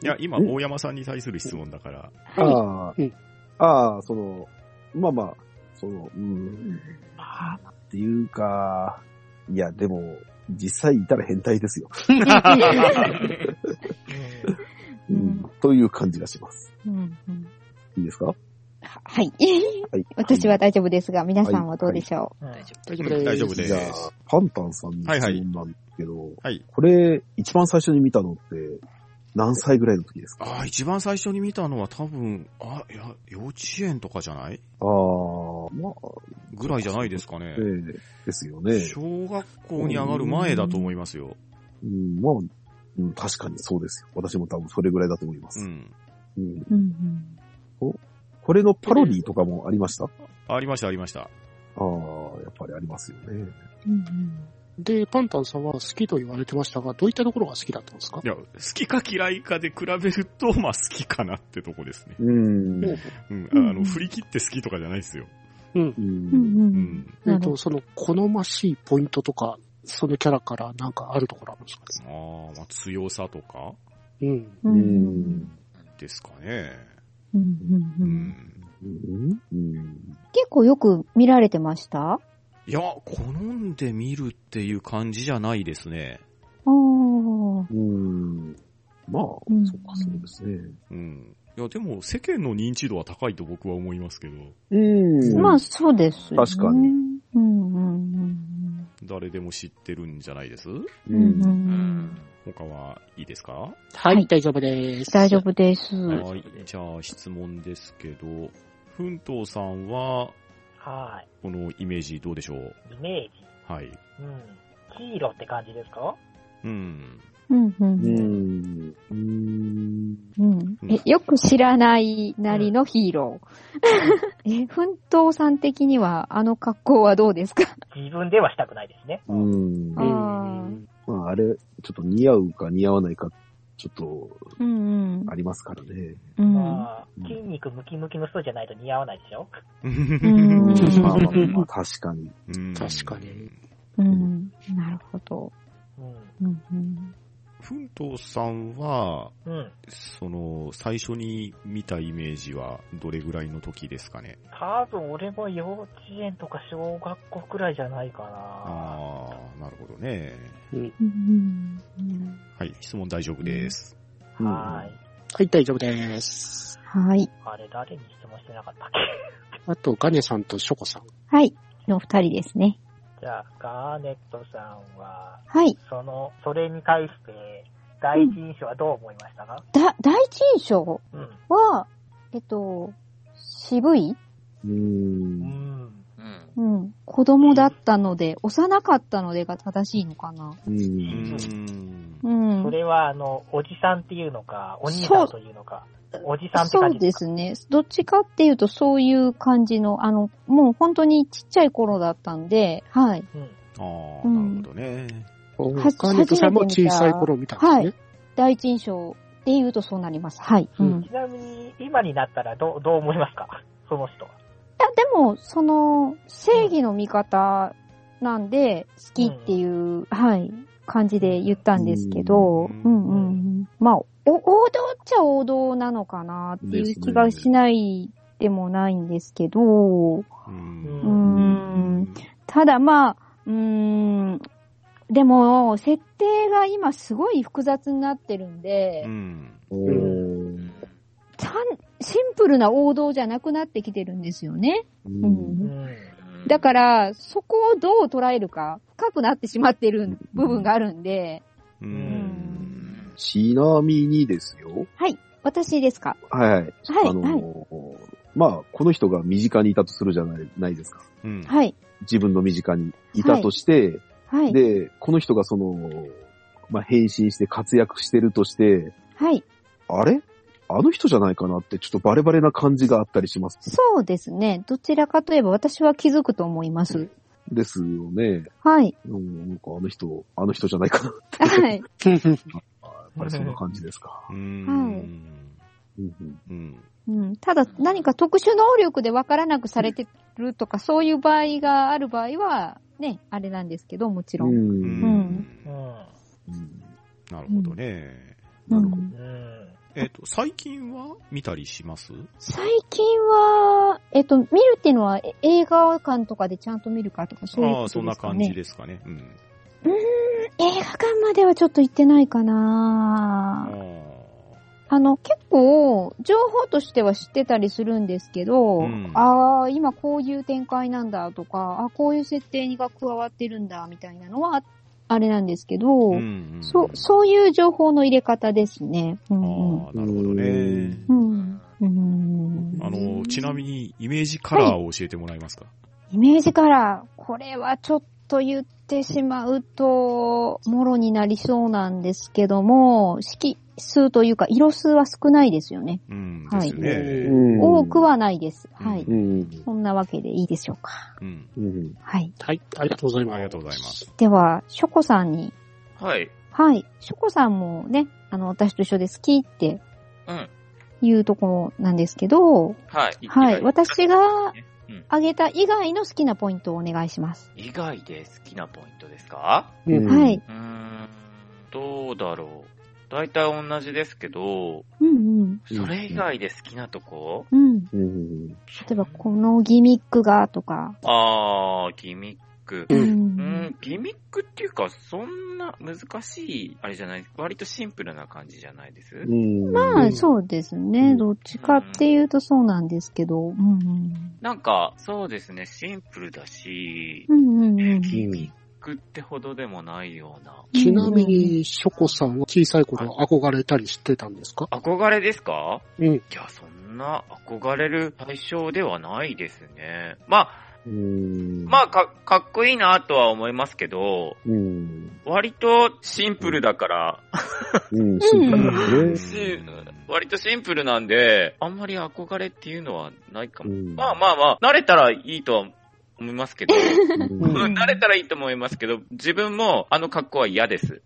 Speaker 7: いや、今、大山さんに対する質問だから、
Speaker 6: はい
Speaker 1: ああ、
Speaker 6: うん
Speaker 1: ああ、その、まあまあ、その、うん、まあ、っていうか、いや、でも、実際いたら変態ですよ。
Speaker 4: うん
Speaker 1: という感じがします。
Speaker 4: うんうん
Speaker 1: いいですかは
Speaker 4: ははい。 [LAUGHS]
Speaker 1: い。
Speaker 4: 私は大丈夫ですが、皆さんはどうでしょ
Speaker 2: うん。
Speaker 6: 大丈夫です。
Speaker 7: 大丈夫です
Speaker 1: じゃあ、パンタンさんの質問なんですけど、
Speaker 7: はい。
Speaker 1: これ、一番最初に見たのって、何歳ぐらいの時ですか
Speaker 7: ああ、一番最初に見たのは多分、あ、いや、幼稚園とかじゃない
Speaker 1: ああ、まあ、
Speaker 7: ぐらいじゃないですかね
Speaker 1: ええ。ですよね。
Speaker 7: 小学校に上がる前だと思いますよ。
Speaker 1: うん、まあ、うん、確かにそうですよ。私も多分それぐらいだと思いま
Speaker 7: う
Speaker 1: す。
Speaker 7: ん。
Speaker 1: うん、
Speaker 4: う。うん
Speaker 1: これのパロディとかもありましたあ
Speaker 7: ありました、ありました。
Speaker 1: あ、やっぱりありますよね。
Speaker 4: うん
Speaker 6: で、パンタンさんは好きと言われてましたが、どういったところが好きだったんですか
Speaker 7: いや、好きか嫌いかで比べると、まあ好きかなってとこですね。
Speaker 1: うん。
Speaker 6: え
Speaker 7: うん。
Speaker 4: うん
Speaker 7: あの、振り切って好きとかじゃないですよ。
Speaker 6: うん
Speaker 1: う。。
Speaker 4: うん
Speaker 7: うんん。
Speaker 6: え
Speaker 4: な
Speaker 6: っ
Speaker 4: るほ
Speaker 6: と、
Speaker 4: ど
Speaker 6: その好ましいポイントとか、そのキャラからなんかあるところあるんですか
Speaker 7: あーまあ、強さとか
Speaker 6: うん。
Speaker 4: う
Speaker 1: うんん。
Speaker 7: ですかね。
Speaker 4: うんうん
Speaker 7: う
Speaker 4: うん
Speaker 7: ん。
Speaker 1: うん。うん。
Speaker 4: 結構よく見られてました
Speaker 7: いや、好んで見るっていう感じじゃないですね。
Speaker 4: あー
Speaker 1: うん。まあ、
Speaker 4: うん
Speaker 1: そうか、そうですね。
Speaker 7: うん。いや、でも世間の認知度は高いと僕は思いますけど、
Speaker 1: うん
Speaker 4: まあ、そうですよね。
Speaker 1: 確かに
Speaker 4: うんうんうん
Speaker 7: 誰でも知ってるんじゃないです
Speaker 1: う。
Speaker 4: うんうんうんん。
Speaker 7: 他はいいですか
Speaker 6: はい
Speaker 4: い、
Speaker 6: 大丈夫です。
Speaker 4: 大丈。夫です。
Speaker 7: はい。じゃあ質問ですけど、奮闘さんは、
Speaker 2: は
Speaker 7: このイメージどうでしょう
Speaker 2: い。イメージ。
Speaker 7: はい。
Speaker 2: うん。黄色って感じですか
Speaker 7: うん。
Speaker 4: うんう。
Speaker 1: うんん。うん。
Speaker 4: うん。え、よく知らないなりのヒーロー。 [LAUGHS] え、奮闘さん的には、あの格好はどうですか
Speaker 2: 自分ではしたくないですね。
Speaker 1: うん。
Speaker 4: あー
Speaker 1: まあ、あれ、ちょっと似合うか似合わないか、ちょっと、
Speaker 4: うん
Speaker 1: ありますからね。
Speaker 4: うん。うん。
Speaker 2: まあ筋肉ムキムキの人じゃないと似合わないでしょ
Speaker 4: うん
Speaker 1: まあまあまあ、確かに。
Speaker 7: うん
Speaker 6: 確かに。
Speaker 4: うん。なるほど。
Speaker 2: う
Speaker 4: うんうん。
Speaker 7: 奮闘さんは、
Speaker 2: ん。うん。
Speaker 7: その、最初に見たイメージはどれぐらいの時ですかね。
Speaker 2: 多分俺も幼稚園とか小学校くらいじゃないかな。
Speaker 7: ああ、なるほどね。
Speaker 4: うん
Speaker 7: はい、質問大丈夫です。
Speaker 1: うん
Speaker 2: はーい。
Speaker 6: はい、大丈夫です。
Speaker 4: はい。
Speaker 2: あれ、誰に質問してなかったっ
Speaker 6: あと、ガネさんとショコさん。
Speaker 4: はい。の二人ですね。
Speaker 2: け [LAUGHS] じゃあ、ガーネットさんは、
Speaker 4: はい。
Speaker 2: その、それに対して、第一印象はどう思いましたか
Speaker 4: だ、第一印象
Speaker 2: うん。
Speaker 4: は、えっと、渋い
Speaker 1: うん
Speaker 2: う。ん。
Speaker 5: うん。
Speaker 4: うん。子供だったので、幼かったのでが正しいのかな。
Speaker 1: う。
Speaker 7: うんん。
Speaker 4: うん。
Speaker 2: それは、あの、おじさんっていうのか、お兄さんというのか、おじさんって
Speaker 4: そ
Speaker 2: 感
Speaker 4: う
Speaker 2: じ
Speaker 4: で
Speaker 2: ですか
Speaker 4: すね。どっちかっていうと、そういう感じの、あの、もう本当にちっちゃい頃だったんで、はい。
Speaker 2: そうです。
Speaker 7: ああ、
Speaker 4: うん
Speaker 7: なるほどね。
Speaker 6: お
Speaker 4: は
Speaker 6: ガネとさんも
Speaker 4: 初めて見
Speaker 6: 小
Speaker 4: た
Speaker 6: さい頃見たんですね。
Speaker 4: 第一印象で言うとそうなります。はい。う。
Speaker 6: うんん
Speaker 4: い
Speaker 2: うん。ちなみに、今になったらどう、どう思いますかその人は。
Speaker 4: や、でも、その、正義の味方なんで、好きっていう、はい、感じで言ったんですけど、
Speaker 7: うん
Speaker 4: うんうん。まあ、お王道っちゃ王道なのかなっていう気がしないでもないんですけど、
Speaker 7: う。
Speaker 4: うんん。ただまあ、うーん、でも、設定が今すごい複雑になってるんで
Speaker 7: う、ん。
Speaker 1: おー
Speaker 4: たんシンプルな王道じゃなくなってきてるんですよね。
Speaker 1: う。
Speaker 4: うん。
Speaker 2: うんん。
Speaker 4: だから、そこをどう捉えるか、深くなってしまってる部分があるんで、
Speaker 7: う。
Speaker 5: うんん。
Speaker 1: ちなみにですよ。
Speaker 4: はい、私ですか
Speaker 1: はいはい。
Speaker 4: はい、
Speaker 1: あの
Speaker 4: はい、
Speaker 1: ーまあ、この人が身近にいたとするじゃないないですか。
Speaker 7: うん。
Speaker 4: はい、
Speaker 1: 自分の身近にいたとして、
Speaker 4: はい、
Speaker 1: で、この人がその、まあ、変身して活躍してるとして、
Speaker 4: はい。
Speaker 1: あれあの人じゃないかなって、ちょっとバレバレな感じがあったりします。
Speaker 4: そうですね。どちらかといえば私は気づくと思います。
Speaker 1: ですよね。
Speaker 4: はい、
Speaker 1: うん、なんかあの人、あの人じゃないかな。
Speaker 4: はい。
Speaker 1: やっぱりそんな感じですか。
Speaker 7: うん。
Speaker 1: うんうん
Speaker 7: うん。
Speaker 4: [LAUGHS] うん、ただ何か特殊能力で分からなくされてるとか、そういう場合がある場合は、ね、あれなんですけど、もちろん。
Speaker 7: うん
Speaker 1: うん
Speaker 2: う
Speaker 7: なる
Speaker 2: ん。
Speaker 7: ほどね。
Speaker 1: なるほど
Speaker 4: うん
Speaker 2: うん。
Speaker 7: えっと、最近は見たりします
Speaker 4: 最近は、えっと、見るっていうのはえ映画館とかでちゃんと見るかとか、そういう
Speaker 7: あ
Speaker 4: こ
Speaker 7: あ、そ
Speaker 4: と
Speaker 7: ん
Speaker 4: で
Speaker 7: な
Speaker 4: すか
Speaker 7: 感
Speaker 4: ね。
Speaker 7: じですかね。うん。
Speaker 4: 映画館まではちょっと行ってないか
Speaker 7: あ
Speaker 4: な
Speaker 7: あ。
Speaker 4: あの、結構、情報としては知ってたりするんですけど、
Speaker 7: うん
Speaker 4: ああ、今こういう展開なんだとか、あこういう設定が加わってるんだみたいなのは、あれなんですけど、
Speaker 7: うん
Speaker 4: そう、そういう情報の入れ方ですね。う
Speaker 7: うん
Speaker 4: うん。
Speaker 7: ん。ああ、なるほどね。
Speaker 4: うん。うん。
Speaker 7: あの、ちなみに、イメージカラーを教えてもらえますか、
Speaker 4: イメージカラー、これはちょっと言ってしまうと、もろになりそうなんですけども、色数というか色数は少ないですよね。
Speaker 7: うん、で
Speaker 4: はい
Speaker 7: すね。
Speaker 1: うん。
Speaker 4: 多く。はないです。はいう
Speaker 1: ん。
Speaker 4: そんなわけでいいでしょうか。
Speaker 7: うん。
Speaker 1: うん。
Speaker 4: はい。
Speaker 6: はい、ありがとうございます。
Speaker 7: ありがとうござい
Speaker 4: [LAUGHS]
Speaker 7: ます。
Speaker 4: では、ショコさんに、
Speaker 5: はい。
Speaker 4: はい。ショコさんもね、あの、私と一緒で好きって
Speaker 5: うん。
Speaker 4: いうところなんですけど、
Speaker 5: はい。
Speaker 4: はい。私が
Speaker 5: うん
Speaker 4: あげた以外の好きなポイントをお願いします。
Speaker 5: 以外で好きなポイントですか
Speaker 6: うん
Speaker 1: うん
Speaker 4: はい。
Speaker 5: うーん、どうだろう。大体同じですけど、
Speaker 4: うんうん。
Speaker 5: それ以外で好きなとこ
Speaker 4: うん。
Speaker 1: うん。
Speaker 4: 例えば、このギミックが、とか。。
Speaker 5: あー、ギミック。
Speaker 6: うん
Speaker 5: うんん、ギミックっていうか、そんな難しい、あれじゃない、割とシンプルな感じじゃないです。
Speaker 1: うん。
Speaker 4: ま
Speaker 6: う
Speaker 4: あ、
Speaker 6: ん
Speaker 4: そうですね。どっちかっていうとそうなんですけど。うんうん。
Speaker 5: なんか、そうですね、シンプルだし
Speaker 4: う、んうんうん。
Speaker 5: ギミックってほどでもないような。
Speaker 6: ちなみに、ショコさんは小さい頃憧れたりしてたんですか
Speaker 5: 憧れですか
Speaker 6: うん。
Speaker 5: いや、そんな憧れる対象ではないですね。まあ、
Speaker 1: うん。
Speaker 5: まあ、か、かっこいいなとは思いますけど、
Speaker 1: うん。
Speaker 5: 割とシンプルだから、
Speaker 1: うん、シンプル
Speaker 7: うん
Speaker 1: ですね。
Speaker 5: し割とシンプルなんで、あんまり憧れっていうのはないか
Speaker 1: う
Speaker 5: も。
Speaker 1: ん
Speaker 5: まあまあまあ、慣れたらいいとは思いま
Speaker 1: [LAUGHS]
Speaker 5: すけど、
Speaker 1: う
Speaker 5: うんん、慣れたらいいと思いますけど、自分もあの格好は嫌です。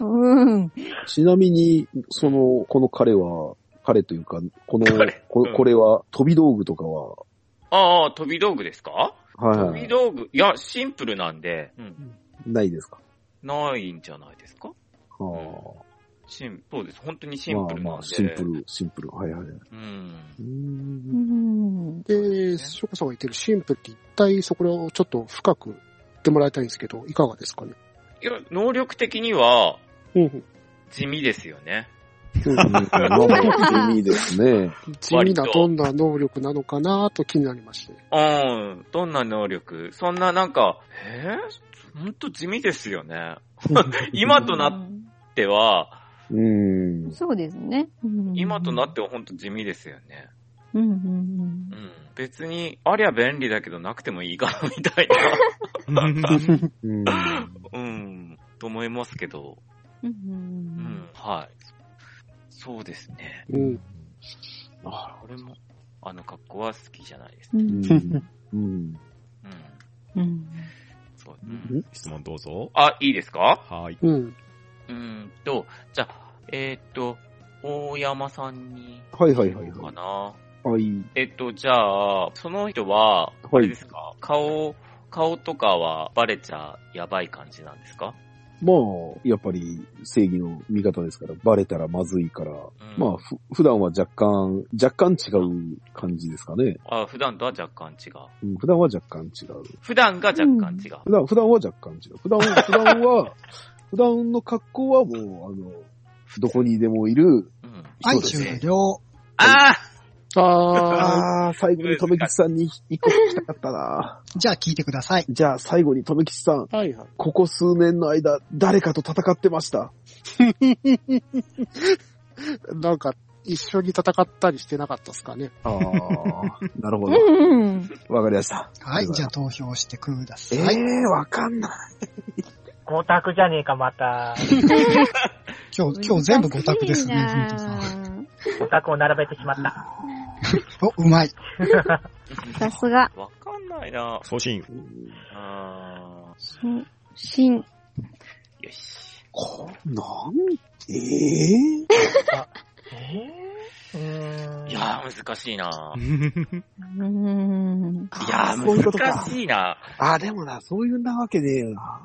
Speaker 7: うん
Speaker 4: うん。
Speaker 1: ちなみに、その、この彼は、彼というか、この
Speaker 5: 彼、
Speaker 1: こ
Speaker 5: うん
Speaker 1: これは、飛び道具とかは、
Speaker 5: ああ、飛び道具ですか飛
Speaker 1: は
Speaker 5: び
Speaker 1: い。
Speaker 5: 道具、いや、シンプルなんで、うん、
Speaker 1: ないですか
Speaker 5: ないんじゃないです
Speaker 1: あ
Speaker 5: か
Speaker 1: あ。
Speaker 5: シンそうです。本当にシンプルなんで。
Speaker 1: まあまあ、シンプル、シンプル。はいはい。う
Speaker 5: うん。
Speaker 1: ー。
Speaker 4: うんん。
Speaker 6: で、ショコさんが言ってるシンプルって一体そこらをちょっと深く言ってもらいたいんですけど、いかがですかね。
Speaker 5: いや、能力的には
Speaker 6: うん。
Speaker 5: 地味ですよね。
Speaker 1: まあまあ、地味ですね。
Speaker 6: 地味などんな能力なのかなと気になりまして。
Speaker 5: うん。どんな能力そんななんか、えー、ほんと地味です
Speaker 1: [LAUGHS]
Speaker 5: よね。今となっては、
Speaker 1: うーん。
Speaker 4: そうですね。うん
Speaker 5: 今となっ。てはほんと地味ですよね。
Speaker 4: うんうん
Speaker 5: うん。別に、ありゃ便利だけどなくてもいいかな、みたい
Speaker 4: [LAUGHS]
Speaker 5: [LAUGHS]
Speaker 1: うん。
Speaker 5: な。うん。と思いますけど。
Speaker 4: うん。うんう
Speaker 5: う
Speaker 4: ん
Speaker 5: ん。はい。そうですね。
Speaker 6: うん。
Speaker 5: あ、俺も、あの格好は好きじゃないです。
Speaker 4: う
Speaker 1: うんん。うん。
Speaker 5: うん。
Speaker 4: うん。
Speaker 5: そう。うん
Speaker 7: 質問どうぞ。
Speaker 5: あ、いいですか
Speaker 7: はい。
Speaker 6: うん。
Speaker 5: うーんと、じゃあ、えーっと、大山さんに、
Speaker 1: はいはいはい
Speaker 5: か
Speaker 1: はい。
Speaker 5: な。
Speaker 1: はい。
Speaker 5: えっと、じゃあ、その人は、
Speaker 1: い
Speaker 5: あれですか、顔、顔とかはバレちゃやばい感じなんですか、
Speaker 1: まあ、やっぱり正義の味方ですから、バレたらまずいから、
Speaker 5: うん
Speaker 1: まあ、ふ普段は若干、若干違う感じですかね。
Speaker 5: あ。普段とは若干違う。
Speaker 1: うん、普段は若干違う。
Speaker 5: 普段が若干違う。
Speaker 1: 普段、普段は若干違う。普段、普段は、普段の格好はもう、あの、どこにでもいる、
Speaker 5: うん。
Speaker 3: は
Speaker 1: そ
Speaker 3: い、
Speaker 1: う
Speaker 3: 終
Speaker 1: ですね
Speaker 3: 了。
Speaker 5: あ
Speaker 6: あー、
Speaker 1: ああ、最後に留吉さんに一個聞きたかったな。
Speaker 3: じゃあ聞いてください。
Speaker 1: じゃあ最後に留吉さん、
Speaker 6: はいはい。
Speaker 1: ここ数年の間、誰かと戦ってました。
Speaker 6: なんか、一緒に戦ったりしてなかったですかね。
Speaker 1: ああ、なるほ
Speaker 4: う
Speaker 1: ど。
Speaker 4: ん。
Speaker 1: わかりました。
Speaker 3: はい、じゃあ
Speaker 1: あ。
Speaker 3: 投票してくださ
Speaker 1: ええ
Speaker 3: い。
Speaker 1: ー、わかんない。
Speaker 2: 五択じゃねえか、ま [LAUGHS] た。
Speaker 3: 今日、今日全部5択ですね、
Speaker 4: 難
Speaker 3: ふんとさん。
Speaker 4: しいな
Speaker 2: 五択を並べてしまった。
Speaker 3: お、うまい。
Speaker 1: [LAUGHS]
Speaker 4: さすが。
Speaker 5: あ。わかんないな。
Speaker 7: 送信。
Speaker 5: あ
Speaker 4: 新、新
Speaker 5: ーよし。
Speaker 1: こ、なん、ええー、
Speaker 2: えー、うーん。
Speaker 5: いやー、難しいな。
Speaker 4: うん。
Speaker 5: いや
Speaker 1: そういうこ
Speaker 5: ー、
Speaker 1: とか
Speaker 5: 難しいな。
Speaker 1: あ、でもな、そういうんなわけねえよな。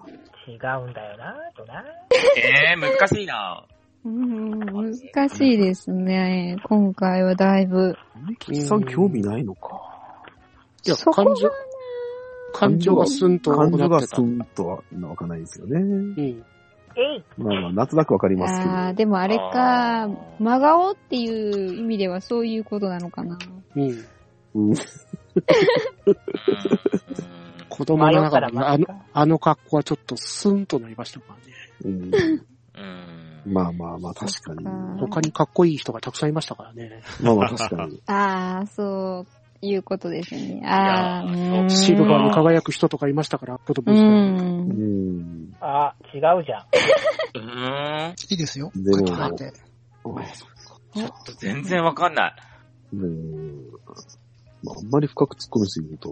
Speaker 2: 違うんだよな、とな。
Speaker 5: えー、難しいな。
Speaker 4: うん難しいですね。今回はだいぶ。
Speaker 1: 吉さん興味ないのか。
Speaker 6: いや、
Speaker 4: そこが
Speaker 6: 感情、感情がスンとな
Speaker 1: 感
Speaker 6: く
Speaker 1: 情
Speaker 6: なっ
Speaker 1: が
Speaker 6: て
Speaker 1: ス
Speaker 6: た。う
Speaker 1: ンとはわかんないですよね。
Speaker 6: ん。
Speaker 2: えい
Speaker 1: まあまあ、なんとなくわかりますけど。
Speaker 4: ああ、でもあれ
Speaker 5: あ
Speaker 4: か
Speaker 5: ー、
Speaker 4: 真顔っていう意味ではそういうことなのかな。
Speaker 6: うん。
Speaker 1: うん
Speaker 5: うん
Speaker 6: 子供の中で
Speaker 2: 迷ったら
Speaker 6: もあ
Speaker 2: マジ
Speaker 6: の
Speaker 2: か、
Speaker 6: あの格好はちょっとスンとなりましたからね。
Speaker 1: うん
Speaker 5: うん。
Speaker 1: まあまあまあ、確かに。
Speaker 4: うん
Speaker 6: 他にかっこいい人がたくさんいましたからね。
Speaker 1: まあまあ、確かに。
Speaker 4: ああ、そういうことですね。ああ、う
Speaker 5: いや
Speaker 4: ー
Speaker 5: ー
Speaker 4: ん
Speaker 6: シルバーに輝く人とかいましたから、子供
Speaker 4: う。
Speaker 6: の
Speaker 1: う
Speaker 6: 時
Speaker 1: んん。
Speaker 2: あ、違うじゃん。
Speaker 5: うーん。
Speaker 3: いいですよ。
Speaker 1: でも
Speaker 3: 書いてもらって。
Speaker 5: ちょっと全然わかんない。
Speaker 1: うん。まあ、あんまり深く突っ込みすぎると、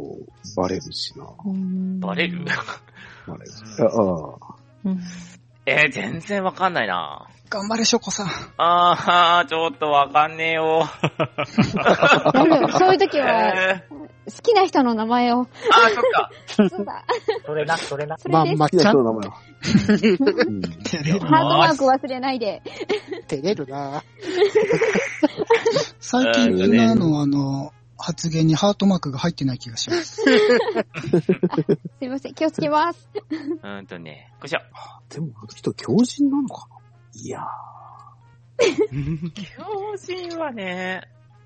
Speaker 1: バレるしな。
Speaker 4: うん
Speaker 5: バレる [LAUGHS]
Speaker 1: バレる。ああ。
Speaker 4: うん
Speaker 5: えー、全然わかんないな。
Speaker 3: 頑張れ、ショコさん。
Speaker 5: あー、ちょっとわかんねえよ。
Speaker 4: ダメよそういう時
Speaker 5: えー、 [LAUGHS]
Speaker 4: は、
Speaker 5: あ
Speaker 4: 好きな人の名前を。
Speaker 5: ー、そっ
Speaker 1: [LAUGHS]
Speaker 5: か。
Speaker 4: そう
Speaker 6: [LAUGHS]
Speaker 4: だ。
Speaker 2: それな、それな。
Speaker 4: そ
Speaker 6: ま
Speaker 4: れで
Speaker 6: ん
Speaker 4: す。
Speaker 6: ま
Speaker 1: 好き
Speaker 6: ち
Speaker 1: な
Speaker 6: ゃ
Speaker 1: 人
Speaker 6: ん
Speaker 1: の名前は。 [LAUGHS] うん
Speaker 3: 照れる。
Speaker 4: ハートマーク忘れないで。
Speaker 6: 照れるな
Speaker 3: [LAUGHS] 最近みんなのあの、発言にハートマークが入ってない気がします。
Speaker 4: すいません。気をつけます。
Speaker 5: うーんとね、こしょ。
Speaker 1: でも、あの人、狂人なのかないや
Speaker 5: 強人はね、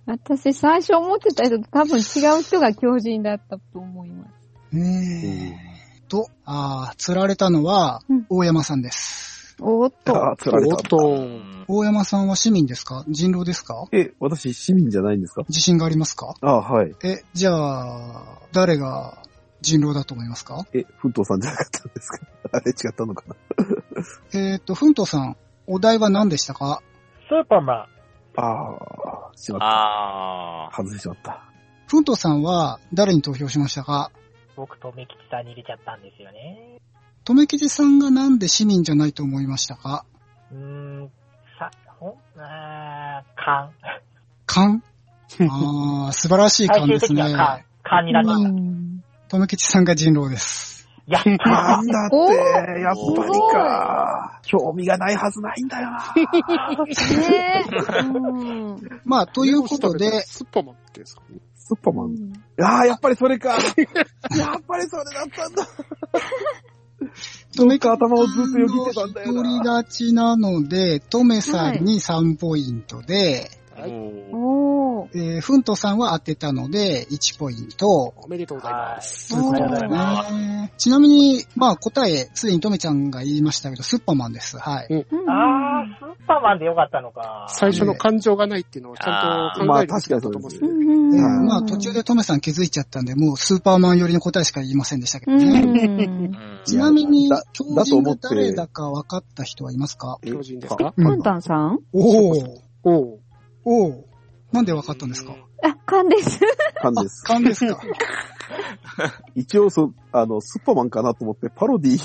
Speaker 4: 私、最初思ってた人と多分違う人が狂人だったと思います。
Speaker 3: えーと、あー釣られたのは
Speaker 4: うん、
Speaker 3: 大山さんです。
Speaker 4: おーっと。
Speaker 1: あー、釣られ。
Speaker 6: おった
Speaker 5: う
Speaker 6: と、
Speaker 5: ん
Speaker 3: 大山さんは市民ですか人狼ですか
Speaker 1: え、私、市民じゃないんですか
Speaker 3: 自信がありますか
Speaker 1: ああはい。
Speaker 3: え、じゃあ、誰が人狼だと思いますか
Speaker 1: え、奮闘さんじゃなかったんですか [LAUGHS] あれ違ったのかな
Speaker 3: えっ、と、ふんとうさん、お題は何でしたか
Speaker 2: スーパーマ
Speaker 1: ああ、しまった。
Speaker 5: あ
Speaker 1: 外してしまった。
Speaker 3: ふんとうさんは誰に投票しましたか
Speaker 2: ン、僕とメキチさんに入れちゃったんですよね。
Speaker 3: とめきじさんがなんで市民じゃないと思いましたか
Speaker 2: うーん、さ、ほん、あー、勘。 [LAUGHS]
Speaker 3: 勘ああ、素晴らしい
Speaker 2: 最
Speaker 3: 勘
Speaker 2: 終
Speaker 3: で
Speaker 2: 的
Speaker 3: す
Speaker 2: には
Speaker 3: ね
Speaker 2: 勘。。勘になりました。
Speaker 3: とめきちさんが人狼です。
Speaker 2: やった
Speaker 1: なんだって
Speaker 4: おー、
Speaker 1: やっぱりか。興味がないはずないんだよ [LAUGHS]
Speaker 4: [LAUGHS]
Speaker 1: な。
Speaker 4: ー。ねえ。うん。
Speaker 3: まあ、ということで、
Speaker 6: スッポマンってですかね。
Speaker 1: スーパーマン。ああ、やっぱりそれ [LAUGHS] か。やっぱりそれだったんだ。
Speaker 3: とめ
Speaker 1: か頭をずっとよぎってたんだよな
Speaker 3: 独り立ちなので、とめさんに3ポイントで、
Speaker 5: ーおー
Speaker 4: おー。
Speaker 3: えー、ふんとさんは当てたので、1ポイント。
Speaker 6: おめでとうございます。
Speaker 3: ということ
Speaker 2: あ
Speaker 3: で
Speaker 2: りがとうござい
Speaker 3: ね。ちなみに、まあ答え、すでにとめちゃんが言いましたけど、スッパーマンです。はい。
Speaker 4: うん
Speaker 2: あー、スーパーマンでよかったのか。
Speaker 6: 最初の感情がないっていうのをちゃんと考えるべきだったと思うんです
Speaker 4: う
Speaker 6: よね。
Speaker 4: ん
Speaker 3: えー
Speaker 1: はい
Speaker 3: まあ途中でとめさん気づいちゃったんで、もうスーパーマン寄りの答えしか言いませんでしたけ
Speaker 4: う
Speaker 3: どね。
Speaker 4: ん。
Speaker 5: うん
Speaker 3: ちなみに
Speaker 1: だ、
Speaker 3: 教
Speaker 1: だと
Speaker 3: 人
Speaker 1: 思
Speaker 3: が
Speaker 1: って
Speaker 3: 誰だか分かった人はいますか
Speaker 6: 巨人ですか
Speaker 4: パンタンさん
Speaker 3: おお
Speaker 6: おう
Speaker 3: おおなんで分かったんですか
Speaker 4: あ、勘です。
Speaker 1: 感です。
Speaker 3: 勘ですか
Speaker 1: 一応そ、あの、スーパーマンかなと思ってパロディ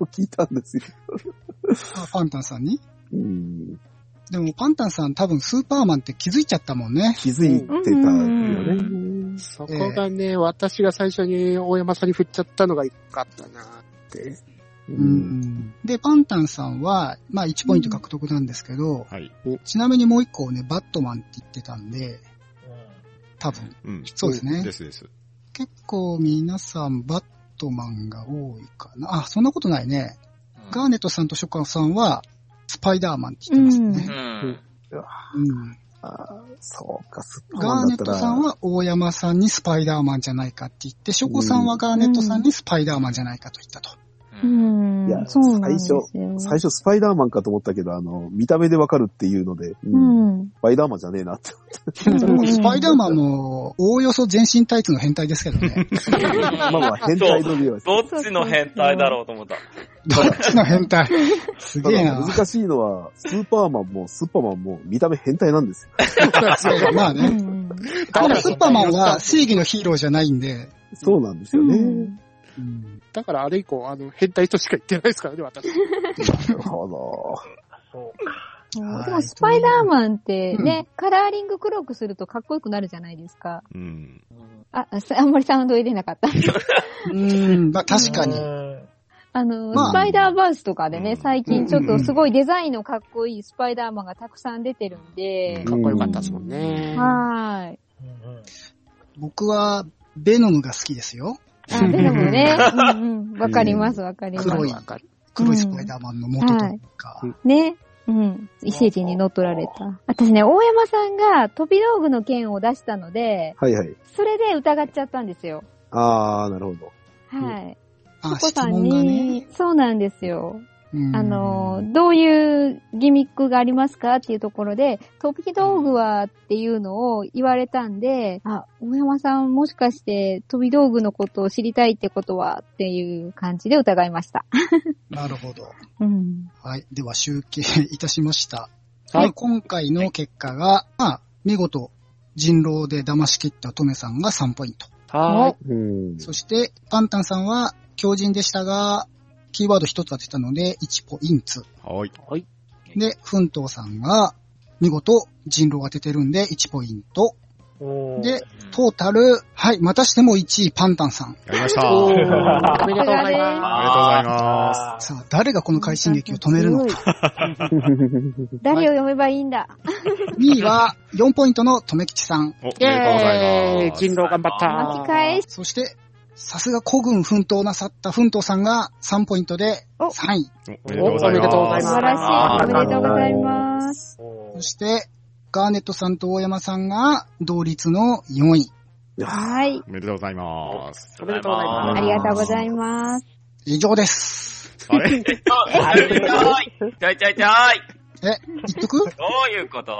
Speaker 1: を聞いたんですよ。
Speaker 3: [LAUGHS] あパンタンさんに
Speaker 1: うん、
Speaker 3: でもパンタンさん多分スーパーマンって気づいちゃったもんね。
Speaker 1: 気づいてたよね。
Speaker 6: そこがね、私が最初に大山さんに振っちゃったのが良かったなって。
Speaker 1: う
Speaker 3: うんんで、パンタンさんは、まあ1ポイント獲得なんですけど、
Speaker 7: [LAUGHS] はい。
Speaker 3: ちなみにもう一個ね、バットマンって言ってたんで、多分。
Speaker 7: うん。
Speaker 3: そうですね。
Speaker 7: ですです。
Speaker 3: 結構皆さん、バットマンが多いかな。あ、そんなことないね。ガーネットさんとショカさんは、スパイダーマンって言ってますね。
Speaker 5: うん。
Speaker 3: うん。
Speaker 1: あーそうか、スーパー
Speaker 3: ガ
Speaker 1: マ
Speaker 3: ー
Speaker 1: ンだ
Speaker 3: ネッ
Speaker 1: った
Speaker 3: ト
Speaker 1: ら。
Speaker 3: さんは大山さんにスパイダーマンじゃないかって言って、ショコさんはガーネットさんにスパイダーマンじゃないかと言ったと。
Speaker 4: う
Speaker 5: うん
Speaker 4: ん。
Speaker 1: いや
Speaker 4: そうなんですよ。
Speaker 1: 最初スパイダーマンかと思ったけど、あの、見た目でわかるっていうので、
Speaker 4: う
Speaker 1: うん
Speaker 4: ん。
Speaker 1: スパイダーマンじゃねえなって。
Speaker 4: うん
Speaker 3: スパイダーマンも、おおよそ全身タイツの変態ですけどね。
Speaker 1: まあまあ、変態の理由は
Speaker 5: どっちの変態だろうと思った。
Speaker 3: どっちの変態す
Speaker 1: た
Speaker 3: げえ
Speaker 1: だ
Speaker 3: な。
Speaker 1: 難しいのは、スーパーマンもスーパーマンも見た目変態なんですよ。
Speaker 3: まあ
Speaker 4: う
Speaker 3: ね。
Speaker 4: ん。
Speaker 3: ただスーパーマンは正義のヒーローじゃないんで、
Speaker 1: そうなんですよ
Speaker 4: う
Speaker 1: ね。
Speaker 4: ん
Speaker 3: うん
Speaker 6: だからあれ以降、あの、変態としか言ってないですからね、私。
Speaker 1: なるほど。
Speaker 2: そうか。
Speaker 3: はい
Speaker 4: でもスパイダーマンってね、カラーリング黒くするとかっこよくなるじゃないですか。
Speaker 7: うん。
Speaker 4: あ、あんまりサウンド入れなか
Speaker 1: [LAUGHS]
Speaker 4: った。
Speaker 3: うん、まあ確かに
Speaker 2: う。ん
Speaker 4: あの、
Speaker 3: まあ
Speaker 4: スパイダーバースとかで
Speaker 7: うん
Speaker 4: ね、最近ちょっとすごいデザインのかっこいいスパイダーマンがたくさん出てるんで、
Speaker 6: かっこよかったですもんね。
Speaker 4: はーい。
Speaker 2: うんうん
Speaker 3: 僕は、ベノムが好きですよ。
Speaker 4: あ、でも
Speaker 3: [LAUGHS]
Speaker 4: ね、うんうん。わかります、わかります。
Speaker 3: 黒い
Speaker 6: わかる。
Speaker 3: 黒いスパイダーマンの元というか。
Speaker 4: ね。うん。異星人に乗っ取られた。私ね、大山さんが飛び道具の剣を出したので、
Speaker 1: はいはい。
Speaker 4: それで疑っちゃったんですよ。
Speaker 1: あー、なるほど。
Speaker 4: はい。
Speaker 3: あ、
Speaker 4: コ
Speaker 3: 質
Speaker 4: さん
Speaker 3: 問がね。
Speaker 4: に、そうなんですよ。
Speaker 3: うん
Speaker 4: あの、、どういうギミックがありますかっていうところで、飛び道具はっていうのを言われたんで、あ、大山さんもしかして飛び道具のことを知りたいってことはっていう感じで疑いました。
Speaker 3: なるほど。
Speaker 4: うん。
Speaker 3: はい。では、集計 [LAUGHS] いたしました。
Speaker 6: はい
Speaker 3: まあ今回の結果が、まあ、見事、人狼で騙し切ったトメさんが3ポイント。
Speaker 6: は
Speaker 1: うん。
Speaker 3: そして、パンタンさんは強人でしたが、キーワード一つ当てたので1ポイント。
Speaker 7: はい。
Speaker 6: はい。
Speaker 3: で、フントウさんが、見事、人狼を当ててるんで1ポイント。
Speaker 2: おー
Speaker 3: で、トータル、はい、またしても1位、パンタンさん。
Speaker 7: やりました。
Speaker 6: おーお
Speaker 7: あ
Speaker 6: めでとうございま
Speaker 7: りがとうございます。
Speaker 2: あー
Speaker 3: さあ、誰がこの快進撃を止めるのか。
Speaker 4: か。誰を読めばいいんだ。
Speaker 3: 2位は4ポイントのとめきちさん。
Speaker 7: お、おめ
Speaker 6: す。イ
Speaker 7: でとうござい
Speaker 6: ェー
Speaker 7: ま
Speaker 6: イ
Speaker 7: す。
Speaker 6: 人狼頑張った。
Speaker 4: 巻き返し。
Speaker 3: そして、さすが古軍奮闘なさった奮闘さんが3ポイントで
Speaker 4: お
Speaker 3: 3位。
Speaker 7: おめでとうござい
Speaker 6: おめ
Speaker 7: ます。
Speaker 6: でとうござい
Speaker 4: 素
Speaker 6: ます
Speaker 4: 晴らし
Speaker 5: あ
Speaker 4: い。おめでとうございます。
Speaker 2: おー
Speaker 3: そして、ガーネットさんと大山さんが同率の4位。
Speaker 4: はい。
Speaker 7: おめでとうございます。
Speaker 6: おめでとうござい
Speaker 4: あ
Speaker 6: ます。
Speaker 4: りがとうございます。
Speaker 3: 以上です。
Speaker 5: あれあ痛い痛い痛い痛い痛い
Speaker 3: 言っとく
Speaker 5: どういうこと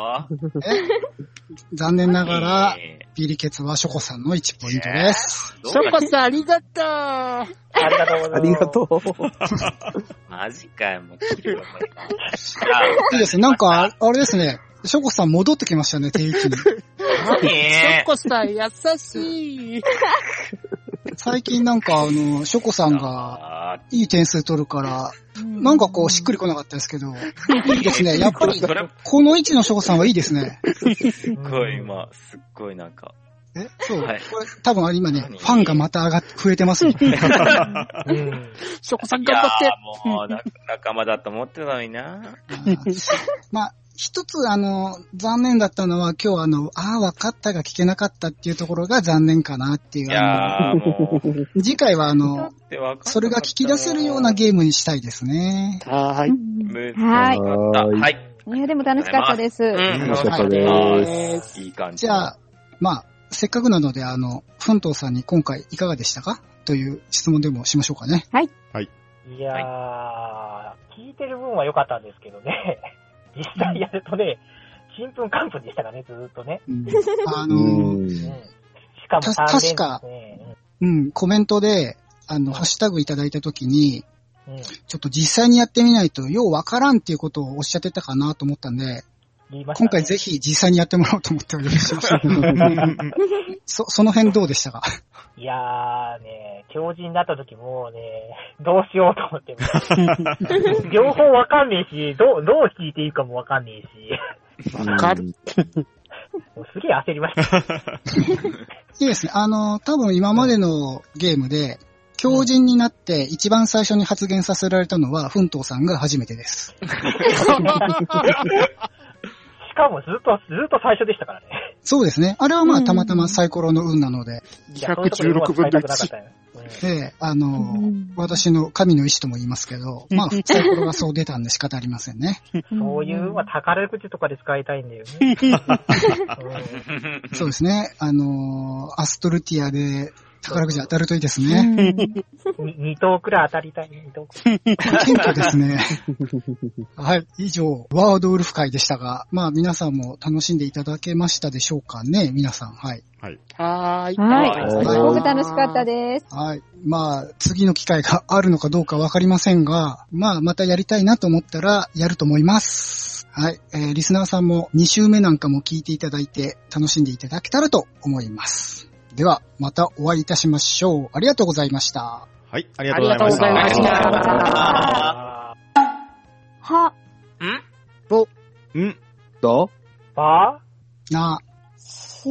Speaker 3: 残念ながら、
Speaker 5: えー
Speaker 3: ビリケツはショコさんの1ポイントです。
Speaker 5: どうか
Speaker 6: さんありがと
Speaker 2: ありがとうございます。
Speaker 1: ありがとう。
Speaker 5: マジかよ、もう切るよ、こ
Speaker 3: い
Speaker 5: れ。
Speaker 3: いですね。なんか、あれですね。ショコさん戻ってきましたね、定期に。
Speaker 5: 何
Speaker 6: コさん優しい。
Speaker 3: 最近なんか、あの、ショコさんが、
Speaker 5: あー
Speaker 3: いい点数取るから、なんかこう、しっくりこなかったですけど、いいですね。やっぱり、
Speaker 5: それっ
Speaker 3: この位置のショコさんはいいですね。
Speaker 5: ごい、今、すっごいなんか。
Speaker 3: えそう。
Speaker 5: はい
Speaker 3: これ、多分今ね、フ
Speaker 5: 何
Speaker 3: ァンがまた上がって、増えて
Speaker 5: [LAUGHS]
Speaker 3: ますよ。
Speaker 2: うん。
Speaker 6: [LAUGHS] ショコさん頑張って。
Speaker 5: いやーもうな、仲間だと思ってたのに
Speaker 3: [LAUGHS]
Speaker 5: な。
Speaker 3: まあ、一つ、あの、残念だったのは、今日あの、ああ、わかったが聞けなかったっていうところが残念かなってい。
Speaker 5: いう
Speaker 3: あ
Speaker 5: やーもう。
Speaker 3: の次回はあ
Speaker 5: だっ
Speaker 3: の、
Speaker 5: てわかんなかった
Speaker 3: それが聞き出せるようなゲームにしたいですね。
Speaker 6: [LAUGHS] は
Speaker 4: う
Speaker 6: い。
Speaker 4: ん
Speaker 5: む
Speaker 4: はい。
Speaker 1: はい
Speaker 5: はい。
Speaker 4: いや、でも楽しかったです。
Speaker 5: うん
Speaker 1: 楽しかったで
Speaker 5: はいいい感じ。
Speaker 3: じゃあ、まあ、せっかくなので、あの、奮闘さんに今回いかがでしたかという質問でもしましょうかね。
Speaker 2: いやー、聞いてる分は良かったんですけどね、 [LAUGHS] 実際やるとね、ちんぷんかんぷんでしたからね、ずーっとね。
Speaker 1: [LAUGHS]
Speaker 3: うんあ
Speaker 1: う
Speaker 3: の、
Speaker 1: ん。
Speaker 2: うん。しかも
Speaker 3: た
Speaker 2: 3連
Speaker 3: 確か
Speaker 2: ね。
Speaker 3: うん、コメントで、あ
Speaker 2: は
Speaker 3: の、
Speaker 2: い
Speaker 3: ハッシュタグいただいたときに、
Speaker 2: うん。うん
Speaker 3: ちょっと実際にやってみないと、ようわからんっていうことをおっしゃってたかなと思ったんで、
Speaker 2: 言いました
Speaker 3: 今
Speaker 2: ね
Speaker 3: 回ぜひ実際にやってもらおうと思っており [LAUGHS] ます。そ、その辺どうでしたか
Speaker 2: いやーね、強靭になった時もうね、 [LAUGHS] どうしようと思っ
Speaker 3: [LAUGHS]
Speaker 2: ても、両方わかんねえし、どう、どう聞いていいかもわかんねえし、
Speaker 6: わかる。
Speaker 2: もうすげえ焦りました。
Speaker 3: いいですね。あの、多分今までのゲームで、強靭になって一番最初に発言させられたのは、奮闘さんが初めてです。
Speaker 2: しかもずっと、ずっと最初でしたからね。
Speaker 3: そうですね。あれはま
Speaker 4: う
Speaker 3: あ、
Speaker 4: ん
Speaker 3: たまたまサイコロの運なので、
Speaker 2: いやそういうとこ
Speaker 6: 116分の
Speaker 2: 要は使いた
Speaker 6: 1。
Speaker 2: くなかったようん
Speaker 3: で、あの、
Speaker 4: うん
Speaker 3: 私の神の意志とも言いますけど、まあ、サイコロがそう出たんで仕方ありませんね。
Speaker 2: そういうのは宝くじとかで使いたいんだよね。
Speaker 3: [LAUGHS]
Speaker 2: うん
Speaker 3: そうですね。あの、アストルティアで宝くじ当たるといいです
Speaker 4: う
Speaker 3: ね。
Speaker 4: ん
Speaker 2: に二等くらい当たりたいね、二等くらい。
Speaker 3: 謙虚ですね。はい。以上、ワードウルフ会でしたが、まあ皆さんも楽しんでいただけましたでしょうかね、皆さん。はい。
Speaker 6: はーい。
Speaker 4: はい。す
Speaker 1: はい
Speaker 4: ごく楽しかったで
Speaker 6: で
Speaker 4: す。
Speaker 3: はい。まあ、次の機会があるのかどうかわかりませんが、まあ、またやりたいなと思ったら、やると思います。はい。えーリスナーさんも2週目なんかも聞いていただいて、楽しんでいただけたらと思います。では、またお会いいたしましょう。ありがとうございました。
Speaker 7: [LAUGHS] はい、ありがとうございました。
Speaker 6: ありがとうございました
Speaker 4: は、
Speaker 5: ん
Speaker 7: うん。
Speaker 1: だ
Speaker 2: ば
Speaker 3: な
Speaker 4: し、